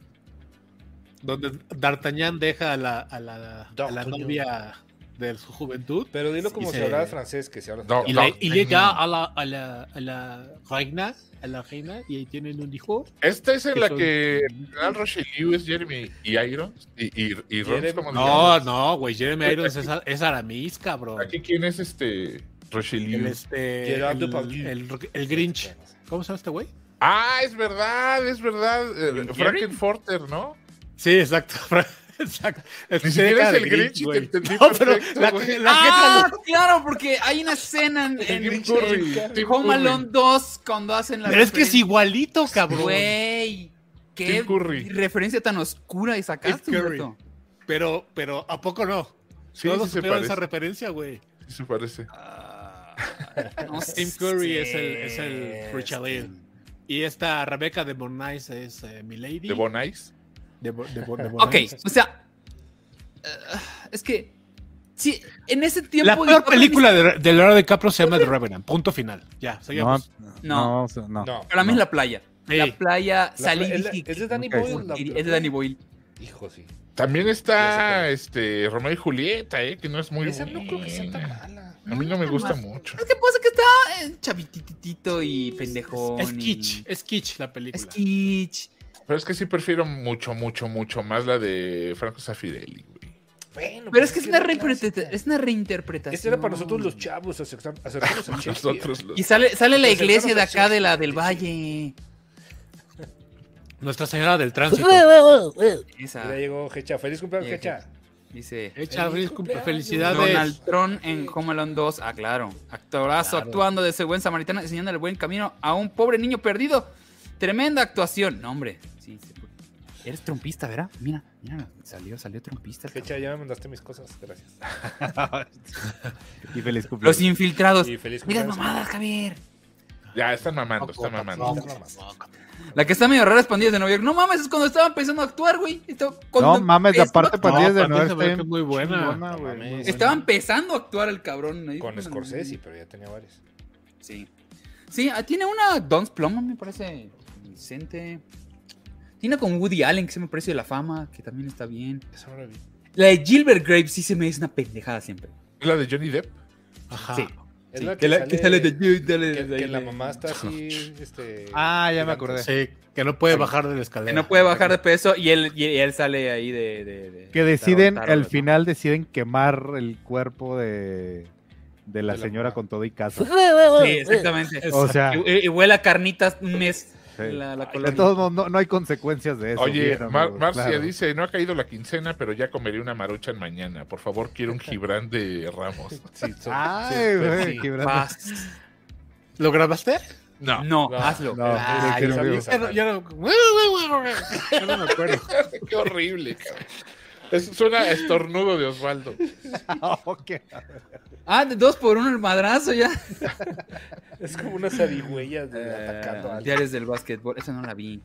S2: donde D'Artagnan deja a la, a la, a la
S5: D'Artagnan.
S2: novia de su juventud
S5: Pero dilo como
S2: Y
S5: si
S2: se-
S5: hablara francés, que se habla
S4: No,
S2: y,
S5: francés.
S2: la-
S4: no.
S2: y llega a la, a, la, a la reina, a la reina, y ahí tienen un hijo.
S4: Esta es en
S2: Que
S4: la
S2: son-
S4: que General Rochelieu es Jeremy y Irons. Y, y, y Ross
S5: Jeremy-
S4: como
S2: No, no, güey, Jeremy Irons es, es Aramis, cabrón.
S4: Aquí quién es este Rochelieu.
S2: El, este,
S5: Gerard
S2: el,
S5: Depardieu.
S2: el- el Grinch. ¿Cómo se llama este güey?
S4: Ah, es verdad, es verdad. eh,
S1: ¿En
S4: Frankenforter, ¿no?
S2: Sí, exacto. exacto.
S4: Ni siquiera es
S2: de
S4: el Grinch, y te
S2: güey.
S4: entendí
S2: No, pero
S4: perfecto,
S2: la,
S4: güey.
S2: la
S1: ah, claro, porque hay una escena en, en-
S4: Tim Curry,
S1: en
S4: Tim
S1: Home
S4: Curry.
S1: Alone 2 cuando hacen la
S2: jeta- pero es que es
S1: referencia.
S2: igualito, cabrón.
S1: Güey, qué
S4: Tim Curry.
S1: referencia tan oscura y sacaste,
S2: Tim Curry.
S1: Humberto.
S2: Pero, pero, ¿a poco no?
S4: Sí,
S2: Todos
S4: sí se
S2: supieron
S4: parece.
S2: esa referencia, güey.
S4: sí se parece.
S1: Ah, No
S2: Tim Curry es el,
S1: sé.
S2: es el Richard Leal. Y esta Rebeca de Bonnice es eh, Milady.
S4: ¿De Bon Ice?
S2: De Bo- de Bo- de
S1: Ok,
S2: Bonnice.
S1: o sea, eh, es que sí, en ese tiempo.
S2: La peor
S1: yo-
S2: película de, de Leonardo DiCaprio se llama The Revenant. Punto final. Ya,
S6: No,
S2: seguimos.
S1: No.
S6: no, o sea, no.
S5: No.
S1: Para mí es
S6: No.
S1: la playa.
S2: Sí.
S1: La playa
S5: La-
S1: salí y
S5: es, la-
S1: dije,
S5: es de Danny
S6: Ok.
S5: Boyle. la-
S1: es de Danny Boyle.
S5: Hijo, sí.
S4: También está
S5: Ya
S4: este Romeo y Julieta, ¿eh? Que no es muy
S5: Esa no creo que sea tan
S1: Mm.
S4: buena.
S5: mala.
S4: A mí no me
S1: No,
S4: gusta
S1: más.
S4: mucho.
S1: Es que pasa que está eh, chavititito y pendejón.
S2: Es
S1: y-
S2: kitsch, es kitsch la película.
S1: Es kitsch.
S4: Pero es que sí prefiero mucho, mucho, mucho más la de Franco Zafirelli, güey.
S5: Bueno, pues
S1: Pero es que es una,
S5: era
S1: reinterpreta-
S5: clásica.
S1: es una reinterpretación.
S5: Este era para nosotros los chavos, acercar- acercarnos a Shakespeare.
S4: Nosotros los...
S1: Y sale, sale la
S5: Los
S1: iglesia de
S5: hermanos
S1: acá de la
S5: Shakespeare.
S1: del valle.
S2: Nuestra Señora del Tránsito.
S5: Ya
S1: Esa.
S5: llegó Hecha. Feliz cumpleaños,
S1: Ah. Llega
S5: Hecha.
S1: Dice.
S2: Hecha feliz
S5: Feliz cumpleaños.
S2: cumpleaños. Felicidades.
S1: Donald Tron en Home Alone 2. Ah, claro. Actorazo
S2: Claro.
S1: actuando de ese buen samaritano, enseñando el buen camino a un pobre niño perdido. Tremenda actuación. No, hombre. Sí, sí. Eres trompista, ¿verdad? Mira, mira, salió, salió trompista. el
S5: Hecha, ya me mandaste mis cosas. Gracias.
S6: y feliz
S1: cabrón. Los
S6: cumpleaños.
S1: infiltrados.
S5: Y feliz
S1: Mira las
S5: cumpleaños.
S1: mamadas, Javier.
S4: Ya, están mamando, están mamando.
S5: Está mamando.
S1: La que está medio rara es Pandillas de Nueva York. No mames, es cuando estaban pensando actuar, güey. Esto- cuando
S6: No mames, la
S1: empezó-
S6: parte pandillas de
S2: No, Pandillas de
S6: Nueva
S2: Nueva York
S6: está
S2: es muy buena.
S6: chingona, güey,
S5: No
S6: muy
S5: mames.
S1: Estaba empezando a actuar el cabrón. ahí.
S5: Con Scorsese, pero ya tenía varios.
S1: Sí. Sí, ah, tiene una Don's Plum, me parece decente. Tiene con Woody Allen, que se me parece de la fama, que también está bien.
S5: Esa no la vi.
S1: La de Gilbert Grape sí se me es una pendejada siempre.
S4: La de Johnny Depp.
S2: Ajá.
S1: Sí.
S5: Ah, Es
S1: Sí,
S5: la
S1: que, la- que sale de
S5: que-
S1: que,
S5: que la mamá está así, este...
S6: Ah, ya me acordé.
S2: Sí, que no puede bajar de la escalera.
S1: Que no puede bajar de peso y él, y él sale ahí de. de- de-
S6: Que deciden,
S1: Taro, taro,
S6: al
S1: ¿no?
S6: final deciden quemar el cuerpo de, de la
S5: De la
S6: señora
S5: mamá.
S6: con todo y casa.
S1: Sí, exactamente.
S6: O sea,
S1: Y, y- y huele a carnitas un mes.
S6: sí.
S1: La, la
S6: de
S1: colonia.
S6: todos modos, no, no hay consecuencias de eso.
S4: Oye,
S6: bien,
S4: Mar-
S6: amigos,
S4: Marcia
S6: claro.
S4: dice, no ha caído la quincena, pero ya comeré una maruchan mañana. Por favor, quiero un Gibran de Ramos.
S5: Sí, so-
S6: Ay,
S5: sí, pues,
S6: güey,
S5: sí.
S1: Ah,
S6: Gibran.
S1: Vas.
S2: ¿Lo grabaste?
S4: No.
S1: No,
S5: No.
S1: hazlo.
S6: No,
S1: Ay,
S6: sí, sí,
S5: Dios
S6: sí,
S5: mío.
S6: sí.
S2: Ya no- ya no-
S6: Yo no me acuerdo.
S4: Qué horrible, cabrón. Es- suena a estornudo de Osvaldo.
S6: Ok.
S1: Ah, de dos por uno el madrazo ya.
S5: Es como unas zarigüeyas de atacando a
S1: Eh,
S5: alguien.
S1: Diarios del básquetbol, esa no la vi.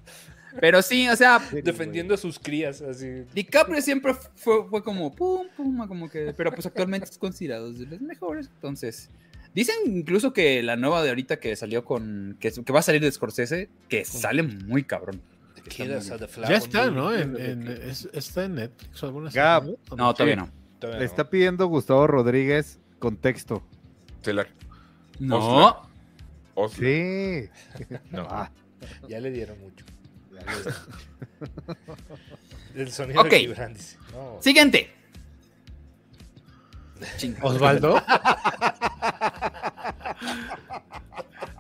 S1: Pero sí, o sea,
S5: Defendiendo a sus crías, así.
S1: DiCaprio siempre fue, fue como pum, pum, como que. Pero pues actualmente es considerado de los mejores. Entonces, dicen incluso que la nueva de ahorita que salió con. que, que va a salir de Scorsese, que sale muy cabrón.
S5: Tequilas a the flower
S2: Ya está,
S5: moon.
S2: ¿no? En- en- es- está en Netflix o alguna
S6: Gab.
S2: serie, ¿no?
S1: No, todavía no.
S5: Todavía
S6: Le
S5: no.
S6: está pidiendo Gustavo Rodríguez contexto.
S4: Te la...
S1: No.
S4: Oslo,
S6: Sí.
S4: no.
S6: Ah,
S5: Ya le dieron mucho. El sonido
S1: Ok.
S5: de Gibran, dice. No,
S1: Siguiente. Chinga.
S2: Osvaldo.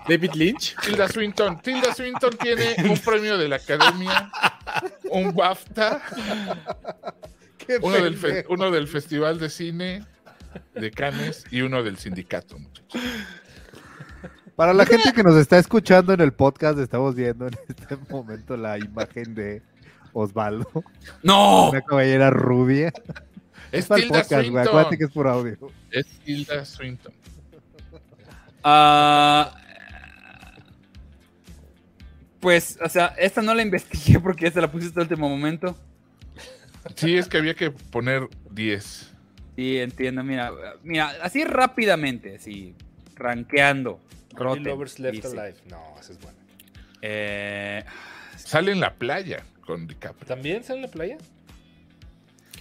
S2: David Lynch.
S4: Tilda Swinton. Tilda Swinton tiene un premio de la Academia, un BAFTA,
S6: qué
S4: uno del, fe-
S6: pendejo.
S4: uno del Festival de Cine de Cannes y uno del sindicato, muchachos.
S6: Para la gente que nos está escuchando en el podcast, estamos viendo en este momento la imagen de Osvaldo,
S1: No.
S6: una cabellera rubia.
S4: Oh. Es
S6: para el
S4: Tilda
S6: podcast, güey, acuérdate que
S4: Swinton.
S6: es por audio.
S4: Es Tilda Swinton.
S1: Ah, pues, o sea, esta no la investigué porque esta la puse hasta el último momento.
S4: Sí, es que había que poner 10.
S1: Sí, entiendo, mira, mira, así rápidamente, así, rankeando.
S5: Only
S1: Rotten,
S5: Lovers Left
S1: dice.
S5: Alive. No, esa es buena.
S1: Eh,
S4: Sale en la playa con DiCaprio.
S5: ¿También sale en la playa?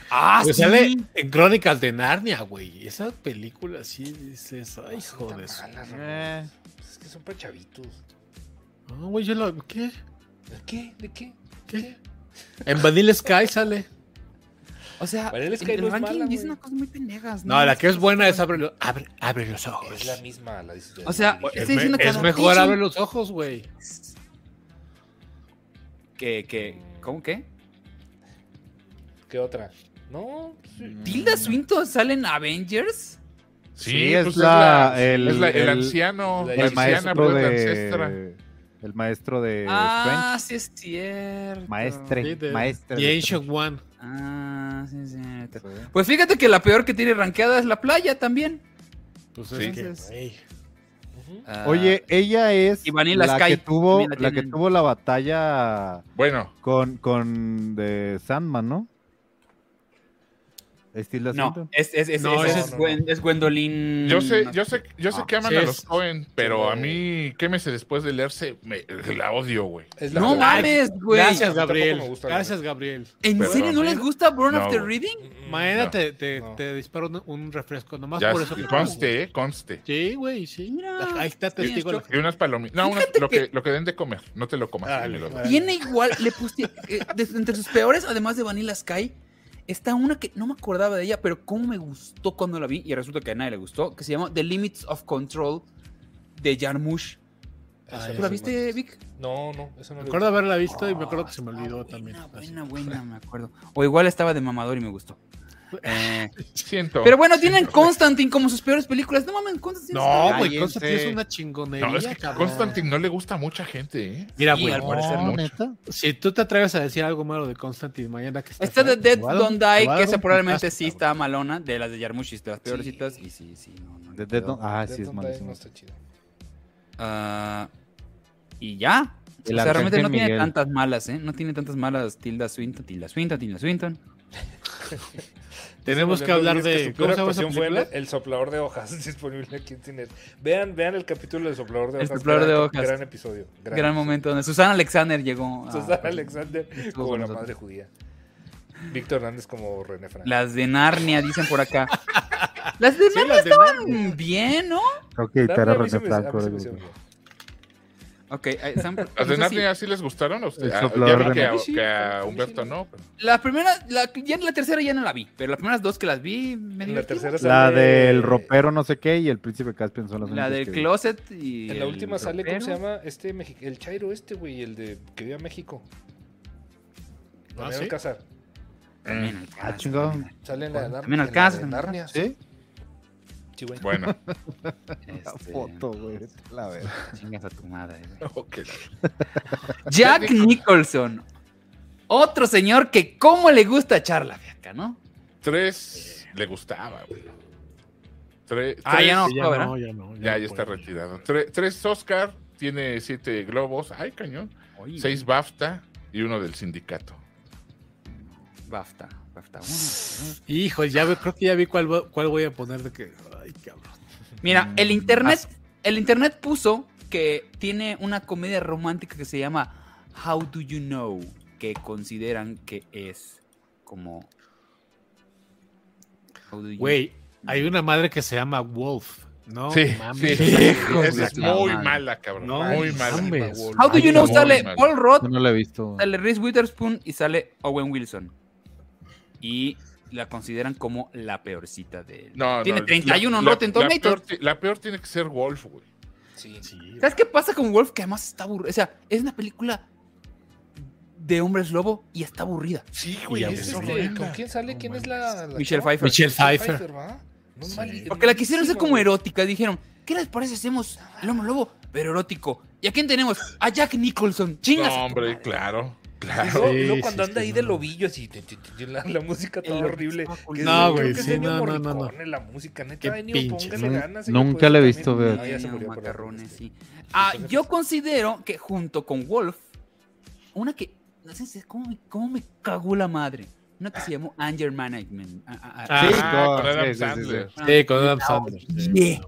S1: ah,
S2: Pues
S1: sí.
S2: sale en Crónicas de Narnia, güey. Esa película sí dices, ay,
S5: No,
S2: hijo
S5: son tan
S2: de eso.
S5: malas, Ramón. Pues es que son para chavitos.
S2: No, güey, yo la. ¿Qué?
S5: ¿De qué? ¿De qué?
S2: ¿Qué? En Vanilla Sky sale.
S1: O sea,
S5: Vanilla Sky
S1: el
S5: no es
S1: ranking
S5: mala,
S1: dice
S5: güey.
S1: una cosa muy pendejas.
S2: No, la que es buena es
S1: esa
S2: abre, lo- abre, abre los
S5: Es la
S2: ojos.
S5: misma. La dice-
S1: O sea, estoy
S5: la
S2: Es,
S5: dirige.
S2: me-
S1: diciendo que
S2: es mejor
S1: adaptation.
S2: abre los ojos, güey.
S1: que, que, ¿cómo qué?
S5: ¿Qué otra? No, pues sí.
S1: ¿Tilda Swinton sale en Avengers?
S4: Sí,
S6: Sí, es
S4: pues
S6: la-
S4: es
S6: el-
S4: es la- el,
S6: el-
S4: anciano,
S5: la
S4: la
S6: El
S4: anciana,
S6: maestro
S4: perdón, la ancestra.
S6: de. El maestro de
S2: Eh,
S1: ah, sí es cierto.
S6: Strange. Maestre.
S10: Sí, de-
S6: maestre.
S2: The
S6: de
S2: Ancient One.
S1: Ah, sí es cierto.
S6: Strange. Sí.
S1: Pues fíjate que la peor que tiene ranqueada es la playa también.
S2: Pues
S4: Sí.
S2: es-
S1: Entonces,
S5: Ujú.
S1: ah,
S6: Oye, ella es
S1: Y Vanilla
S6: la
S1: Sky
S6: que tuvo
S1: también la
S6: la que
S1: tienen.
S6: tuvo la batalla
S4: Bueno,
S6: con con de Sandman, ¿no? ¿Es Tilda
S1: no,
S6: Swinton?
S1: es, es, es,
S2: No,
S1: es,
S2: ese
S1: es,
S5: es-
S1: Gwen- es Gwendolyn.
S4: yo sé, yo sé, yo sé
S1: Ah,
S4: que aman
S2: sí
S4: a
S2: es.
S4: los Cohen, pero a mí, quémese después de leerse, me, la odio, güey.
S5: Es la
S1: No
S5: peor.
S1: mames, güey.
S2: Gracias,
S5: Tampoco
S2: Gabriel.
S5: me gusta,
S2: Gracias, Gabriel.
S1: ¿En
S4: Pero-
S1: serio no les gusta Born
S4: No,
S1: After
S4: güey.
S1: Reading?
S5: Mm,
S2: Mañana
S4: no,
S2: te, te,
S5: no.
S2: te disparo un, un refresco, nomás
S4: Ya,
S2: por eso. que-
S4: conste, eh, conste.
S2: Sí, güey, sí.
S1: Mira,
S2: Ahí está
S1: tienes
S2: testigo. la-
S1: choque.
S4: Y unas palomitas. No, unas- lo, que, lo que den de comer. No te lo comas.
S2: Ah,
S5: Dale,
S4: dímelo.
S5: dale.
S1: Tiene igual, le puse eh, de- entre sus peores, además de Vanilla Sky, está una que no me acordaba de ella, pero cómo me gustó cuando la vi y resulta que a nadie le gustó, que se llama The Limits of Control de Jarmusch.
S5: Esa
S1: ¿Tú
S5: no
S1: la
S5: me
S1: viste,
S5: gusta.
S1: Vic?
S5: No, no, eso
S2: Me
S5: no lo
S2: acuerdo haberla visto y me acuerdo que se me
S1: Está
S2: olvidó
S1: buena,
S2: también. Así.
S1: Ah, Buena, buena, me acuerdo. O igual estaba de mamador y me gustó. Eh,
S4: Siento.
S1: pero bueno, tienen Constantine como sus peores películas. No mames, Constantine.
S2: No,
S1: está-
S2: güey,
S6: Cállense.
S2: Constantine es una chingonería.
S4: No, es que
S2: cabrón.
S4: Constantine no le gusta a mucha gente, ¿eh?
S2: Mira,
S1: Sí,
S2: güey,
S1: al
S2: no,
S4: parecer mucho.
S6: ¿neta?
S2: si tú te atreves a decir algo malo de Constantine mañana que está. Ah,
S1: Está
S2: fuera,
S1: de Dead
S2: te va a dar un-
S1: Don't
S2: te va a
S1: Die,
S2: dar
S1: que esa
S2: un
S1: probablemente
S2: putazo,
S1: sí
S2: cabrón.
S1: está malona, de las de Yarmush, de las peorcitas. Y sí, sí, no, no.
S6: De Dead Don't- Ah,
S5: Death
S6: sí es
S5: Don't Die No
S6: malísimo.
S5: está chido.
S1: Ah, y ya.
S6: El
S1: o sea, realmente
S6: Arcángel
S1: no tiene
S6: Miguel.
S1: tantas malas, ¿eh? No tiene tantas malas Tilda Swinton, Tilda Swinton, Tilda Swinton.
S2: Tenemos que hablar
S5: Dice que
S2: de
S5: su
S2: ¿cómo
S5: peor
S2: se llama esa
S5: actuación fue el,
S2: película?
S5: el soplador de hojas disponible aquí en Cines. Vean, vean el capítulo del soplador de
S1: El
S5: hojas.
S1: soplador
S5: gran-
S1: de hojas.
S5: Gran episodio.
S1: Gran,
S5: episodio.
S1: momento donde Susana Alexander llegó. a-
S5: Susana Alexander
S1: estuvo
S5: como
S1: con
S5: la
S1: nosotros.
S5: madre judía. Víctor Hernández como René Frank.
S1: Las de Narnia, dicen por acá. Las de
S2: Sí,
S1: Narnia
S2: las de Narnia.
S1: estaban bien, ¿no?
S6: Ok,
S5: Dame,
S6: te era
S5: a mí sí
S6: René
S5: me- a mí
S6: Franco.
S5: sí me
S6: algo
S5: hizo
S6: así.
S5: bien.
S1: Ok, eh, Sam, no
S4: ¿Las de
S1: sé si-
S4: Narnia sí les gustaron a ustedes?
S6: El
S4: Ah, Ya
S6: soplador
S4: vi
S6: de
S4: que a,
S5: Narnia.
S4: que a Humberto no. pero-
S1: La primera, la, ya la tercera ya no la vi, pero las primeras dos que las vi, me
S5: En La
S1: divertí.
S5: tercera
S6: La
S5: sale-
S6: del ropero no sé qué y el príncipe Caspian son las
S1: La
S6: únicas
S1: del
S6: que vi.
S1: closet y.
S5: En la
S1: el
S5: última sale, ¿cómo se
S1: ropero.
S5: llama? Este Mexi- el Chairo este, güey, el de que vive a México.
S2: Ah,
S1: Ah,
S5: Damián
S2: ¿sí?
S5: Alcázar.
S1: También el
S6: Ah,
S1: closet.
S6: chingado.
S5: Sale en la de Nar-
S1: Damián
S5: en la de
S1: Alcázar, ¿no?
S5: Narnia.
S6: ¿Sí?
S5: Sí, güey.
S4: Bueno,
S6: La
S1: Este,
S6: foto, güey. vete a La verga.
S1: Chingas a tu madre. güey.
S4: ok.
S1: Jack Nicholson. Otro señor que cómo le gusta charla, acá, ¿no?
S4: Tres le gustaba, güey. Tres,
S1: Ah, ya no.
S4: tres-
S2: Ya
S1: Ah, ¿verdad?
S2: no, ya no.
S4: Ya,
S2: no
S4: ya está
S2: puedo.
S4: retirado. Tres, tres Oscar, tiene siete globos. Ay, cañón.
S1: Oye,
S4: Seis BAFTA y uno del sindicato.
S1: BAFTA. BAFTA uno.
S2: Hijo, ya ve- creo que ya vi cuál, va- cuál voy a poner de que. Ay, cabrón.
S6: Mm,
S1: Mira, el internet, el internet puso que tiene una comedia romántica que se llama How Do You Know, que consideran que es como. How do you-
S2: Güey, hay una madre que se llama Wolf. No,
S4: sí, sí.
S2: mames.
S1: Hijo
S4: Esa
S1: de
S4: es
S1: tu
S4: muy
S1: madre.
S4: mala, cabrón.
S2: No,
S4: muy mala.
S2: mames.
S1: How Do You Know
S4: Muy
S1: sale
S4: mal.
S1: Paul Roth,
S6: Yo no la he visto.
S1: sale Reese Witherspoon y sale Owen Wilson. Y la consideran como la peorcita de él.
S4: No,
S1: Tiene
S4: no,
S1: 31 en
S4: la-
S1: Rotten
S4: la
S1: Tomatoes.
S4: peor ti- La peor tiene que ser Wolf, güey.
S5: Sí.
S1: ¿Sabes qué pasa con Wolf? Que además está aburrida. O sea, es una película de hombres lobo y está aburrida.
S4: Sí, güey,
S2: Y
S4: es
S5: Es
S2: aburrida.
S5: este,
S4: horrenda.
S5: ¿Con quién sale? ¿Quién es la, la
S1: Michelle
S5: chava?
S1: Pfeiffer.
S2: Michelle Pfeiffer.
S5: ¿va? No,
S2: Sí.
S5: mal-
S1: Porque la quisieron hacer como
S5: malísima, güey.
S1: erótica. Dijeron, ¿qué les parece si hacemos el hombre lobo, pero erótico? ¿Y a quién tenemos? A Jack Nicholson. Chingas.
S4: No, hombre, claro.
S5: Y
S4: Claro.
S5: luego, y
S2: Sí,
S5: luego
S2: sí,
S5: cuando
S2: sí,
S5: anda ahí
S2: no,
S5: de
S2: no.
S5: lobillo así, ti, ti, ti, ti, la, la música toda
S1: El
S5: horrible.
S1: obstáculo.
S5: que
S2: No,
S5: creo
S2: güey,
S5: que es
S2: sí,
S5: Ennio
S2: no, no, no, no.
S5: Morricone, La música,
S2: Qué
S5: neta, Ennio,
S2: pinche,
S5: póngale
S6: nun-
S5: ganas.
S6: nunca la he visto,
S5: ver
S6: veo.
S5: No, ya se murió, perdón,
S1: macarrones,
S5: este.
S1: sí. Ah,
S5: Entonces,
S1: yo considero que junto con Wolf, una que. No sé si- ¿cómo, me- cómo me cagó la madre? Una que se llamó Anger Management. Ah, ah, ah.
S2: Sí,
S4: Ah,
S6: no,
S4: con Adam
S6: sí, sí, sí,
S4: Sandler.
S2: Sí, con Adam Sandler.
S1: odié.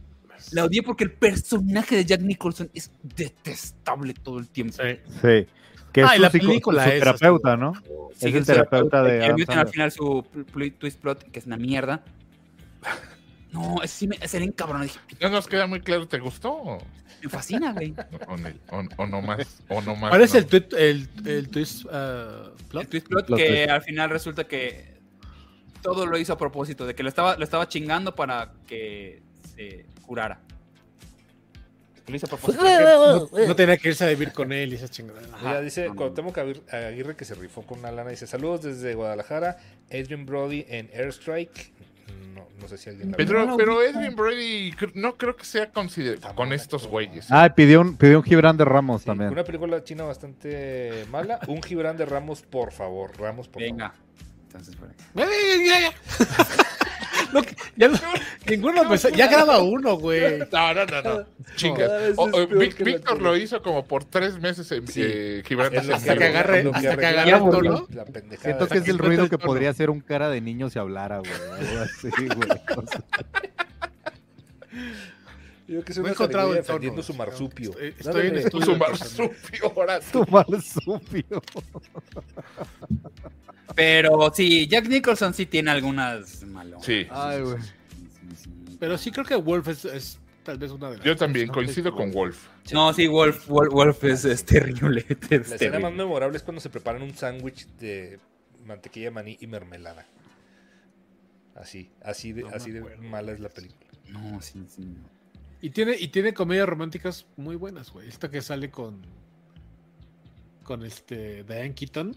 S1: La odié porque el personaje de Jack Nicholson es detestable todo el tiempo.
S2: Sí.
S6: Sí. Que
S2: Ah, y
S6: es
S2: la
S6: su, psico-
S2: película
S6: su
S2: es
S6: terapeuta, ¿no?
S1: Sí,
S6: es el
S1: sea,
S6: terapeuta de
S1: que
S6: Adam
S1: meten al
S6: Sandler.
S1: final su pl- pl- twist plot, que es una mierda. No, ese sí me ese era un cabrón. Dije,
S4: No nos queda muy claro, ¿te gustó? O,
S1: me fascina, güey.
S4: o ne- o- o no más. O no más.
S2: ¿Cuál es
S4: no.
S2: el tweet, el, el twist ah,
S1: El
S2: plot?
S1: twist plot
S6: Plot
S1: que
S6: twist.
S1: al final resulta que todo lo hizo a propósito, de que lo estaba, lo estaba chingando para que se curara. que lo hizo a propósito.
S2: No, no tenía que irse a vivir con él y esa chingada.
S5: Mira, dice Cuauhtémoc Aguir- Aguirre que se rifó con una lana. Dice, saludos desde Guadalajara. Adrian Brody en Airstrike. No, no sé si alguien la vio.
S4: Pedro, pero Edwin Brody cr- no creo que sea considerado con estos güeyes.
S6: Ah, pidió un, pidió un Gibran de Ramos
S5: Sí,
S6: también.
S5: Una película china bastante mala. Un Gibran de Ramos, por favor. Ramos, por
S11: Venga. Entonces, por aquí.
S2: Ya, ya, ya. No, ya no- ninguno pensó- Ya graba uno, güey.
S4: No, no, no, no. Chingas.
S5: Cada vez
S4: O-
S5: es
S4: o,
S5: peor
S4: Vic-
S5: que la
S4: Víctor
S5: tele.
S4: lo hizo como por tres meses en
S2: Sí.
S4: eh, Gibran.
S5: favor. Es lo
S2: Hasta que agarre-
S5: es lo
S2: hasta que
S5: arregla
S2: agarre
S5: la-
S2: tono.
S5: La pendejada.
S6: Siento
S5: de-
S6: que es el
S2: Exacto.
S6: ruido
S2: Vete
S6: que
S2: al tono.
S6: podría hacer un cara de niño si hablara, güey. algo así, güey. O sea,
S5: Yo que soy
S2: No he encontrado
S5: una encontrado
S2: el tono.
S5: defendiendo su marsupio.
S2: Estoy- estoy
S5: Dale,
S2: en
S5: dale.
S2: estudio.
S4: Su marsupio, ahora
S6: tu marsupio.
S1: Pero sí, Jack Nicholson sí tiene algunas malonas.
S4: Sí.
S2: Ah,
S6: Ay, güey.
S1: Sí, sí.
S2: Pero sí creo que Wolf es, es tal vez una de las.
S4: Yo también coincido con Wolf.
S1: No, sí, Wolf, Wolf, Wolf es, es terrible. es
S5: La escena más
S1: terrible.
S5: memorable es cuando se preparan un sándwich de mantequilla de maní y mermelada. Así, así de,
S2: No me
S5: así de
S2: acuerdo.
S5: mala es la película.
S1: No, sí, sí. no.
S2: Y tiene, y tiene comedias románticas muy buenas, güey. Esta que sale con. Con este. Diane Keaton.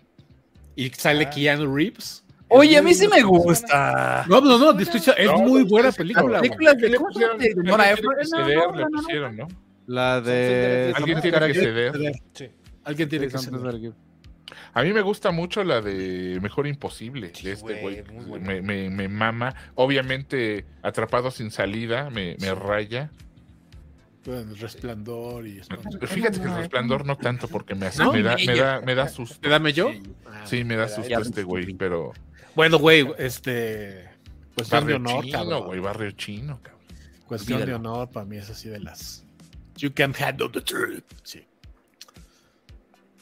S2: Y sale
S5: Ah.
S2: Keanu Reeves.
S1: Oye, a mí
S5: muy
S1: sí me
S5: buena.
S1: gusta.
S2: No, no, no, te estoy diciendo, es
S4: No,
S2: muy
S4: no,
S2: buena
S4: es-
S2: película. güey.
S1: películas de-
S4: Le
S1: ¿cómo se
S4: pusieron-
S1: llama? De Nora
S4: alguien
S1: Ephron. No, no,
S4: tiene que ceder,
S1: no,
S4: le
S1: no, no.
S4: pusieron, ¿no?
S6: La de.
S4: Alguien
S6: Samantha
S4: tiene que
S6: Gargüe.
S4: ceder.
S5: Sí.
S2: Alguien tiene que
S6: Sí, Samantha
S2: ser.
S6: Gargüe.
S4: A mí me gusta mucho la de Mejor Imposible de este
S5: güey,
S4: güey.
S5: muy buena.
S4: Me, me- me mama. Obviamente, Atrapado sin salida, me, me raya.
S2: Bueno, Resplandor y.
S4: Fíjate que el resplandor no tanto porque me, hace-
S2: ¿No?
S4: me, da, me, da, me da susto.
S2: ¿Te dame yo?
S4: Sí, me da
S5: Ya,
S4: susto
S5: ya.
S4: este güey, pero.
S2: Bueno, güey, este. Cuestión de
S4: Barrio
S2: honor,
S4: chino,
S2: cabrón.
S4: güey, barrio chino, cabrón.
S2: Cuestión de
S1: Olvídalo.
S2: honor para mí es así de las. You can handle the truth. Sí.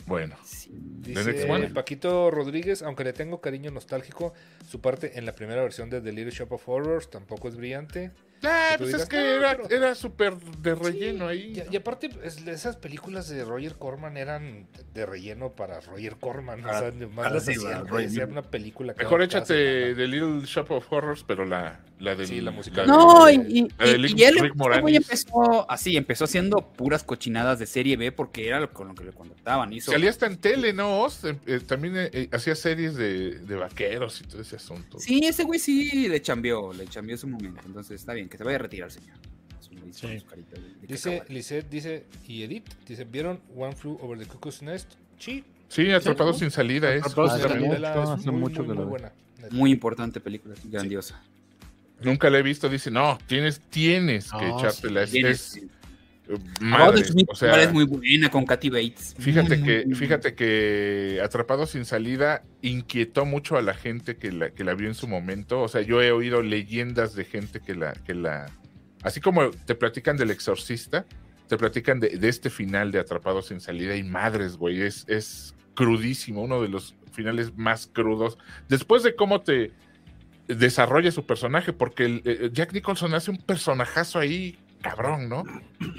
S4: Bueno, next
S5: Dice
S4: one.
S5: Paquito Rodríguez, aunque le tengo cariño nostálgico, su parte en la primera versión de The Little Shop of Horrors tampoco es brillante.
S4: Ah,
S5: Que tú
S4: pues
S5: digas,
S4: es que
S5: "No,
S4: era,
S5: pero-
S4: era súper de relleno ahí.
S5: Y, y aparte, pues, es- esas películas de Roger Corman eran de relleno para Roger Corman.
S6: Ah,
S5: o sea, nomás las hacían, güey, hacían una película. cada-
S4: Mejor
S5: cada
S4: échate
S5: semana.
S4: The Little Shop of Horrors, pero la, la de
S5: Sí, la musical.
S1: No,
S5: La
S1: y,
S5: de-
S1: y-
S4: la de
S1: y-
S4: Rick-
S1: y él
S4: Rick
S1: este
S4: Moranis.
S1: güey empezó así, empezó haciendo puras cochinadas de serie B porque era lo- con lo que le contrataban. Hizo
S4: Salía hasta en tele, ¿no? Oz? Eh, eh, también eh, eh, hacía series de, de vaqueros y todo ese asunto.
S1: Sí, ese güey sí le chambeó, le chambeó su momento. Entonces está bien, que se vaya a retirar, señor. Es un güey con
S2: Sí.
S1: su carita de- de
S5: Dice
S1: cacahuate.
S5: Lisette, dice, y Edith, dice, ¿vieron One Flew Over the Cuckoo's Nest? Sí,
S4: Sí, atrapado sin salida ¿eh? es.
S2: Atrapados sin
S5: la
S2: Salida.
S6: Hace
S5: novela
S6: mucho,
S5: es
S6: hace
S5: muy,
S6: mucho
S5: muy, muy
S6: que lo veo.
S5: buena. neta.
S1: Muy importante película, grandiosa.
S4: Nunca la he visto. Dice, no, tienes, tienes que
S2: No,
S4: echártela. es-
S1: Tiene-
S4: es, eh,
S1: este, Robert
S4: madre.
S1: Smith
S4: O sea,
S1: es muy buena con Katy Bates.
S4: Fíjate
S1: Muy,
S4: que,
S1: muy
S4: fíjate que Atrapado sin salida inquietó mucho a la gente que la, que la vio en su momento. O sea, yo he oído leyendas de gente que la, que la. Así como te platican del exorcista, te platican de, de este final de Atrapado sin salida y madres, güey. Es, es crudísimo, uno de los finales más crudos. Después de cómo te desarrolla su personaje, porque el- eh, Jack Nicholson hace un personajazo ahí, cabrón, ¿no?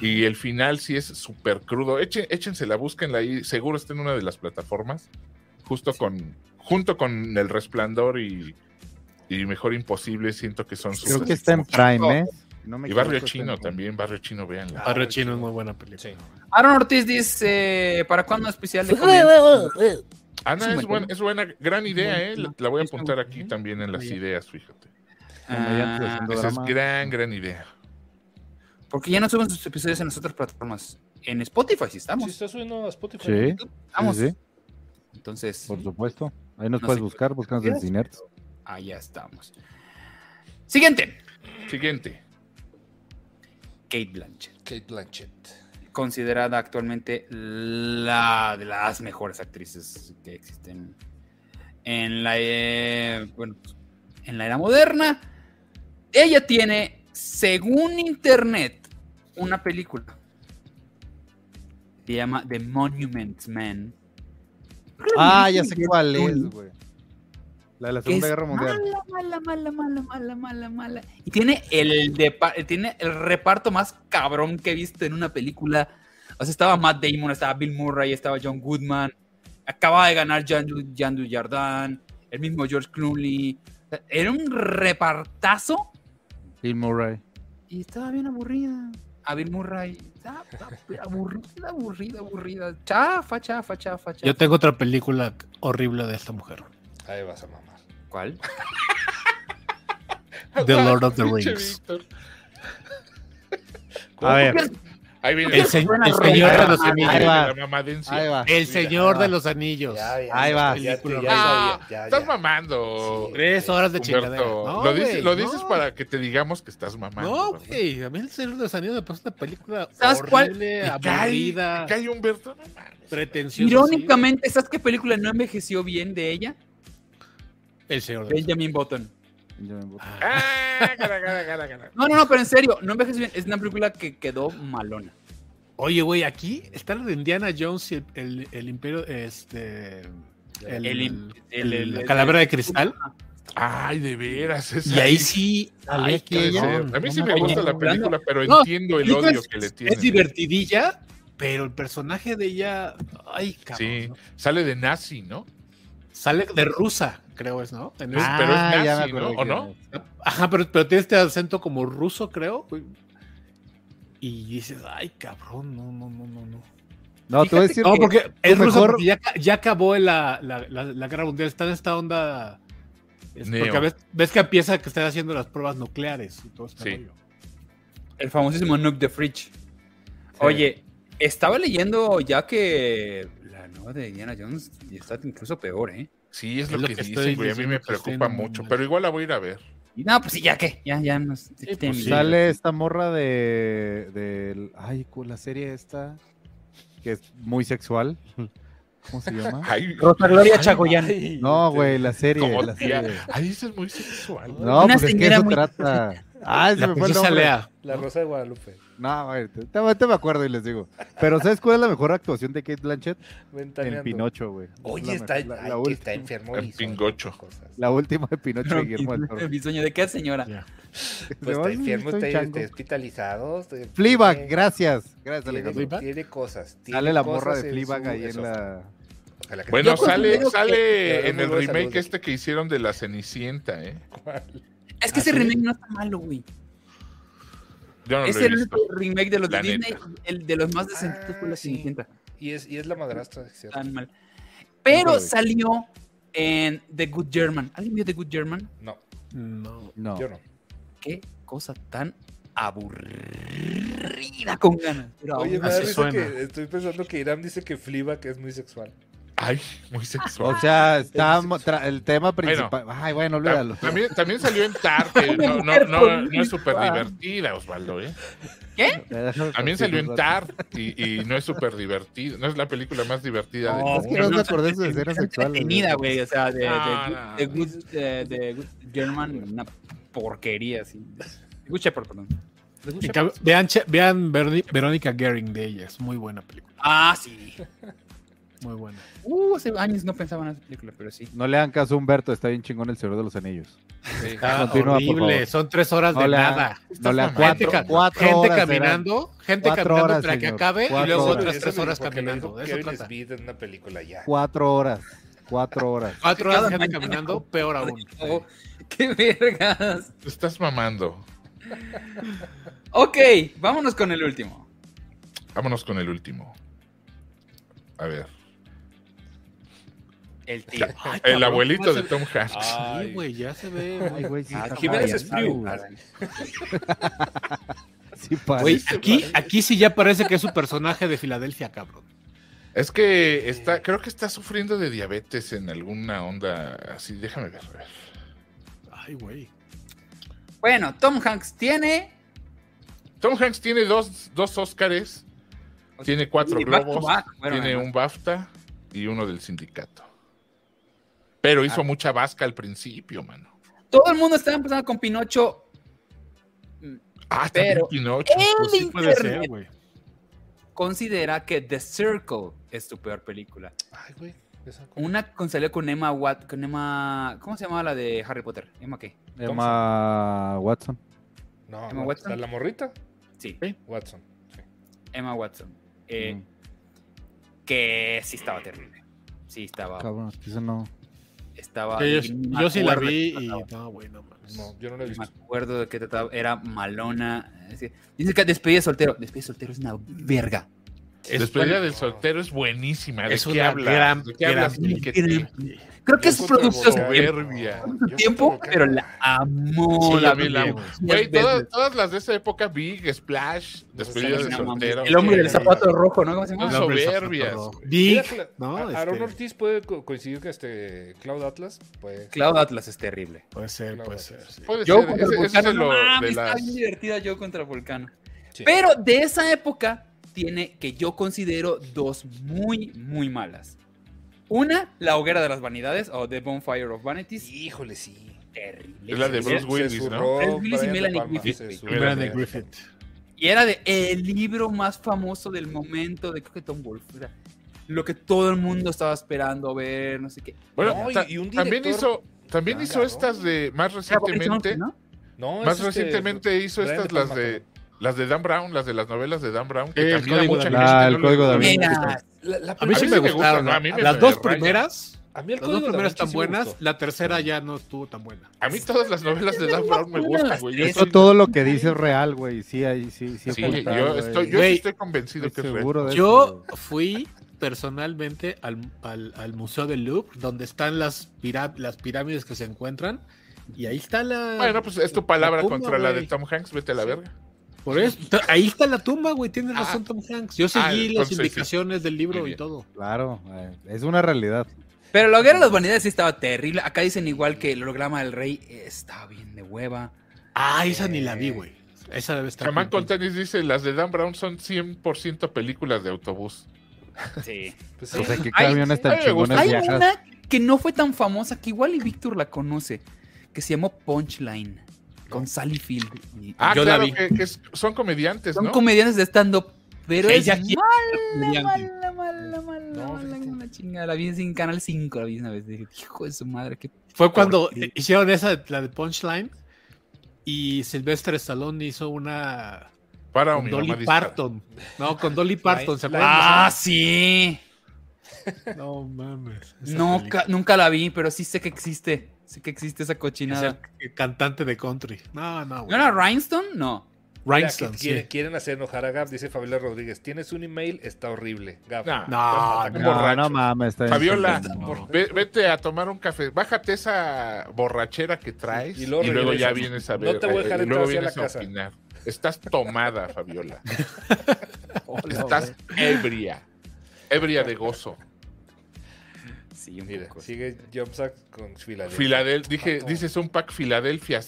S4: Y el final sí es súper crudo. Eche- échensela, búsquenla ahí. Seguro está en una de las plataformas. Justo con, junto con El Resplandor y, y Mejor Imposible, siento que son
S6: Creo
S4: sus-
S6: que está en Prime, ¿eh? No me
S4: Y Barrio
S6: equivoco, está en
S4: Chino
S6: Prime.
S4: también, Barrio Chino, véanla.
S2: Barrio Chino es muy buena película.
S5: Sí.
S1: Aaron Ortiz dice, ¿para cuándo especial de comedia?
S4: Ana,
S1: Es un
S4: Ah, es
S1: buen
S4: buena, es buena, gran idea, ¿eh? La, la voy a
S1: Es un
S4: apuntar
S1: buen-
S4: aquí también en las ideas, fíjate.
S6: Comediantes
S1: Ah,
S6: haciendo
S4: Esa es
S6: drama.
S4: gran, gran idea.
S1: Porque ya no suben sus episodios en las otras plataformas. En Spotify sí
S5: Sí,
S1: estamos.
S5: está subiendo a Spotify.
S6: Sí,
S1: Vamos.
S6: sí, sí,
S1: Entonces,
S6: por supuesto. Ahí nos
S1: No
S6: puedes
S1: sé.
S6: buscar, buscamos en Cinerts.
S1: allá estamos. Siguiente,
S4: Siguiente.
S1: Kate Blanchett.
S5: Kate Blanchett.
S1: Considerada actualmente la de las mejores actrices que existen en la, eh, bueno, en la era moderna. Ella tiene, según internet, una película. Se llama The Monument Man.
S6: Ah, ya sé cuál es, güey. La de la
S1: que
S6: Segunda
S1: es
S6: Guerra Mundial.
S1: Mala, mala, mala, mala, mala, mala. Y tiene el, depa- tiene el reparto más cabrón que he visto en una película. O sea, estaba Matt Damon, estaba Bill Murray, estaba John Goodman. Acaba de ganar Jean- Jean Dujardin, el mismo George Clooney. O sea, Era un repartazo
S6: Bill Murray.
S1: y estaba bien aburrida. a Bill Murray. Ah, Aburrida, aburrida, aburrida. Chafa, chafa, chafa, chafa.
S2: Yo tengo otra película horrible de esta mujer.
S5: Ahí vas a mamar.
S1: ¿Cuál?
S2: The Lord of the
S4: Pinche
S2: Rings.
S4: Víctor.
S2: A ver,
S4: Ahí viene
S2: el, se- el señor de los
S4: Ahí
S2: anillos.
S4: va. la
S6: va.
S4: mamadencia.
S6: Ahí va.
S2: El señor de los anillos.
S5: Ya, ya,
S6: Ahí
S5: ya,
S6: va.
S5: Ya, te- ya,
S4: Ah,
S5: sabía, ya,
S4: Estás
S5: ya.
S4: mamando.
S5: Sí.
S2: Tres horas de
S4: Humberto.
S2: chingadera. No,
S4: lo dices,
S2: güey,
S4: lo dices
S2: no.
S4: para que te digamos que estás mamando.
S2: No,
S4: ¿verdad?
S2: güey. A mí el señor de los anillos me parece una película
S1: ¿Sabes cuál?
S2: horrible,
S4: Me cae,
S2: aburrida,
S4: me cae Humberto. no mames.
S2: pretenciosa.
S1: Irónicamente, ¿sabes qué película no envejeció bien de ella?
S2: sí. El señor de los
S1: Benjamin Button.
S6: Yo me voy.
S4: Ah, cara, cara, cara, cara.
S1: No, no, no, pero en serio, no envejeció bien. Es una película que quedó malona.
S2: Oye, güey, aquí está la de Indiana Jones y el, el- el imperio, este... El,
S1: El im- el-
S2: el-
S1: el-
S2: la calavera de cristal.
S4: Ay, de veras. es
S2: Y ahí sí...
S6: Ay,
S2: ay,
S6: que ella-
S2: cabrón.
S4: A mí
S2: No
S4: sí me
S2: acuerdo.
S4: gusta la
S1: no,
S4: película, pero
S2: No,
S4: entiendo el
S2: Digo,
S4: odio
S2: es-
S4: que le
S2: Es
S4: tiene.
S2: divertidilla, pero el personaje de ella... Ay, cabrón.
S4: Sí,
S2: ¿no?
S4: sale de nazi, ¿no?
S2: Sale de rusa, creo es, ¿no? En
S4: Es-
S2: ese-
S4: pero es
S6: Ah, ya me
S4: nazi, ¿no?
S6: acordé
S4: ¿O
S6: que
S4: no?
S2: Ajá, pero, pero tiene este acento como ruso, creo. Y dices, ay, cabrón, no, no, no, no, no.
S6: No, te voy a decir
S2: No,
S6: que-
S2: porque es
S6: mejor-
S2: ruso porque ya, ca- ya acabó la, la, la, la guerra mundial. Está en esta onda. es
S4: Neo.
S2: porque ves, ves que empieza que están haciendo las pruebas nucleares y todo este
S4: Sí.
S2: rollo.
S1: El famosísimo Nuke the Fridge. Oye, estaba leyendo ya que la nueva de Indiana Jones y está incluso peor, ¿eh?
S4: Sí, es lo, que, dicen, güey. A mí
S2: diciendo
S4: me
S2: que estoy
S4: preocupa
S2: en-
S4: mucho, pero igual la voy a ir a ver.
S1: Y no, pues sí, ya qué, ya, este, ya nos.
S2: pues sí.
S6: Sale esta morra de, del- Ay, cu- la serie esta. Que es muy sexual. ¿Cómo se llama?
S4: Ay,
S1: Rosa Gloria Chagoyán.
S5: Ay,
S6: No, güey, la serie.
S4: como
S6: La
S4: tía.
S6: serie.
S4: Ahí eso es muy sexual.
S6: No,
S1: Una
S6: pues es que
S1: señora
S6: eso
S1: muy-
S6: trata. Ah, se
S2: La
S6: me fue el
S2: princesa
S6: nombre.
S2: Lea.
S5: La Rosa de Guadalupe.
S6: No, güey, te, te- te me acuerdo y les digo. Pero ¿sabes cuál es la mejor actuación de Kate Blanchett?
S5: Ventaneando.
S6: En Pinocho, güey.
S5: Oye,
S6: La
S5: está,
S6: mejor- la,
S5: ay,
S6: la
S5: que
S6: ul-
S5: está enfermo.
S4: El
S5: y son
S4: pingocho.
S5: cosas.
S6: la última de Pinocho y Guillermo del Toro.
S1: Mi sueño de qué señora.
S5: Pues
S6: Ay,
S5: está enfermo,
S6: estoy
S5: está,
S6: chango.
S5: está hospitalizado. está-
S6: Fleabag,
S5: tiene-
S6: gracias. Gracias,
S5: Tiene,
S6: Alejandro.
S5: tiene cosas. Tiene
S6: Sale la
S5: cosas
S6: morra de
S5: en
S6: Fleabag
S5: su-
S6: ahí en
S5: eso.
S6: la...
S5: Ojalá que-
S4: Bueno,
S5: Yo
S4: sale,
S5: considero
S4: sale
S5: que-
S4: en el
S5: Muy buena
S4: remake
S5: salud.
S4: este que hicieron de la Cenicienta, ¿eh?
S1: Es que
S2: Ah,
S1: ese remake no está malo, güey.
S4: Yo no
S1: es
S4: lo he
S1: el
S4: visto.
S1: único remake de los de
S4: La
S1: Disney,
S4: neta.
S1: el de los más decentitos fue la
S5: Ah, sí.
S1: Cenicienta.
S5: Y es, y es la madrastra, es cierto.
S1: Tan mal. Pero
S6: güey.
S1: salió en The Good German. ¿Alguien vio The Good German?
S5: No,
S2: No.
S6: No.
S5: yo no.
S1: Qué cosa tan aburrida con ganas. Pero
S5: Oye,
S1: aún
S5: me da
S1: así.
S2: así
S5: risa
S2: suena.
S5: que estoy pensando que Irán dice que Fleabag es muy sexual.
S4: Ay, muy sexual.
S6: O sea, está mo- tra- el tema principal. Ay, bueno,
S4: Ta-
S6: olvídalo.
S4: También, también salió en TARP, que
S1: Una
S4: no, no,
S1: mujer
S4: no,
S1: con
S4: no es súper
S1: lengua.
S4: divertida, Osvaldo, ¿eh? También
S6: También
S4: salió en TARP y, y no es súper divertida, no es la película más divertida del
S1: No,
S6: Es
S4: mundo.
S6: que no me acordé de sus escenas sexuales.
S1: entretenida, güey. O sea, de, de,
S4: Ah,
S1: de Good, de- de Good German, una porquería, así. The Good Shepherd, perdón.
S2: En cambio, vean Che- vean Verdi- Verónica Gering de ella. Es muy buena película.
S1: Ah, sí.
S2: Muy buena.
S1: Uh, hace años no pensaba en esa película, pero sí.
S6: No le hagan caso a Humberto, está bien chingón el Señor de los Anillos.
S1: Ah,
S2: Está
S6: Ah, Continúa, por
S2: Ah, horrible.
S6: favor.
S2: Son tres horas de
S6: Hola.
S2: nada.
S6: No le hagan
S2: Gente,
S6: cuatro,
S2: ca-
S6: cuatro
S2: gente
S6: horas eran.
S2: caminando, gente
S6: Cuatro
S2: caminando
S6: horas,
S2: para que
S6: señor.
S2: acabe y
S6: Cuatro
S2: luego
S6: horas.
S2: otras
S5: Eso
S2: tres
S5: lo
S2: horas
S5: dijo- porque lo dijo
S2: caminando. de Eso
S5: Kevin
S2: trata.
S5: Smith en una película ya.
S6: Cuatro horas. Cuatro horas.
S2: Cuatro horas de
S1: Cada
S2: gente
S1: mañana.
S2: caminando, peor aún.
S1: Oh, ¡Qué vergas!
S4: Te estás mamando.
S1: Ok, vámonos con el último.
S4: Vámonos con el último. A ver.
S1: El tío.
S4: El abuelito de Tom Hanks.
S2: Sí, güey, ya se ve.
S6: Ay, güey, sí.
S1: Ah,
S6: está
S1: Jiménez
S6: padre,
S5: Espriu.
S6: güey. Sí, padre.
S2: Güey, aquí, aquí sí ya parece que es su personaje de Filadelfia, cabrón.
S4: Es que está, creo que está sufriendo de diabetes en alguna onda así. Déjame ver. a ver.
S2: Ay, güey.
S1: Bueno, Tom Hanks tiene.
S4: Tom Hanks tiene dos, dos Óscares, tiene cuatro
S1: Sí, back to
S4: globos,
S1: back. Bueno,
S4: tiene
S1: además.
S4: un BAFTA y uno del sindicato. Pero hizo mucha vasca al principio, mano.
S1: Todo el mundo estaba empezando con Pinocho.
S4: Ah, también
S1: Pero-
S4: Pinocho.
S2: Pues sí puede ser, güey.
S1: Considera que The Circle es tu peor película.
S5: Ay, güey. esa cosa.
S1: Una con salió con Emma Watt, con Emma. ¿Cómo se llamaba la de Harry Potter? ¿Emma qué?
S6: Emma Watson.
S5: No,
S1: Emma
S5: no,
S1: Watson.
S5: está la morrita.
S1: Sí,
S5: Watson.
S1: Emma Watson. Eh,
S6: Mm,
S1: Que sí estaba terrible. Sí estaba.
S6: Cabrón, es que eso no.
S1: estaba.
S2: Yo,
S1: y
S2: yo
S1: me
S2: sí la
S1: acuerdo de
S2: vi
S1: qué
S2: y pues,
S1: trataba.
S2: no, güey, no mames.
S5: No, yo no lo he
S1: Me
S5: visto.
S1: acuerdo de qué trataba. Era malona. Es que- Dice que despedida de soltero. Despedida de soltero es una verga.
S4: Despedida del soltero es buenísima. ¿De
S2: Es
S4: qué
S2: una
S4: hablas?
S2: gran-
S4: ¿De qué hablas?
S2: gran-
S4: Miquete?
S1: Creo que
S5: Yo
S1: es
S5: encuentro
S1: producción
S5: bobo,
S1: de
S4: Soberbia.
S5: No, yo
S1: tiempo,
S5: encuentro
S1: pero
S5: que-
S1: la amo.
S4: Sí,
S1: la
S4: a mí la
S1: vi
S4: amo.
S1: muchas
S4: Güey, todas,
S1: veces.
S4: todas las de esa época, Big, Splash,
S5: sé,
S4: despedida del
S5: no mames.
S4: soltero.
S1: El hombre del
S4: Eh,
S1: zapato rojo, ¿no? ¿Cómo se
S4: No
S1: llama?
S2: El hombre del
S4: soberbias.
S2: zapato rojo.
S4: güey.
S2: Big,
S5: Mira,
S2: ¿no?
S5: a-
S2: Este,
S5: Aaron Ortiz puede co- coincidir que este Cloud Atlas. Pues,
S1: Cloud Atlas es terrible.
S2: puede ser,
S5: Claro,
S2: puede
S5: sí.
S2: ser. sí.
S4: Puede
S1: Yo
S4: ser,
S1: contra
S4: ese-
S1: el
S4: ese es
S1: Vulcano.
S4: lo
S1: no mames,
S4: de
S1: está
S4: las.
S1: bien divertida yo contra el Vulcano.
S5: sí.
S1: Pero de esa época tiene que yo considero dos muy, muy malas. Una, La Hoguera de las Vanidades o The Bonfire of Vanities.
S5: Híjole, sí.
S1: Terrible.
S4: Es la de Bruce Willis,
S5: Se
S4: ¿no?
S5: zurró
S1: Bruce Willis y
S5: Brian De
S1: Melanie
S5: Palma,
S1: Griffith.
S5: se
S4: Y
S5: zurró.
S4: Melanie
S2: Melanie Griffith.
S1: Y era de el libro más famoso del momento de creo que Tom Wolfe. Era lo que todo el mundo estaba esperando ver, no sé qué.
S4: Bueno,
S5: No, y-
S4: ta-
S5: y un
S4: también
S5: director-
S4: hizo, también
S5: Ah,
S4: hizo
S5: cabrón.
S4: estas de más
S1: Era Boris
S4: recientemente.
S1: Johnson, ¿no?
S5: No, es
S4: Más
S5: este,
S4: recientemente hizo
S5: Brian
S4: estas
S5: Palma,
S4: las de
S5: creo.
S4: las de Dan Brown, las de las novelas de Dan Brown,
S2: Sí,
S4: que
S2: el
S4: también a
S2: Código
S4: mucha
S2: Da
S4: gente
S2: Vinci.
S6: Ah,
S4: no
S6: el
S4: le
S6: Código Da
S4: gusta.
S6: Vinci.
S1: Mira,
S5: La, la
S2: A mí
S5: primera-
S2: sí
S4: sí
S2: me
S4: me gusta,
S2: gustaron.
S4: ¿no? A mí me
S2: Las dos
S4: raya.
S2: primeras,
S5: a mí
S2: las
S5: el código
S2: dos primeras
S5: Da Vinci
S2: tan
S5: sí me
S2: buenas,
S5: gustó.
S2: la tercera ya no estuvo tan buena.
S4: A mí todas las novelas de Dan Brown me gustan, güey. Yo,
S6: Eso
S4: soy-
S6: todo lo que dice es real, güey. Sí, ahí sí, sí.
S4: sí,
S6: oculta
S4: yo
S6: algo,
S4: estoy,
S6: güey.
S4: yo sí
S2: Güey,
S4: estoy convencido que
S6: Estoy
S4: es real.
S6: seguro de
S2: Yo
S6: eso,
S2: fui personalmente al, al- al Museo del Louvre, donde están las, pira- las pirámides que se encuentran, y ahí está la...
S4: Bueno, pues es tu palabra
S2: La tumba,
S4: contra la de
S2: güey.
S4: Tom Hanks, vete a la verga.
S2: Por eso, ta- ahí está la tumba, güey, tienes
S4: Ah.
S2: razón Tom Hanks. Yo seguí
S4: Ah,
S2: las
S4: entonces sí.
S2: indicaciones del libro
S4: Muy
S2: y
S4: bien.
S2: todo.
S6: Claro, eh, es una realidad.
S1: Pero la hoguera de las vanidades sí estaba terrible. Acá dicen igual que el holograma del rey eh, estaba bien de hueva.
S2: Ah, esa ni la vi,
S4: Eh,
S2: güey. Esa debe estar...
S4: Chamán con
S2: bien.
S4: tenis dice, las de Dan Brown son 100% películas de autobús.
S1: Sí.
S5: Pues sí.
S6: O sea, ¿qué
S4: Ay,
S6: camiones
S4: ay,
S6: tan
S4: me
S6: chingones
S4: gusta.
S1: Hay
S6: viajas?
S1: una que no fue tan famosa, que igual y Víctor la conoce, que se llamó Punchline, con Sally Field. Y-
S4: Ah,
S2: Yo la
S4: claro,
S2: vi.
S4: que, que es- son comediantes,
S1: son
S4: ¿no?
S1: comediantes de stand-up, pero
S2: Ella
S1: es
S2: quiere
S1: mala, mala,
S2: comediante.
S1: mala, mala,
S5: No,
S1: mala,
S5: fíjate.
S1: una chingada. La vi en Canal 5, la vi una vez. Dije, hijo de su madre, qué...
S2: Fue cuando
S1: Porque-
S2: hicieron esa, la de Punchline, y Sylvester Stallone hizo una...
S4: Para
S2: Con
S4: mi mamá
S2: Dolly
S4: dispara.
S2: Parton. No, con Dolly Parton, ¿se acuerdan?
S1: ¡Ah, sí!
S2: No mames. esa
S1: No,
S2: película.
S1: ca- nunca la vi, pero sí sé que existe. Sé que existe esa
S2: Es
S1: cochinada.
S2: el cantante de country. No, no.
S1: ¿No
S2: güey.
S1: era Rhinestone? No.
S5: Mira,
S2: Rhinestone,
S5: que quiere-
S2: sí.
S5: Quieren hacer enojar a Gab, dice Fabiola Rodríguez. Tienes un email, está horrible. Gab.
S4: Nah,
S2: No,
S4: está
S6: No,
S4: borracho.
S6: no mames. está bien
S4: Fabiola,
S6: chingón.
S2: No.
S4: ve- vete a tomar un café. Bájate esa borrachera que traes
S5: Y
S4: y
S5: luego
S4: luego, ya
S5: regresas.
S4: vienes a ver.
S5: No te voy a dejar
S4: eh,
S5: entrar
S4: luego
S5: hacia la
S4: vienes a
S5: casa.
S4: opinar. Estás tomada, Fabiola. Estás ebria. Ebria de gozo.
S1: Sí, un
S5: Mira,
S1: poco.
S5: sigue Jumpsack con Filadelfia.
S4: Filadel, dije,
S5: Ah, no.
S4: dices un pack Filadelfia.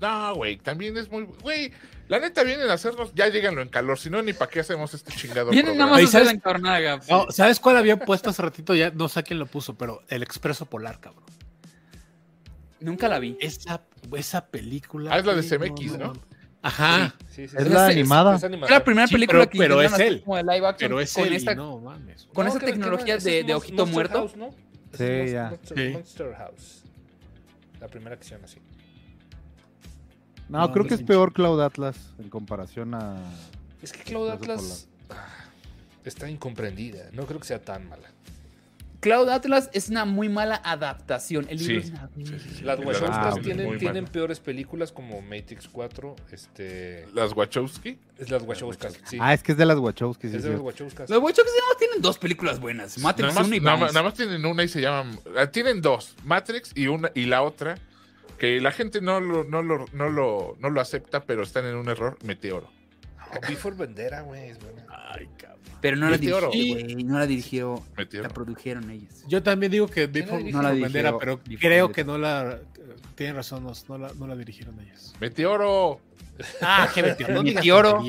S4: No, güey, también es muy. Güey, la neta vienen a hacernos. Ya lleganlo en calor, si no, ni para qué hacemos este chingado.
S1: Vienen nada
S4: programa.
S1: más a
S2: Oye,
S1: hacer la
S2: ¿sabes?
S1: encarnada, Gab.
S2: No, ¿Sabes cuál había puesto hace ratito? Ya no sé quién lo puso, pero El Expreso Polar, cabrón.
S1: Nunca la vi.
S2: Esa, esa película.
S4: Ah, es la de
S2: güey,
S4: CMX, ¿no?
S1: Ah,
S2: Ajá.
S5: Sí, sí, sí.
S6: Es la
S5: sí,
S6: animada.
S5: es
S1: Fue la primera
S2: Sí,
S1: película
S2: pero-
S1: que
S2: pero
S1: hicieron
S2: es
S1: así
S2: él.
S1: como de live action
S2: Pero es
S1: con
S2: él. y
S1: esta
S2: no mames.
S1: con esa
S5: ¿qué- qué
S1: tecnología
S5: más? Ese
S1: de-
S5: es
S1: de
S5: Mon-
S1: ojito
S5: Monster
S1: muerto.
S5: House, ¿no? Ese
S6: Sí,
S5: es
S6: ya.
S5: Monster,
S2: Sí.
S5: Monster House. La primera acción así.
S2: No,
S6: No, creo que es
S2: sí.
S6: peor Cloud Atlas en comparación a.
S5: Es que Cloud
S6: Expreso
S5: Atlas ah, está incomprendida. No creo que sea tan mala.
S1: Cloud Atlas es una muy mala adaptación. El libro
S4: Sí.
S1: es una mierda.
S5: Las
S4: La
S1: Ah,
S5: Wachowskas
S6: adaptación es
S5: tienen,
S4: muy
S5: tienen
S4: mala.
S5: peores películas como Matrix 4. Este,
S4: Las Wachowski.
S5: es las Wachowskas. Sí,
S6: Ah, es que es de las Wachowski. Sí,
S5: es
S6: sí.
S5: de las Wachowskas.
S1: Los Wachowski nada más tienen dos películas buenas. Matrix
S4: Nada más,
S1: 1 y
S4: nada
S1: Bounce.
S4: más- nada más tienen una y se llaman. ah, Tienen dos, Matrix y una y la otra. Que la gente no lo, no lo, no lo, no lo acepta, pero están en un error meteoro.
S5: Oh, Before Vendera, güey, es buena.
S1: Pero no la
S4: Este oro.
S1: dirigieron, güey. No la dirigió. La
S4: Meteoro.
S1: produjeron ellos.
S2: Yo también digo que Before
S5: dirige?
S2: no la
S1: No la
S2: bandera,
S1: dirigió
S2: pero
S1: Before
S2: creo
S1: Vendetta.
S2: que no la. Tienen razón, no, no la, no la dirigieron ellos.
S4: Meteoro.
S2: Ah, qué metió.
S1: no digas Meteoro.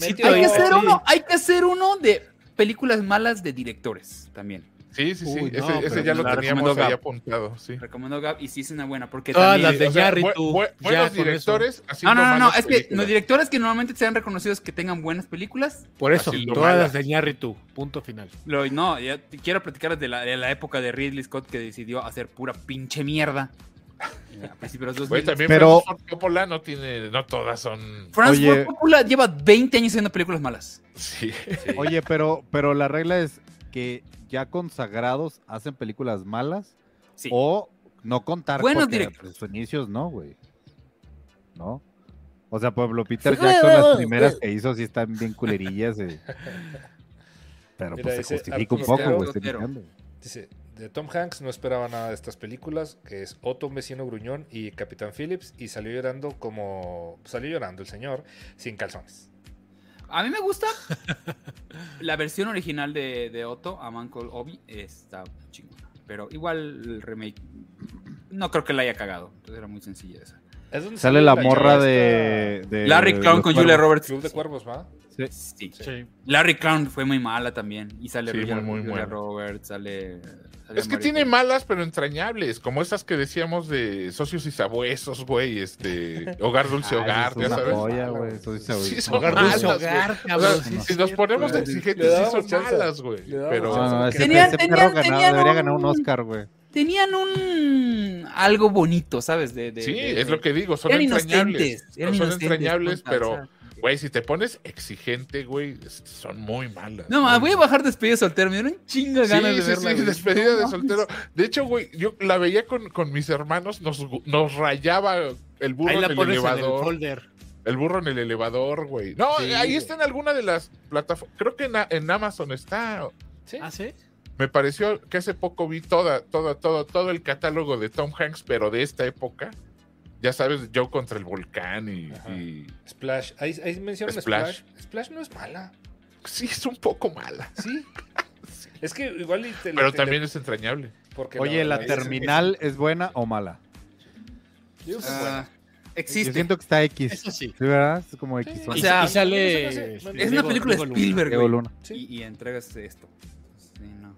S1: Hay que hacer uno, hay que hacer uno de películas malas de directores también.
S4: Sí, sí, sí.
S2: Uy, no,
S4: ese ese
S2: pero
S4: ya
S1: me
S4: lo
S1: la
S4: teníamos
S1: recomendó
S4: ahí
S1: Gab.
S4: apuntado. Sí.
S1: Recomiendo Gab y sí es una buena porque
S2: Todas
S1: también- Ah,
S2: las de Iñárritu,
S4: bue-
S2: ya
S4: buenos
S2: con eso.
S4: directores.
S1: No,
S4: haciendo
S1: no, no, no,
S4: malas
S1: es que los
S4: películas.
S1: directores que normalmente sean reconocidos que tengan buenas películas,
S2: Por eso,
S4: Así lo
S2: todas
S4: mala.
S2: las de Ñarritu, punto final.
S1: lo- no, ya te quiero platicar de la, de la época de Ridley Scott que decidió hacer pura pinche mierda. A principios de los
S4: Güey,
S1: 2000.
S4: también
S6: Pero-
S4: Francis Ford Coppola no tiene, no todas son.
S1: Francis Ford
S6: Oye.
S1: Coppola lleva 20 años haciendo películas malas.
S4: Sí.
S6: Oye, pero, pero la regla es que ya consagrados hacen películas malas
S1: Sí.
S6: O no contar
S1: Buenos
S6: porque
S1: directores.
S6: sus inicios no, güey. ¿No? O sea, por ejemplo, Peter Jackson, las primeras que hizo sí están bien culerillas. eh. Pero
S5: Mira,
S6: pues
S5: dice
S6: se justifica un
S5: Arturo
S6: poco,
S5: Otero.
S6: güey. estoy
S1: Otero.
S6: mirando.
S5: Dice, de Tom Hanks no esperaba nada de estas películas, que es Otto, un vecino gruñón y Capitán Phillips, y salió llorando como... Salió llorando el señor sin calzones.
S1: A mí me gusta la versión original de, de Otto, A Man Called Obi, está chingona. Pero igual el remake, no creo que la haya cagado. Entonces era muy sencilla esa.
S5: Es donde
S6: Sale la
S5: chava
S6: morra
S5: esta-
S6: de,
S4: Eh,
S6: de-
S1: Larry
S6: de
S1: Clown
S6: los
S1: con Julia
S6: cuervos.
S1: Roberts.
S5: Club de Cuervos, ¿va?
S1: Sí.
S2: Sí.
S1: Larry Clown fue muy mala también. Y sale
S4: Sí,
S1: Julia,
S4: muy, muy
S1: Julia
S4: buena.
S1: Roberts, sale, sale
S4: Es que
S1: Mary
S4: tiene
S1: Kay.
S4: malas, pero entrañables, como esas que decíamos de socios y sabuesos, güey, este, hogar dulce
S1: Ah,
S6: Ay,
S4: hogar,
S6: es
S4: ya
S6: una
S4: sabes.
S6: joya, güey, eso dice, güey.
S4: Sí, son
S5: Hogar
S4: malas,
S5: dulce
S4: güey.
S2: hogar,
S4: Ah, O sea,
S2: cabrón, sí, es
S4: si nos
S2: cierto,
S4: ponemos de
S5: güey. Pues, Le
S4: exigentes, sí
S5: damos
S4: son
S5: chance.
S4: malas, güey.
S5: Le damos
S4: Pero
S6: No, no, ese,
S1: Tenían-
S6: ese
S1: tenían-
S6: perro ganado,
S1: tenían
S6: debería ganar
S1: un-
S6: un Oscar, güey.
S1: Tenían un algo bonito, ¿sabes? De, de-
S4: sí,
S1: de-
S4: es lo que digo, son
S1: eran
S4: entrañables.
S1: inocentes,
S4: No
S1: eran
S4: son
S1: inocentes,
S4: entrañables,
S1: punto, o
S4: pero,
S1: sea.
S4: güey, si te pones exigente, güey, es- son muy malas.
S1: No,
S4: muy
S1: ma, voy a
S4: malas.
S1: bajar despedida soltera. Me dieron un chingo de
S4: Sí,
S1: ganas
S4: sí,
S1: de
S4: sí,
S1: verla. güey.
S4: despedida
S1: No
S4: de
S1: mames.
S4: soltero. De hecho, güey, yo la veía con, con mis hermanos, nos, gu- nos rayaba el burro
S2: Ahí
S4: en
S2: la
S4: el
S2: pones en el
S4: elevador.
S2: folder.
S4: El burro en el elevador, güey. No,
S2: Sí,
S4: ahí
S2: güey.
S4: está en alguna de las plataformas. Creo que en, a- en Amazon está.
S5: Sí.
S2: ¿Ah, sí?
S4: Me pareció que hace poco vi toda, toda, todo, todo el catálogo de Tom Hanks, pero de esta época. Ya sabes, Joe contra el volcán y,
S5: Ajá.
S4: y-
S5: Splash. Ahí, ahí mencionan
S4: Splash.
S5: Splash. Splash. no es mala.
S4: sí es un poco mala,
S5: Sí. Es que igual y te
S4: pero
S5: te-
S4: también es entrañable.
S5: porque
S6: Oye, ¿la
S5: verdad es-
S6: terminal es buena o mala?
S5: Yo creo que es
S1: Ah,
S5: buena.
S6: Yo
S1: existe.
S6: siento que está X.
S2: Eso sí.
S6: Sí, ¿verdad? Es como X.
S1: O
S2: Y-
S1: sea,
S2: y sale. este,
S5: es una
S1: Es una película de
S2: Luna.
S1: Spielberg,
S6: Diego
S1: güey.
S6: Luna.
S5: Sí.
S1: Y, y entregas esto. Sí, no.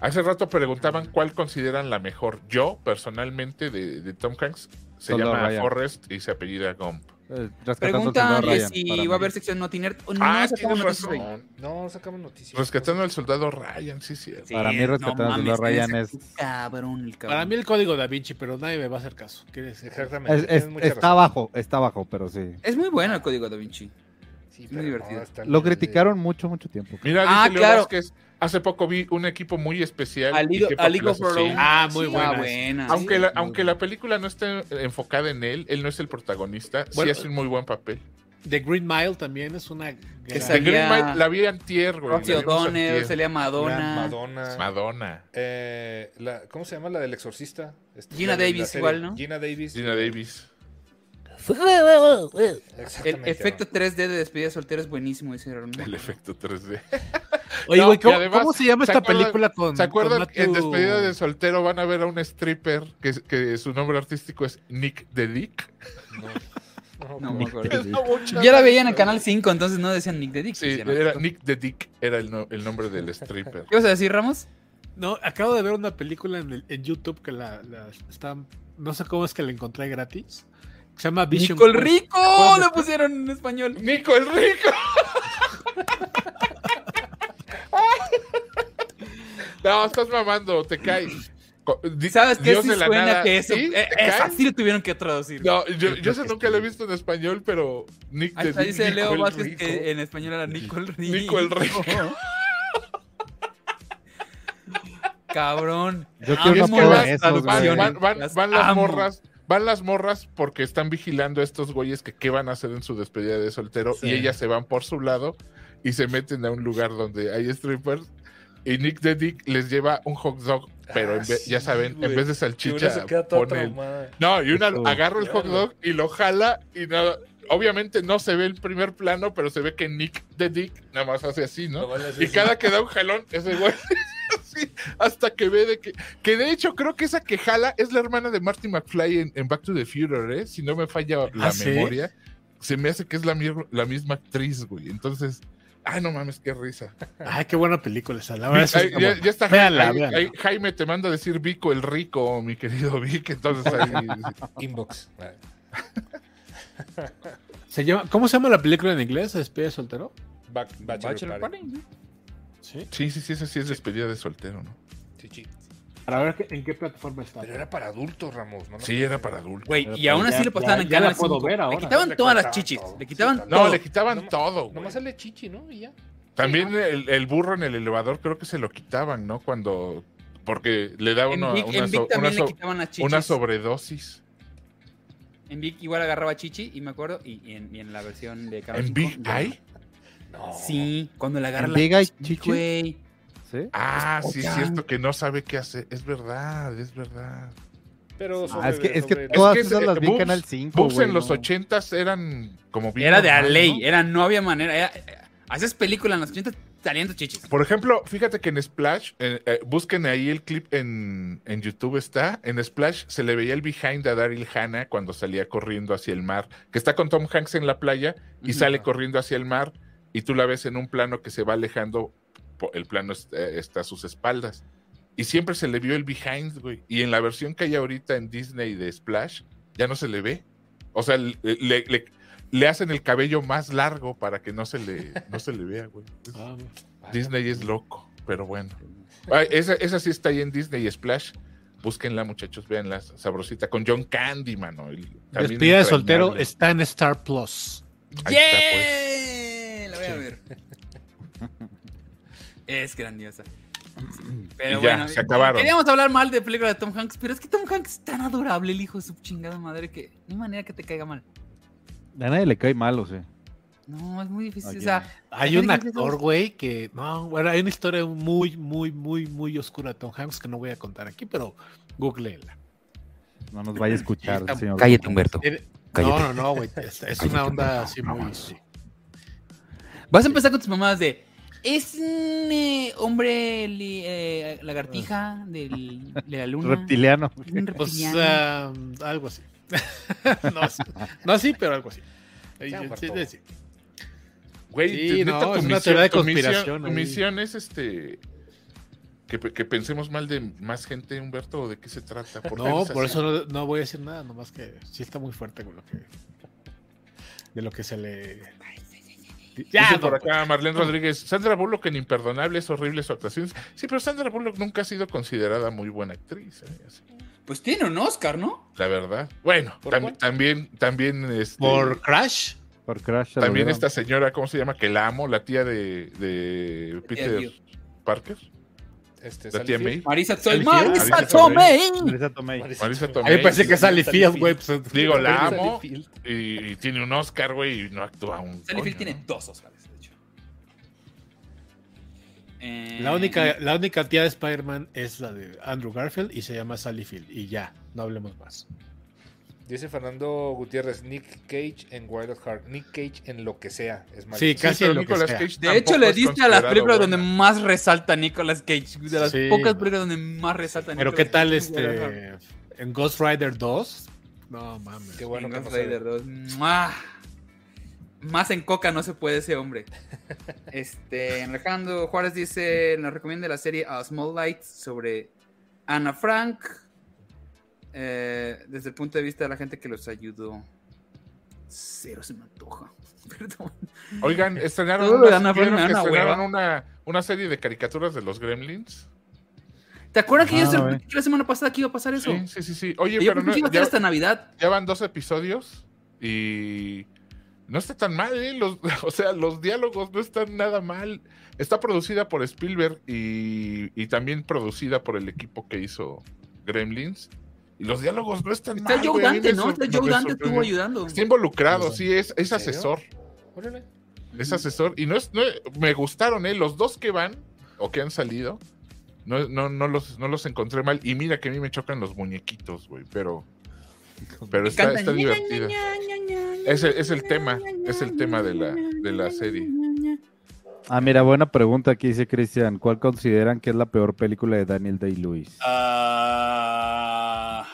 S4: Hace rato preguntaban cuál consideran la mejor. Yo, personalmente, de, de Tom Hanks, se
S6: Soldado
S4: llama
S6: Ryan.
S4: Forrest y se apellida Gump.
S6: Eh, rescatando al
S1: Pregunta
S6: soldado
S1: que
S6: Ryan, para
S1: si va a
S6: mí.
S1: haber sección no tiene o no
S4: ah,
S1: se acaba
S4: tienes
S1: de meter, güey.
S4: razón.
S5: No, sacamos noticias.
S4: Rescatando al soldado Ryan, sí, sí.
S1: Sí,
S6: Para mí Rescatando al Soldado
S1: mames,
S6: Ryan
S1: ese
S6: es-
S1: Cabrón, el cabrón.
S2: Para mí el código da Vinci, pero nadie me va a hacer caso. ¿Qué es?
S5: Exactamente.
S6: Es- es-
S5: tienes mucha
S6: está
S5: razón.
S6: abajo, está abajo, pero sí.
S1: Es muy
S4: Ah,
S1: bueno el código da Vinci.
S5: Sí,
S1: muy
S5: pero no,
S1: divertido.
S5: está
S6: Lo
S5: el-
S6: criticaron mucho, mucho tiempo.
S4: Mira,
S1: Ah,
S4: dice Leo
S1: claro.
S4: Vázquez, hace poco vi un equipo muy especial.
S1: A League-
S4: y Kepa
S1: a League of
S4: Plaza,
S1: Their
S4: sí.
S1: Own.
S2: Ah, muy
S1: Sí,
S2: buena.
S1: ah, buena.
S4: Aunque, la,
S6: muy
S4: aunque
S6: buena.
S4: la película no esté enfocada en él, él no es el protagonista,
S2: Bueno,
S4: sí hace un muy buen papel.
S2: The Green Mile también es una.
S1: Que
S4: De
S2: gran-
S1: salía-
S4: Green Mile la vi antier, güey.
S1: Roxy
S4: la vimos
S1: O'Donnell,
S4: antier.
S1: salía
S5: Gran
S1: Madonna.
S5: Madonna.
S4: Madonna,
S5: Eh, la- ¿Cómo se llama la del exorcista? Este,
S1: Gina
S5: la de la
S1: Davis
S5: serie.
S1: igual, ¿no?
S5: Gina Davis.
S4: Gina Davis.
S1: El
S5: Exactamente.
S1: efecto 3D de despedida soltera es buenísimo, dice Aaron.
S4: El efecto 3D.
S2: Oye, güey,
S4: No, y
S2: ¿cómo,
S4: además,
S2: cómo se llama
S4: ¿se
S2: esta
S4: acuerdan-
S2: película con.
S4: ¿Se acuerdan?
S2: con
S4: que En
S2: Matthew-
S4: despedida de soltero van a ver a un stripper que, que su nombre artístico es Nick the Dick.
S5: No,
S1: No
S5: no,
S1: me acuerdo.
S4: Da mucha
S1: Ya la
S4: risa.
S1: veían en Canal 5, entonces no decían Nick de Dick.
S4: Sí,
S1: decían,
S4: era
S1: ¿no?
S4: Nick the Dick era el, no- el nombre del stripper.
S1: ¿Qué vas a decir, Ramos?
S2: No, acabo de ver una película en, el- en YouTube que la, la están- No sé cómo es que la encontré gratis. Se llama Vision
S1: ¡Nicol
S2: Quest.
S1: Rico!
S2: ¿Cuándo?
S1: Lo pusieron en español.
S4: ¡Nico el Rico! no, estás mamando, te caes. Co- di-
S1: ¿Sabes qué?
S4: Dios
S1: Sí
S4: de la
S1: suena
S4: nada.
S1: que eso.
S4: ¿Sí?
S1: eh,
S4: ¿Te
S1: esa
S4: caes?
S1: sí lo tuvieron que traducir.
S4: No, yo, yo
S6: creo
S4: eso
S6: que
S4: nunca
S6: sí.
S4: lo he visto en español, pero Nick
S1: Ahí
S4: the
S1: está,
S4: Dick.
S1: dice Leo
S4: Nico el
S1: Vázquez
S4: Rico.
S1: que eh, en español era Nicol Rico.
S4: Nico el Rico. Cabrón.
S6: Yo
S1: Ah,
S4: Y
S6: quiero
S4: es
S1: no
S6: una
S4: que
S1: puedo
S6: porra
S1: las
S5: Pues
S4: van, van-
S6: de esos,
S4: van-
S6: güey.
S4: van-
S1: Las
S4: van las
S1: amo.
S4: morras, van las morras porque están vigilando a estos güeyes que qué van a hacer en su despedida de soltero y ellas se van por su lado y se meten a un lugar donde hay strippers y Nick the Dick les lleva un hot dog,
S5: Ah,
S4: pero en vez-
S5: sí,
S4: ya saben, en
S5: güey.
S4: vez
S5: Y una
S4: de salchicha
S5: se queda toda
S4: pone el-
S5: traumada.
S4: No, y una
S6: Eso.
S4: agarra el hot dog y lo jala y nada. Obviamente no se ve el primer plano, pero se ve que Nick the Dick nada más hace así, ¿no?
S5: No vale
S4: Y
S5: hacer
S4: cada que da un jalón, ese güey. así, hasta que ve de que. Que de hecho, creo que esa que jala es la hermana de Marty McFly en, en Back to the Future, ¿eh? Si no me falla la
S2: ¿Ah, sí?
S4: memoria. Se me hace que es la, mier- la misma actriz, güey. Entonces. Ay, no mames, qué risa.
S2: Ay, qué buena película esa. La verdad es
S4: Ay,
S2: que-
S4: ya, ya está.
S2: Véanla,
S4: ahí-
S2: véanla.
S4: ahí Jaime te manda a decir Vico el rico, mi querido Vic. Entonces ahí.
S5: Inbox. Ah,
S2: se llama- ¿Cómo se llama la película en inglés? ¿Despedida de soltero?
S5: Back, bachelor, party.
S2: Sí.
S4: Sí, sí, sí, esa sí es despedida de soltero, ¿no?
S5: Sí, sí.
S2: Para ver qué- en qué plataforma está.
S5: Pero era para adultos, Ramos. ¿no?
S4: Sí, era para adultos.
S1: Güey,
S2: Pero
S1: y aún
S2: pues
S1: así
S2: ya-
S1: lo pasaban
S2: ya-
S1: en
S2: ya la
S1: Canal
S2: puedo
S1: 5.
S2: ver
S1: Le
S2: ahora.
S1: quitaban
S5: Le
S1: todas las
S5: cortaban
S1: chichis.
S5: todo.
S1: Le
S5: Sí,
S1: quitaban
S5: tal-
S4: No,
S1: todo.
S4: le quitaban
S5: ma-
S4: todo, güey.
S5: Nomás sale chichi, ¿no? Y ya.
S4: También el, el burro en el elevador creo que se lo quitaban, ¿no? Cuando, Porque le da uno
S1: en Big,
S4: una,
S1: en Big
S4: so- una
S1: también
S4: so-
S1: le quitaban las chichis.
S4: una sobredosis.
S1: En Big igual agarraba chichi, y me acuerdo, y, y en, y en la versión de Canal
S4: ¿En
S1: cinco,
S4: Big
S1: ya-
S4: Eye?
S5: No.
S1: Sí, cuando le agarra
S6: ¿En
S1: la
S6: Big Eye
S1: chichi,
S6: chichis?
S1: güey.
S6: ¿Sí?
S4: Ah, sí, es
S1: Oigan.
S4: cierto que no sabe qué hacer. Es verdad, es verdad.
S5: Pero
S6: Ah, es que, es que
S5: sobre-
S6: todas
S4: es-
S6: esas las vi en
S4: boobs-
S6: Canal 5.
S4: Boobs
S6: güey,
S4: en los
S6: no.
S4: ochentas eran como bien.
S1: Era de la
S4: normal,
S1: ley,
S4: ¿no?
S1: era no había manera. Era, haces película en los 80 saliendo chichis.
S4: Por ejemplo, fíjate que en Splash, eh, eh, busquen ahí el clip en, en YouTube está. En Splash se le veía el behind a Daryl Hannah cuando salía corriendo hacia el mar, que está con Tom Hanks en la playa y
S1: Ujú.
S4: sale corriendo hacia el mar y tú la ves en un plano que se va alejando, po- el plano es- eh, está a sus espaldas. Y siempre se le vio el behind, güey. Y en la versión que hay ahorita en Disney de Splash, ya no se le ve. O sea, le, le- le- le hacen el cabello más largo para que no se le, no se le vea, güey. Es-
S2: Ah,
S4: Disney es loco, pero bueno. Ay, esa, esa sí está ahí en Disney Splash. Búsquenla, muchachos, véanla, sabrosita, con John Candy, mano. el- también
S2: Despedida de soltero
S4: entrañable.
S2: está en Star Plus.
S4: Ahí está,
S1: ¡Yeah! La voy a ver. es grandiosa.
S4: Y
S1: Pero
S4: ya,
S1: bueno,
S4: se acabaron.
S1: queríamos hablar mal de películas de Tom Hanks, pero es que Tom Hanks es tan adorable, el hijo de su chingada madre, que no hay manera que te caiga mal.
S6: A nadie le cae mal, o sea.
S1: No, es muy difícil.
S6: Oye.
S1: O sea,
S2: Hay
S1: Ajá,
S2: un
S1: ¿de qué
S2: actor,
S1: hablas?
S2: güey, que. No, bueno, hay una historia muy, muy, muy, muy oscura de Tom Hanks que no voy a contar aquí, pero googleela.
S6: No nos vaya a escuchar,
S2: Está-
S6: señor.
S12: Cállate, Humberto.
S2: Tiene- No,
S12: Cállate.
S2: no, no, güey. Es, es una
S12: Cállate,
S2: onda
S12: no,
S2: así
S12: no,
S2: muy.
S12: no.
S2: sí.
S1: vas a empezar con tus mamadas de. Es un eh, hombre li- eh, lagartija del- de la luna.
S6: Reptiliano.
S1: Es un
S2: Pues
S1: reptiliano.
S2: ah, algo así. no, así- no así, pero algo así. Ay,
S5: Ya,
S2: sí,
S5: Humberto.
S2: sí.
S4: Güey,
S2: Sí,
S4: te-
S2: no,
S4: neta, tu
S2: es una
S4: misión-
S2: teoría de
S4: tu misión-
S2: conspiración
S4: tu
S2: ahí.
S4: misión es este. Que, pe- que pensemos mal de más gente, Humberto, o de qué se trata. ¿Por qué
S2: No,
S4: eres
S2: por
S4: así?
S2: eso no, no voy a decir nada, nomás que sí está muy fuerte con lo que. De lo que se le.
S4: Dice
S2: Ya,
S4: por
S2: no,
S4: acá Marlene Rodríguez. Sandra Bullock en Imperdonable es horrible su actuación. Sí, pero Sandra Bullock nunca ha sido considerada muy buena actriz. ¿eh? Así,
S1: Pues tiene un Oscar, ¿no?
S4: La verdad. Bueno,
S5: ¿Por
S4: tam-
S5: cuál?
S4: también, también, este,
S2: pues. Por Crash.
S6: Por Crash. se lo
S4: también
S6: dieron.
S4: esta señora, ¿cómo se llama? Que la amo, la tía de, de Peter
S1: Hill.
S4: Parker,
S5: Este,
S4: la
S5: Sally
S4: tía
S5: Field.
S4: May.
S1: Marisa Tomei.
S2: Marisa
S1: Marisa
S4: Tomei.
S1: Tomei.
S6: Marisa Ah, Tomei.
S5: Marisa
S4: Marisa
S5: Tomei.
S4: Tomei.
S5: que Sally Field, güey,
S4: Digo, la
S5: Sally
S4: amo
S5: Field.
S4: y, y tiene un Oscar, güey, y no actúa un.
S1: Sally Field
S4: coño,
S1: tiene dos Oscars, de hecho. Eh,
S2: La única, la única tía de Spider-Man es la de Andrew Garfield y se llama Sally Field. Y ya, no hablemos más.
S5: Dice Fernando Gutiérrez, Nick Cage en Wild at Heart. Nick Cage en lo que sea. Es Marisa.
S2: Sí,
S4: ¿no?
S2: casi
S4: pero
S2: en lo que
S4: Nicolas
S2: sea.
S4: Cage
S1: De hecho,
S4: tampoco
S1: le
S4: es
S1: diste a las películas donde
S4: considerado buena.
S1: más resalta Nicolas Cage. De las
S2: Sí,
S1: pocas
S2: güey.
S1: películas donde más resalta
S2: Pero
S1: Nicolas
S2: qué tal
S1: Cage.
S2: este en Ghost Rider 2? No mames.
S5: Qué bueno
S1: En
S5: que
S1: Ghost
S5: no se-
S1: Rider 2. ¡Mua! Más en coca no se puede ese hombre. Este, Alejandro Juárez dice, nos recomienda la serie A Small Light sobre Ana Frank eh, desde el punto de vista de la gente que los ayudó. Cero se me antoja. Perdón.
S4: Oigan, estrenaron,
S1: Todo lo de
S4: una,
S1: Ana
S4: ¿vieron
S1: Frank me
S4: que
S1: da una
S4: estrenaron
S1: hueva.
S4: una, una serie de caricaturas de los Gremlins.
S1: ¿Te acuerdas que
S6: Ah,
S1: yo se lo
S6: güey.
S1: dije la semana pasada que iba a pasar eso?
S4: Sí, sí, sí, sí. Oye,
S1: Y yo
S4: pero
S1: pensé que iba
S4: no,
S1: a ser
S4: ya,
S1: hasta Navidad.
S4: ya van dos episodios y no está tan mal, ¿eh? Los, o sea, los diálogos no están nada mal. Está producida por Spielberg y, y también producida por el equipo que hizo Gremlins. Y los diálogos no están
S1: Está
S4: mal.
S1: Joe
S4: güey, a mí
S1: Dante,
S4: me
S1: ¿no? Está
S4: sor-
S1: Joe
S4: me
S1: Dante estuvo
S4: sorprendió.
S1: ayudando.
S4: Está involucrado, sí, es, es
S5: ¿En serio?
S4: asesor.
S5: Órale.
S4: Es asesor. Y no es, no- me gustaron, ¿eh? Los dos que van o que han salido, no, no, no, los, no los encontré mal. Y mira que a mí me chocan los muñequitos, güey, pero. Pero está,
S1: cantan,
S4: está divertida. Es el, es el tema, es el tema de la, de la serie.
S6: Ah, mira, buena pregunta aquí dice Cristian. ¿Cuál consideran que es la peor película de Daniel Day-Lewis?
S1: Ah,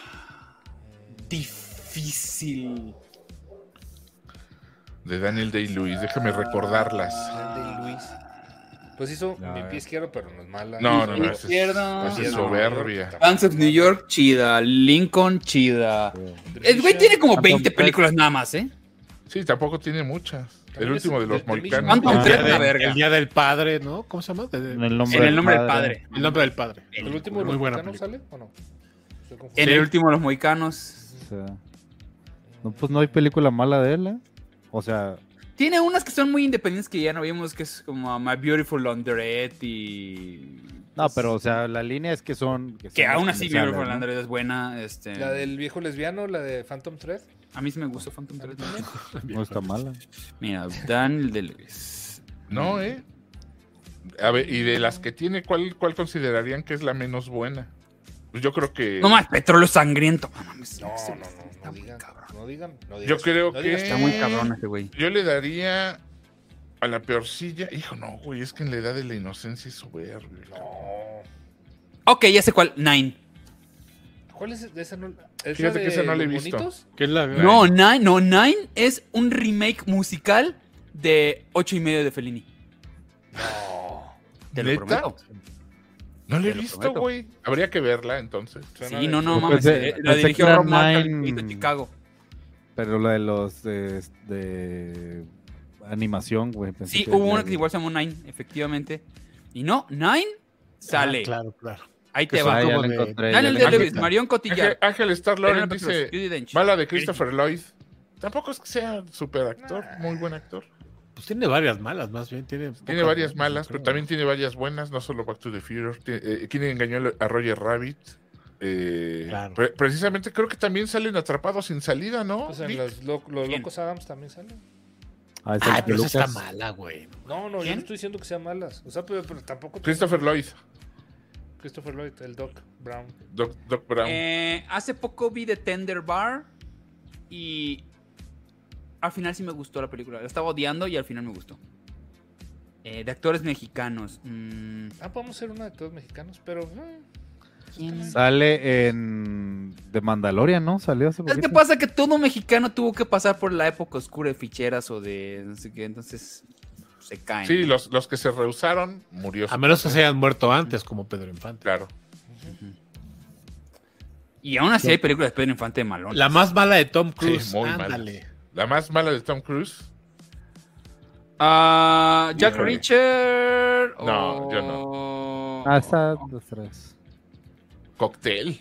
S1: difícil.
S4: De Daniel Day-Lewis, déjame recordarlas.
S5: Daniel Day-Lewis. Pues hizo
S6: No,
S5: mi
S6: eh.
S5: pie izquierdo, pero no es mala.
S4: No, no,
S1: Mi
S4: no.
S1: pie
S4: esa Es,
S1: izquierdo.
S4: esa es
S5: No.
S4: soberbia.
S1: Banks of New York, chida. Lincoln, chida. El güey tiene como 20 películas nada más, ¿eh?
S4: Sí, tampoco tiene muchas. El
S5: También es
S4: último de
S5: el-
S4: los
S5: del- del
S4: mohicanos.
S1: Phantom
S6: Ah,
S1: Thread,
S6: ya
S1: la
S2: El-
S1: verga.
S2: El día del padre, ¿no? ¿Cómo se llama? De- de-
S6: En el nombre,
S1: En el nombre del padre.
S2: el nombre del padre.
S5: ¿El último de
S2: Muy
S5: los
S2: buena
S5: mexicanos
S2: película.
S5: sale o no? Estoy confundido.
S1: En el último de los mohicanos.
S6: O sea, no, pues no hay película mala de él, ¿eh? O sea,
S1: Tiene unas que son muy independientes que ya no vimos, que es como My Beautiful Laundrette y
S6: No, pero, o sea, la línea es que son. Que,
S1: Pues Que
S6: son
S1: aún así, Mirror
S6: indispensables,
S1: for
S6: ¿no?
S1: Android es buena. Este,
S5: La del viejo lesbiano, la de Phantom Thread.
S1: A mí sí me gustó Phantom Thread también.
S6: No está mala.
S1: Mira, Dan de Luis.
S4: No, ¿eh? A ver, y de las que tiene, ¿cuál, cuál considerarían que es la menos buena? Pues yo creo que.
S1: No más, petróleo sangriento. No, mames,
S5: No,
S1: ese-
S5: no, no, no
S1: muy
S5: digan,
S1: cabrón.
S5: no digan, no digan.
S4: yo creo
S5: no
S4: que.
S5: digas-
S1: Está muy cabrón ese güey.
S4: Yo le daría a la peorcilla. Hijo, no, güey, es que en la edad de la inocencia es soberbio.
S5: No.
S1: Ok, ya sé cuál. Nine.
S5: ¿Cuál es esa? No, ¿Es
S4: Fíjate que
S5: de
S4: esa no la he
S5: los
S4: visto.
S5: bonitos?
S2: Que es la
S1: No, Nine, no, Nine es un remake musical de ocho y medio de Fellini. Te lo
S4: ¿Neta?
S1: prometo.
S4: No la he
S1: Te lo
S4: visto,
S1: prometo.
S4: güey. Habría que verla entonces.
S5: Suena
S1: Sí,
S5: de-
S1: no, no,
S6: Yo
S1: mames.
S6: Pues pensé-
S1: eh, la
S6: pensé que
S1: dirigió
S6: era
S1: Rob Martin,
S6: Nine.
S1: de Chicago.
S6: Pero la de los. De, de animación, güey. pensé
S1: Sí,
S6: que
S1: hubo
S6: la-
S1: una que igual se llamó Nine, efectivamente. Y no, Nine sale.
S2: Ah, claro, claro.
S1: Ahí
S6: Ah, Que
S1: te
S6: son
S1: va.
S2: sale.
S6: como
S2: como
S6: de-
S2: de-
S1: Daniel
S6: de-
S1: Day-Lewis,
S6: de-
S1: Marion
S4: Ángel,
S1: Cotillard.
S4: Ángel Star Lawrence
S1: Penélope Cruz,
S4: dice:
S1: Judy Dench.
S4: Va la de Christopher Lloyd. Tampoco es que sea super actor, muy buen actor.
S2: Pues tiene varias malas, más bien. Tiene,
S4: Tiene
S2: pocas
S4: varias
S2: buenas,
S4: malas,
S2: creo.
S4: pero también tiene varias buenas, no solo Back to the Future. Tiene- eh, ¿Quién engañó a Roger Rabbit? Eh,
S2: Claro.
S4: pre- precisamente creo que también salen atrapados sin salida, ¿no?
S5: O sea,
S4: Vic?
S5: Pues los, lo- los
S1: ¿Quién?
S5: locos Adams también salen.
S2: Ah,
S6: Ah, esa es de
S1: pues
S2: pero esa está
S6: Lucas.
S2: mala, güey.
S5: No, no, yo
S1: ¿Quién?
S5: no estoy diciendo que sean malas. O sea, pero, pero tampoco.
S4: Christopher Lloyd,
S5: Christopher Lloyd, el Doc Brown.
S4: Doc, Doc Brown.
S1: Eh, hace poco vi The Tender Bar y al final sí me gustó la película. La estaba odiando y al final me gustó. Eh, de actores mexicanos. mm,
S5: Ah, podemos ser uno de todos mexicanos, pero. eh,
S6: Sale en. De Mandalorian, ¿no? Salió hace
S1: ¿Sabes qué
S6: poquito.
S1: pasa? Que todo mexicano tuvo que pasar por la época oscura de ficheras o de no sé qué, entonces se caen.
S4: Sí, los, los que se rehusaron murió.
S2: A menos que se hayan muerto antes, como Pedro Infante.
S4: Claro.
S1: Y aún así hay películas de Pedro Infante de Malón.
S2: La más mala de Tom Cruise.
S4: Sí, muy mala.
S2: ándale.
S4: La más mala de Tom Cruise.
S1: Ah, Jack
S4: Híjole.
S1: Richard.
S4: No,
S1: o-
S4: yo
S6: Ah, está dos, tres.
S4: Cocktail.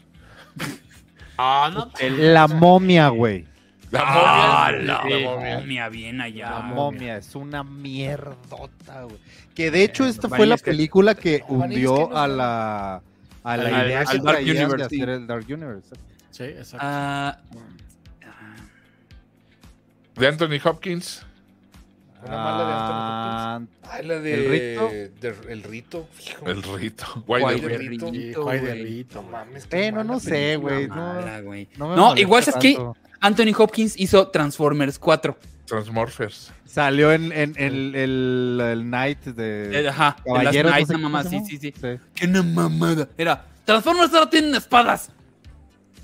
S2: Ah, no.
S6: La momia, güey.
S4: La
S1: Ah,
S4: momia.
S1: la,
S4: La momia.
S1: momia, bien allá.
S6: La momia es una mierdota, güey. Que de hecho esta fue
S1: Vani,
S6: la
S1: es que-
S6: película que
S5: No, Vani, es que
S6: hundió
S5: no-
S6: a la a la
S2: Al-
S6: idea
S2: al
S6: que
S1: Dark
S6: traían de
S1: Universe, sí.
S6: hacer el Dark Universe.
S2: Sí, exacto.
S1: Ah,
S4: De Anthony Hopkins.
S5: Una
S2: Ah.
S5: mala de Anthony Hopkins.
S6: Ah,
S5: Ah, la de.
S6: ¿El Rito?
S5: de- el rito. hijo.
S4: El rito.
S1: Guay
S4: Guay
S1: del
S4: del
S1: Rito.
S2: Sí,
S1: Rito,
S2: Juárez
S1: güey.
S2: de Rito,
S5: No
S2: güey.
S5: mames. qué
S6: bueno,
S5: mala
S6: no sé,
S5: película.
S6: güey.
S1: mala,
S6: No,
S1: güey.
S6: me
S1: No,
S6: molesta
S1: igual, ¿sabes qué?
S6: tanto.
S1: Anthony Hopkins hizo Transformers 4.
S4: Transmorphers.
S6: Salió en, en- en el, el- el Night de
S1: Ajá, de Eh, las
S6: Caballeros.
S1: Knights,
S6: no sé
S1: no
S6: cómo
S1: mamá,
S6: se
S1: sí,
S6: llama.
S1: sí, sí. ¡Qué una mamada! Era, Transformers ahora tienen espadas.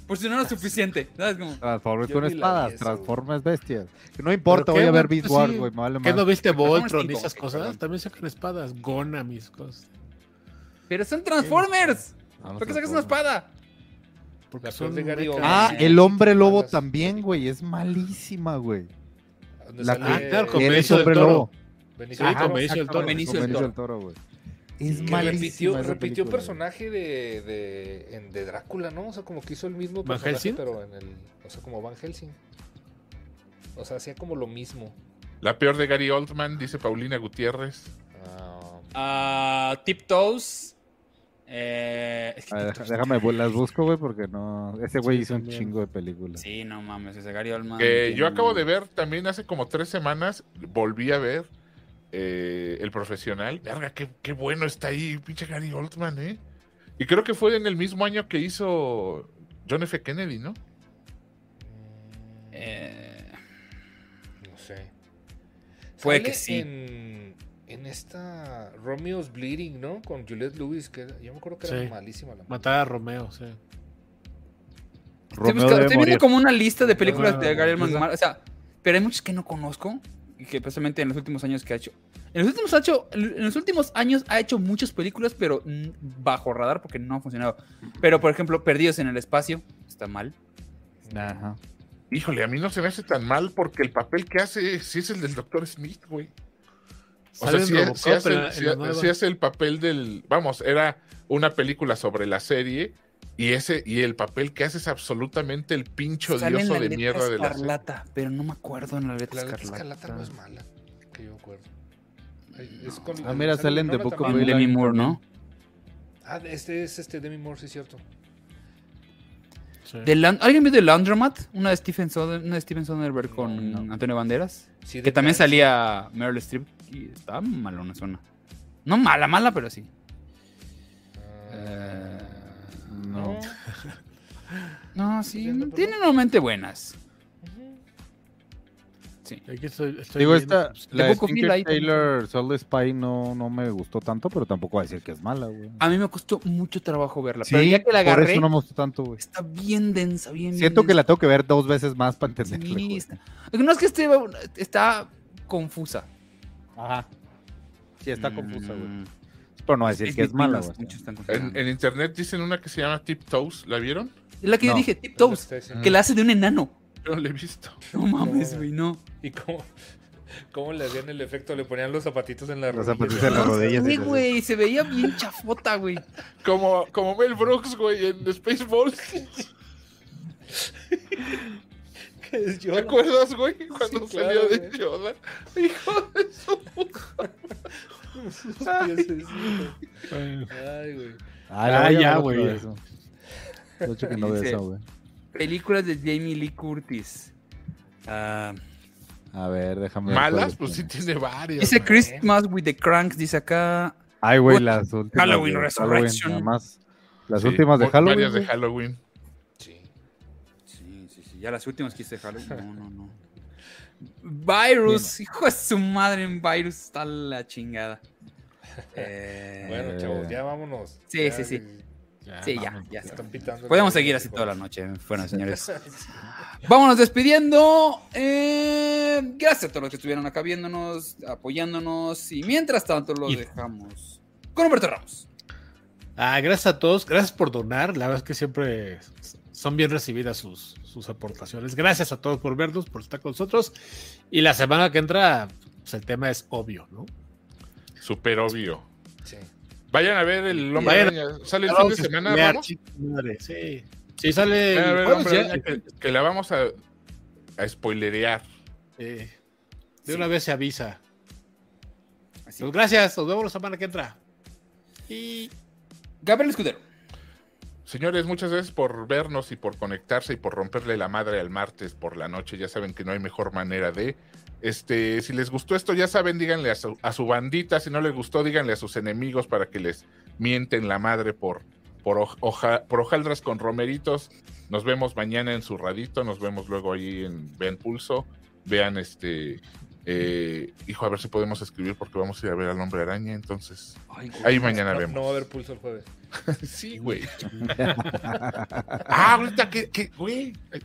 S1: Por si no
S4: Ah,
S1: era suficiente. ¿Sabes cómo?
S6: Transformers
S5: Yo
S6: con
S5: ni la vi
S6: espadas,
S5: esa,
S6: Transformers bestias. Que No importa,
S2: ¿Pero
S6: voy
S2: qué,
S6: a ver
S2: güey?
S6: Beast
S1: pues
S6: Wars,
S2: Sí.
S6: güey. me vale
S2: ¿Qué no
S6: madre.
S2: viste Voltron
S1: cinco,
S2: y esas
S1: ok,
S2: cosas?
S1: perdón.
S2: También sacan espadas. Gona, mis cosas.
S1: Pero son Transformers.
S6: No, no
S1: ¿Por qué
S6: sé
S1: sacas una
S6: cómo.
S1: espada?
S5: La
S2: Porque
S5: peor
S2: son
S5: de Gary
S2: mecas.
S5: Oldman.
S6: Ah,
S5: Sí.
S6: el hombre lobo
S5: Malas.
S6: también, güey. Es malísima, güey.
S5: Donde
S6: la-
S5: sale
S2: Ah, claro, con
S6: Él es
S2: Benicio del
S6: hombre
S2: Toro.
S6: lobo.
S5: Benicio
S2: Sí,
S5: del Toro.
S2: con Benicio del Toro.
S1: Con Benicio del
S6: Benicio
S1: Toro.
S6: del Toro, güey. Es
S5: Que
S6: malísima
S5: repitió,
S6: esa
S5: repitió
S6: película,
S5: personaje de, de, en- de Drácula, ¿no? O sea, como que hizo el mismo
S2: ¿Van
S5: personaje,
S2: Helsing?
S5: pero en el. O sea, como Van Helsing. O sea, hacía como lo mismo.
S4: La peor de Gary Oldman, dice Paulina Gutiérrez.
S5: Ah,
S1: Ah, Tiptoes. Eh, es que
S6: güey. A ver,
S1: Tiptoes-
S6: déjame, bu- las busco, güey, porque no. Ese güey hizo un
S2: también.
S6: chingo de películas.
S1: Sí, no mames, ese Gary Oldman.
S4: Que yo
S1: tiene-
S4: acabo de ver también hace como tres semanas, volví a ver eh, El Profesional. Verga, qué, qué bueno está ahí, pinche Gary Oldman, ¿eh? Y creo que fue en el mismo año que hizo John F. Kennedy, ¿no?
S1: Eh,
S5: no sé.
S1: Puede
S5: Sale
S1: que sí.
S5: En, en esta Romeo's Bleeding, ¿no? Con Juliette Lewis, que era- yo me acuerdo que era
S2: Sí.
S5: malísima la
S2: Matar a Romeo, sí.
S1: estoy buscando-
S6: Romeo debe
S1: pues, estoy
S6: morir.
S1: viendo como una lista de películas
S2: Romeo
S1: de Gary
S2: debe
S1: Oldman.
S2: morir.
S1: mal- O sea, pero hay muchas que no conozco. Y que precisamente en los últimos años que ha hecho. En los últimos, ha hecho, en los últimos años ha hecho muchas películas, pero mm, bajo radar porque no han funcionado. Pero, por ejemplo, Perdidos en el Espacio. Está mal.
S6: Ajá.
S4: Híjole, a mí no se me hace tan mal porque el papel que hace sí es el del Dr. Smith, güey. O sea,
S2: Sale en
S4: sí,
S2: Robocop,
S4: sí hace,
S2: pero en la-
S4: sí
S2: en la
S4: ha-
S2: nueva.
S4: sí hace el papel del. Vamos, era una película sobre la serie y ese y el papel que hace es absolutamente el pincho
S1: Sale en
S4: odioso
S1: la
S4: de
S1: letra
S4: mierda de la serie.
S1: escarlata, pero no me acuerdo en la letra
S5: La letra
S1: escarlata.
S5: escarlata no es mala, que yo acuerdo. Ay, es con-
S6: Ah, mira,
S5: sale
S6: salen de
S5: Jonathan
S6: Book of
S5: Majors.
S1: Con Demi Moore, ¿no?
S5: Ah, este es este Demi Moore, sí, cierto.
S2: Sí.
S1: The Land- ¿Alguien vio The Laundromat? Una de Steven, Soder- una de Steven Soderbergh con Antonio Banderas.
S5: Sí,
S1: Que
S5: de
S1: también
S5: Cats.
S1: salía Meryl Streep. Y estaba malona zona. No mala, mala, pero sí.
S5: Ah,
S1: Eh,
S6: No.
S1: no, sí.
S5: Siento, perdón.
S1: Tiene normalmente buenas.
S2: Aquí estoy, estoy
S6: Digo,
S2: viendo,
S6: esta,
S2: pues,
S6: la
S1: The
S6: de
S1: Book of
S6: Tinker
S1: Midnight.
S6: Taylor Solid Spy no, no me gustó tanto, pero tampoco voy a decir que es mala, güey.
S1: A mí me costó mucho trabajo verla. pero ya que la
S6: por
S1: agarré,
S6: eso no me gustó tanto, güey.
S1: está bien densa, bien
S6: Siento
S1: bien
S6: que la tengo que ver dos veces más para entenderla,
S1: densa. Sí,
S6: güey.
S1: está- No es que esté. Está confusa.
S6: Ajá. Sí, está
S1: Mm.
S6: confusa, güey. Pero no voy a decir
S1: Es
S6: que es mala,
S1: distintas,
S6: güey.
S1: muchas están
S4: En,
S1: confundidas.
S4: en internet dicen una que se llama Tip Toes, ¿la vieron?
S1: Es la que yo
S6: No. Mm.
S1: dije, Tip Toes, que la hace de un enano.
S4: Yo no la he visto.
S1: No mames, güey, no.
S5: ¿Y cómo, cómo le hacían el efecto? Le ponían los zapatitos en la
S6: Los
S5: rodilla.
S6: zapatitos en la rodilla.
S1: Sí, güey, se veía bien chafota, güey.
S4: Como, como Mel Brooks, güey, en Spaceballs.
S5: Es
S4: ¿Te
S5: Yoda.
S4: acuerdas, güey?
S5: claro,
S4: Cuando salió de
S5: güey.
S4: Yoda. Hijo de su puta.
S5: Ay, güey.
S2: Ah,
S6: voy a
S2: ya,
S6: ver otra
S2: güey.
S6: vez, güey. Yo creo que no de
S1: Dice-
S6: eso, güey.
S1: Películas de Jamie Lee Curtis. Ah,
S6: A ver, déjame ver
S4: Malas,
S6: cuáles
S4: pues sí
S6: tiene.
S4: tiene varias.
S1: dice
S4: güey.
S1: Christmas with the Cranks, dice acá.
S6: Ay, güey, las últimas.
S1: Halloween
S6: de
S1: Resurrection.
S6: nada más. Las
S4: Sí,
S6: últimas de
S4: varias
S6: Halloween.
S4: de
S6: güey.
S4: Halloween.
S1: Sí, sí, sí, ya las últimas quise Halloween. No, no, no. Virus, hijo de su madre en Virus, está la chingada. Eh,
S5: Bueno, chavos, ya vámonos.
S1: Sí,
S5: Ya,
S1: sí, sí.
S5: güey,
S1: sí, ya, ya está.
S5: Están pitando.
S1: Podemos seguir así toda la noche. Bueno, señores. Vámonos despidiendo. Eh, gracias a todos los que estuvieron acá viéndonos, apoyándonos. Y mientras tanto, lo
S2: Y-
S1: dejamos con Humberto Ramos.
S2: Ah, gracias a todos, gracias por donar. La verdad es que siempre son bien recibidas sus, sus aportaciones. Gracias a todos por vernos, por estar con nosotros. Y la semana que entra, pues el tema es obvio, ¿no?
S4: Súper obvio.
S5: Sí.
S4: Vayan a ver el hombre
S2: Vayan.
S4: araña. Sale el fin
S2: Vamos
S4: de
S2: a
S4: semana,
S2: estudiar,
S4: Ramos?
S2: chingada madre, Sí, sí sale.
S4: Vayan a
S2: el
S4: ver el
S2: jueves
S4: hombre
S2: ya.
S4: araña que, que la vamos a, a spoilerear.
S2: Eh, de una vez se avisa.
S1: Así.
S2: Pues gracias, nos vemos la semana que entra. Y
S1: Gabriel Escudero.
S4: Señores, muchas gracias por vernos y por conectarse y por romperle la madre al martes por la noche. Ya saben que no hay mejor manera de. Este, si les gustó esto, ya saben, díganle a su, a su bandita. Si no les gustó, díganle a sus enemigos para que les mienten la madre por, por, hoj- hoja- por hojaldras con romeritos. Nos vemos mañana en su radito. Nos vemos luego ahí en Vean Pulso. Vean este. eh, hijo, a ver si podemos escribir porque vamos a ir a ver al hombre araña. Entonces, ahí mañana
S5: No,
S4: vemos.
S5: no va a haber pulso el jueves. Pues
S4: Sí, güey. ah, ahorita que, que güey. hay-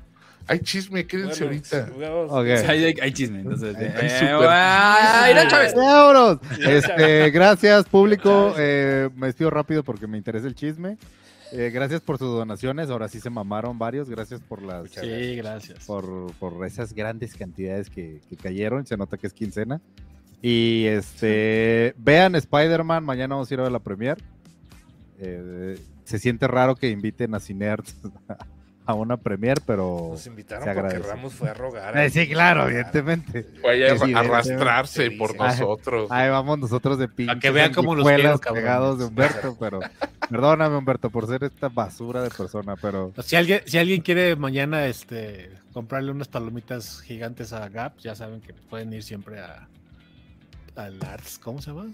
S4: Hay chisme,
S5: Bueno,
S4: quédense ahorita.
S5: huevos.
S6: Ok.
S1: Hay, hay- hay chisme, entonces.
S6: Hay-
S1: eh,
S4: hay
S1: eh,
S4: súper
S1: ay, no, Chávez.
S6: ¡Vámonos! Este, gracias, público. Eh, me despido rápido porque me interesa el chisme. Eh, gracias por sus donaciones. Ahora sí se mamaron varios. Gracias por las
S5: Muchas
S2: sí, gracias.
S6: por, por esas grandes cantidades que, que cayeron. Se nota que es quincena. Y este vean Spider-Man. Mañana vamos a ir a ver la premier. Eh, se siente raro que inviten a Cinerts a una premier, pero.
S2: Pues
S5: Nos invitaron
S6: Se
S5: porque
S6: agradece.
S5: Ramos fue a rogar.
S6: Eh, sí, claro, evidentemente.
S4: Vaya
S6: Sí, sí,
S4: a arrastrarse
S5: sí, sí.
S4: por
S5: Ah,
S4: nosotros.
S6: Ahí vamos nosotros de pinches
S2: que vean cómo los quiero,
S6: sanguijuelas
S2: cabrón.
S6: pegados de Humberto, pero perdóname Humberto por ser esta basura de persona, pero
S2: Si alguien, si alguien quiere mañana este, comprarle unas palomitas gigantes a Gap, ya saben que pueden ir siempre a, al Arts, ¿cómo se llama?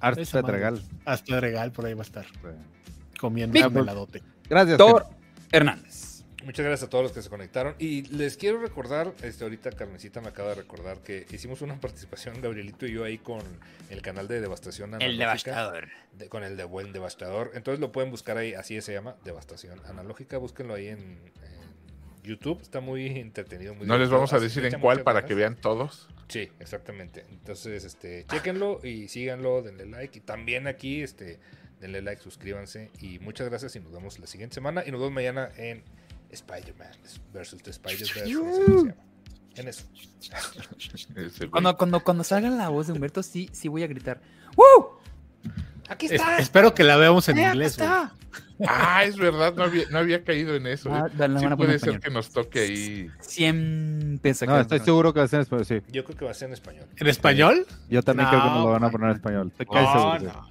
S6: Arte
S2: Esa madre.
S6: Pedregal.
S2: Hasta Regal, por ahí va a estar comiendo
S1: Big
S2: un heladote.
S6: eh. Gracias.
S1: Thor Hernández.
S5: Muchas gracias a todos los que se conectaron. Y les quiero recordar, este, ahorita Carmencita me acaba de recordar que hicimos una participación, Gabrielito y yo, ahí con el canal de Devastación Analógica. de- con el de Buen Devastador. Entonces lo pueden buscar ahí, así se llama, Devastación Analógica. Búsquenlo ahí en, en YouTube. Está muy entretenido. Muy
S4: No les
S5: divertido.
S4: vamos a
S5: Así
S4: decir
S5: le echa
S4: en cuál
S5: muchas
S4: para
S5: ganas.
S4: que vean todos.
S5: Sí, exactamente. Entonces, este, chéquenlo y síganlo, denle like. Y también aquí, este, denle like, suscríbanse. Y muchas gracias y nos vemos la siguiente semana. Y nos vemos mañana en Spider-Man versus the Spider-Verse. no sé cómo se llama. En eso.
S4: Ese güey.
S1: Cuando, cuando, cuando salga la voz de Humberto, sí, sí voy a gritar. ¡Woo! ¡Aquí
S2: Es-
S1: está!
S2: espero que la veamos en
S1: ¡Aquí
S2: inglés. güey.
S1: está!
S4: Ah, es verdad, no había, no había caído en eso.
S1: Ah,
S4: eh.
S1: dale, la
S4: Sí
S1: van a poner
S4: puede
S1: en
S4: ser
S1: español.
S4: que nos toque ahí.
S1: Siempre saca-
S6: No, estoy seguro que va a ser en español, sí.
S5: Yo creo que va a ser en español.
S2: ¿En español?
S6: Yo también creo que nos
S2: No,
S1: Oh,
S6: lo van a poner en español. Te caes
S2: No,
S6: seguro.
S2: no.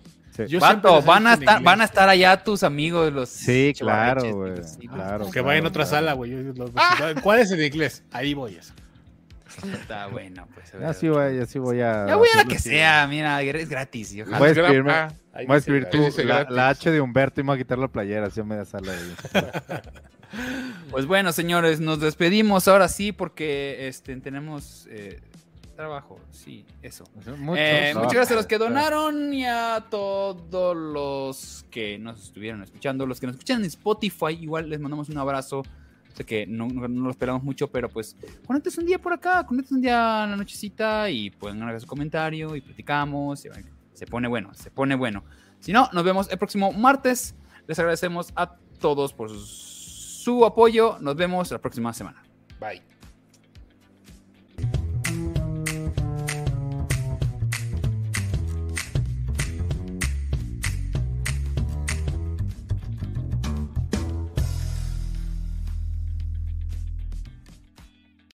S2: Yo siempre
S1: Vato,
S2: les he
S1: van a,
S2: dicho en
S1: estar, van a
S2: inglés.
S1: estar allá tus amigos, los.
S6: Sí, claro,
S1: chihuahuaches,
S6: güey.
S1: los hijos.
S6: Claro,
S2: Que vaya en
S6: claro,
S2: otra
S6: claro.
S2: sala, güey. yo los-
S1: Ah.
S2: ¿Cuál es el inglés? Ahí voy. eso.
S1: pues, Está bueno, pues. a ver.
S6: Ya sí voy, ya sí voy a.
S1: Ya voy a la
S6: hacerlo
S1: que
S6: así.
S1: sea, mira, es gratis. y ojalá.
S6: Voy a
S4: Gra-
S6: escribirme-
S4: ah,
S5: Ahí
S6: Voy a
S5: dice,
S6: escribir
S5: "Ah,
S6: tú,
S4: ahí dice
S6: la,
S4: gratis.
S6: la H de Humberto y me voy a quitar la playera, así en media sala. de
S1: Eh, Pues bueno, señores, nos despedimos ahora sí porque este, tenemos eh, trabajo. Sí, eso.
S6: Mucho
S1: Eh,
S6: trabajo.
S1: muchas gracias a los que
S6: Claro.
S1: donaron y a todos los que nos estuvieron escuchando. Los que nos escuchan en Spotify, igual les mandamos un abrazo. Sé que no, no- no lo esperamos mucho, pero pues conéctense un día por acá, conéctense un día en la nochecita y pueden hacer su comentario y platicamos. y van- se pone bueno, se pone bueno. Si no, nos vemos el próximo martes. Les agradecemos a todos por su, su apoyo. Nos vemos la próxima semana.
S5: Bye.